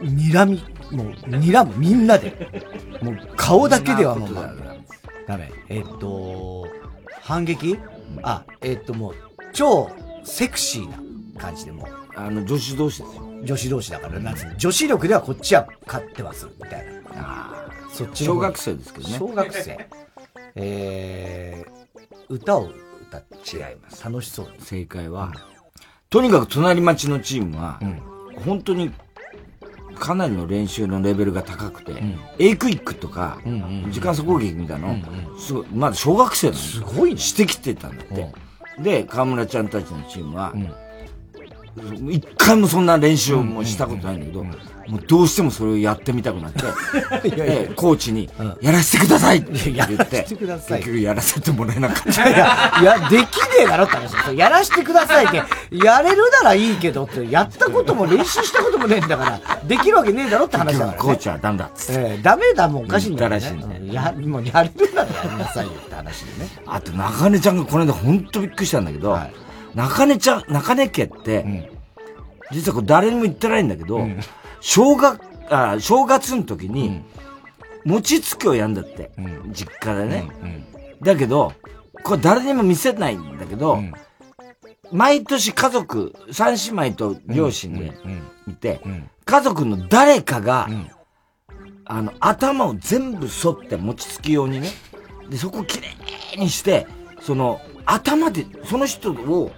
睨み、もう、睨む、みんなで。もう、顔だけではもう、ダメ。えっと、反撃あ、えっともう、超セクシーな感じでもう。あの、女子同士ですよ。女子同士だから、なんつうの女子力ではこっちは勝ってます、みたいな。そっちの小方学生ですけどね。小学 [LAUGHS] 生。えー、歌を歌って違います。楽しそう。正解は、とにかく隣町のチームは、本当に、かなりの練習のレベルが高くて、A クイックとか、時間差攻撃みたいなの、すごい、まだ小学生なの。すごいしてきてたんだって。で、河村ちゃんたちのチームは、一回もそんな練習もしたことないんだけど、もうどうしてもそれをやってみたく [LAUGHS] なって、いやいやでコーチに、やらせてくださいって言やらって、せて結ください局やらせてもらえなか [LAUGHS] った。いや、いや、できねえだろって話ですよやらしてくださいって、やれるならいいけどって、やったことも練習したこともねえんだから、できるわけねえだろって話だから、ね。コーチはダメだっつって。ええダメだもんおかしいんだよ、ね。言ったらうんや、もうやれるならやりなさいよって話でね。 [LAUGHS] あと、中根ちゃんがこの間本当びっくりしたんだけど、中根ちゃん、中根家って、実はこれ誰にも言ってないんだけど、正月、あ正月の時に、餅つきをやんだって、実家でね、だけど、これ誰にも見せないんだけど、毎年家族、三姉妹と両親でいて、家族の誰かが、あの、頭を全部剃って餅つき用にね、で、そこをきれいにして、その、頭で、その人を、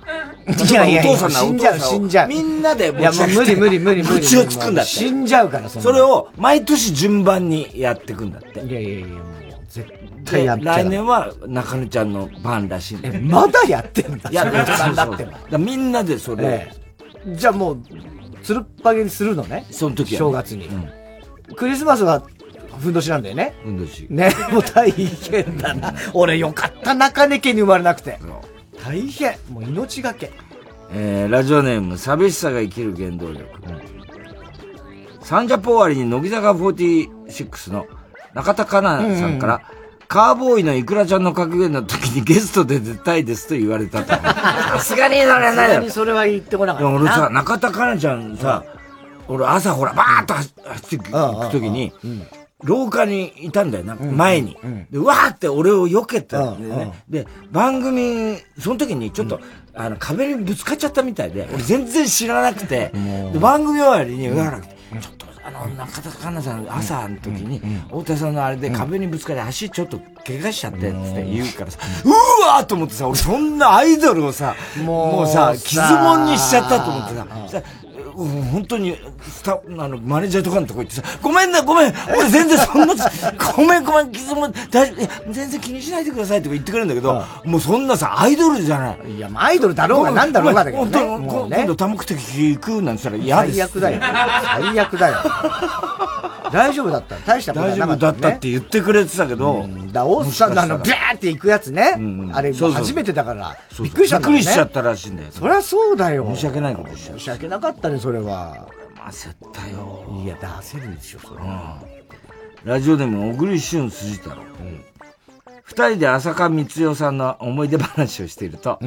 いやいやいやお父さんなら死おんじゃう父さん死をんじゃうみんなでいやもう無理無理無理無理餅をつくんだって。死んじゃうからそんそなれを、毎年順番にやっていくんだって。いやいやいや、もう、絶対で、やっちゃダメ来年は中野ちゃんの番らしいんだよまだやってんだ。やるそれだだってもからみんなでそれを、ええじゃあもう、つるっぱげにするのね。その時はね正月に。クリスマスは、ふんどしなんだよね。ふんどし。ね、もう大変だな。俺よかった、中根家に生まれなくて。大変。もう命がけ。えーラジオネーム、寂しさが生きる原動力。サンジャポ終わりに乃木坂46の中田香奈さんから、カーボーイのイクラちゃんの格言の時にゲストで出たいですと言われ [LAUGHS] たと。さすがにそれはないさすだがろに。それは言ってこなかいったやな。俺さ、中田香奈ちゃんさ、俺朝ほら、バーッと走走っていく行く時に、廊下にいたんだよな、前に。で、わーって俺を避けたんだようんうんね。で、番組、その時にちょっと、あの、壁にぶつかっちゃったみたいで、俺全然知らなくて、で番組終わりに、上原君、あの、中田香奈さん、朝の時に、大田さんのあれで壁にぶつかり、足ちょっと怪我しちゃって、つって言うからさ、うわーと思ってさ、俺そんなアイドルをさ、もうもうさ、さ傷もんにしちゃったと思ってさ、そしたらうん本当に、スタ、あの、マネージャーとかのとこ行ってさ、ごめんな、ごめん、俺全然そんな、ごめん、ごめん、傷もん、大丈夫いや全然気にしないでくださいとか言ってくれるんだけど、もうそんなさ、アイドルじゃない。いや、アイドルだろうがなんだろうがだけどね本当もうね今度多目的行くなんて言ったら嫌です。最悪だよ。最悪だよ。大丈夫だった。大したことは大な丈夫かった、だね。ったって言ってくれてたけど、だ大津さんのあの、もビしかしャーって行くやつね。あれ、そうそう初めてだから、そうそうびっくりしたんだもんねびっくりしちゃったらしいんだよそりゃそうだよ。申し訳ないことしちゃ申し訳なかったね、それは。焦ったよ。いや、焦るでしょ、それは。ラジオでも小栗旬辻太郎、二人で浅香光代さんの思い出話をしていると、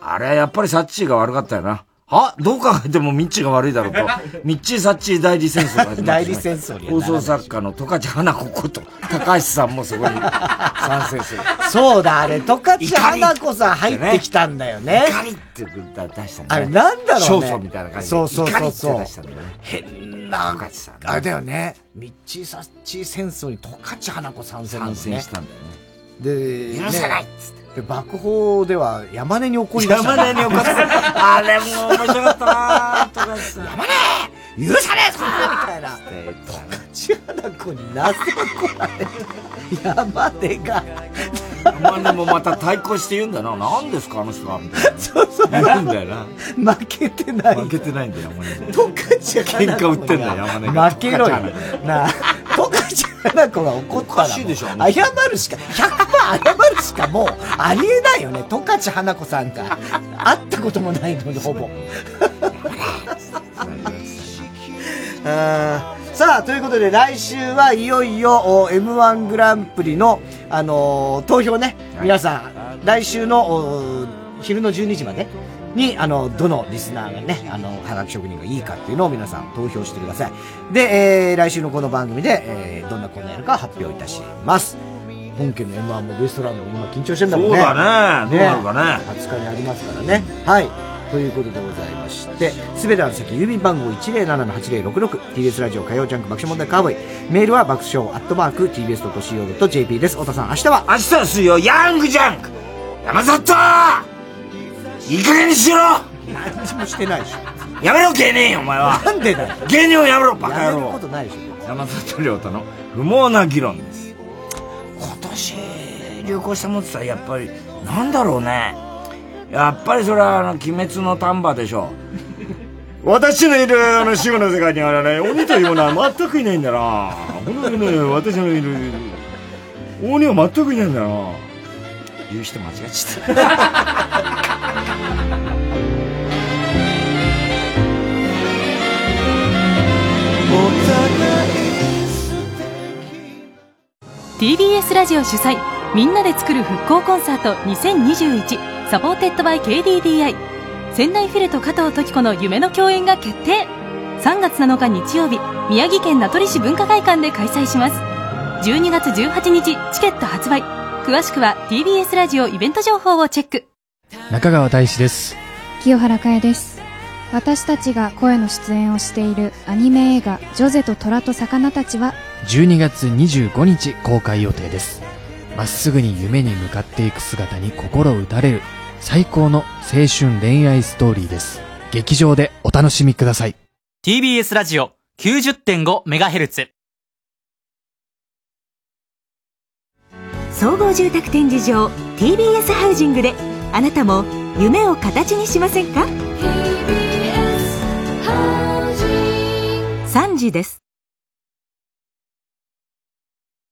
あれはやっぱりサッチーが悪かったよな。はどう考えてもミッチーが悪いだろう [LAUGHS] と。ミッチーサッチー代理戦争が始まってしまい代理戦争にはなら放な送い作家の十勝花子こと、高橋さんもそこに参戦する。そうだ、あれ、十勝怒り花子さん入ってきたんだよね。怒りって出したんあれ、なんだろ勝うね。訴みたいな感じで。そうそうそうそ怒りってう出したんだよね。。変な十勝さんねあれだよね。ミッチーサッチー戦争に十勝花子参戦なん参だよ戦ねしたんだよね。で、許せないっつって。で、爆砲では山根に怒り出した。山根に怒って [LAUGHS] あれも面白かった [LAUGHS] なぁ、十勝さん。山根許さねえぞみ [LAUGHS] たいな。十勝花子になぜ怒られる山根が。山根もまた対抗して言うんだな。何ですか、あの人は。みたいな。そうそう。言うんだよな。負けてない。負けてないんだよ、山根。トカチ喧嘩売ってんだよ、山根が。負けろよ。なあ、トカチ花子が怒おったらもう、かしいでしょあの人謝るしか、100%謝るしかもう、ありえないよね。トカチ花子さんが、会ったこともないので、ほぼ。あーさあ、ということで来週はいよいよお M1 グランプリの、あのー投票ね、皆さん、来週のお昼の12時までに、あの、どのリスナーがね、あの、科学職人がいいかっていうのを皆さん投票してください。で、えー来週のこの番組で、えーどんなコーナーやるか発表いたします。本家の M1 もウエストランドも今緊張してんだもんね。そうだねどうなるかね20日にありますからね。はい。ということでございまして、すべての先、郵便番号107-8066、TBS ラジオ火曜ジャンク爆笑問題カーボーイ、メールは爆笑アットマーク、tbs.co.jp です。太田さん、明日は明日は水曜、ヤングジャンク山里いい加減にしろ何にもしてないでしやめろ、芸人お前はなんでだよ芸人をやめろ、バカ野やめる郎ことないでしょ。山里亮太の不毛な議論です。今年流行したものって言ったらやっぱり、なんだろうね。やっぱりそれはあの、鬼滅の丹波でしょ。私のいるあの死後の世界にはね、鬼というものは全くいないんだな。本当にね、私のいる、鬼は全くいないんだな。言う人間違えちゃった。 TBS ラジオ主催みんなで作る復興コンサート2021サポーテッドバイ KDDI 仙台フィルと加藤時子の夢の共演が決定3月7日日曜日宮城県名取市文化会館で開催します12月18日チケット発売詳しくは TBS ラジオイベント情報をチェック中川大志です清原かえです私たちが声の出演をしているアニメ映画「ジョゼと虎と魚たちは」 12月25日公開予定ですまっすぐに夢に向かっていく姿に心打たれる最高の青春恋愛ストーリーです劇場でお楽しみください TBS ラジオ 90.5MHz 総合住宅展示場 TBS ハウジングであなたも夢を形にしませんか3時です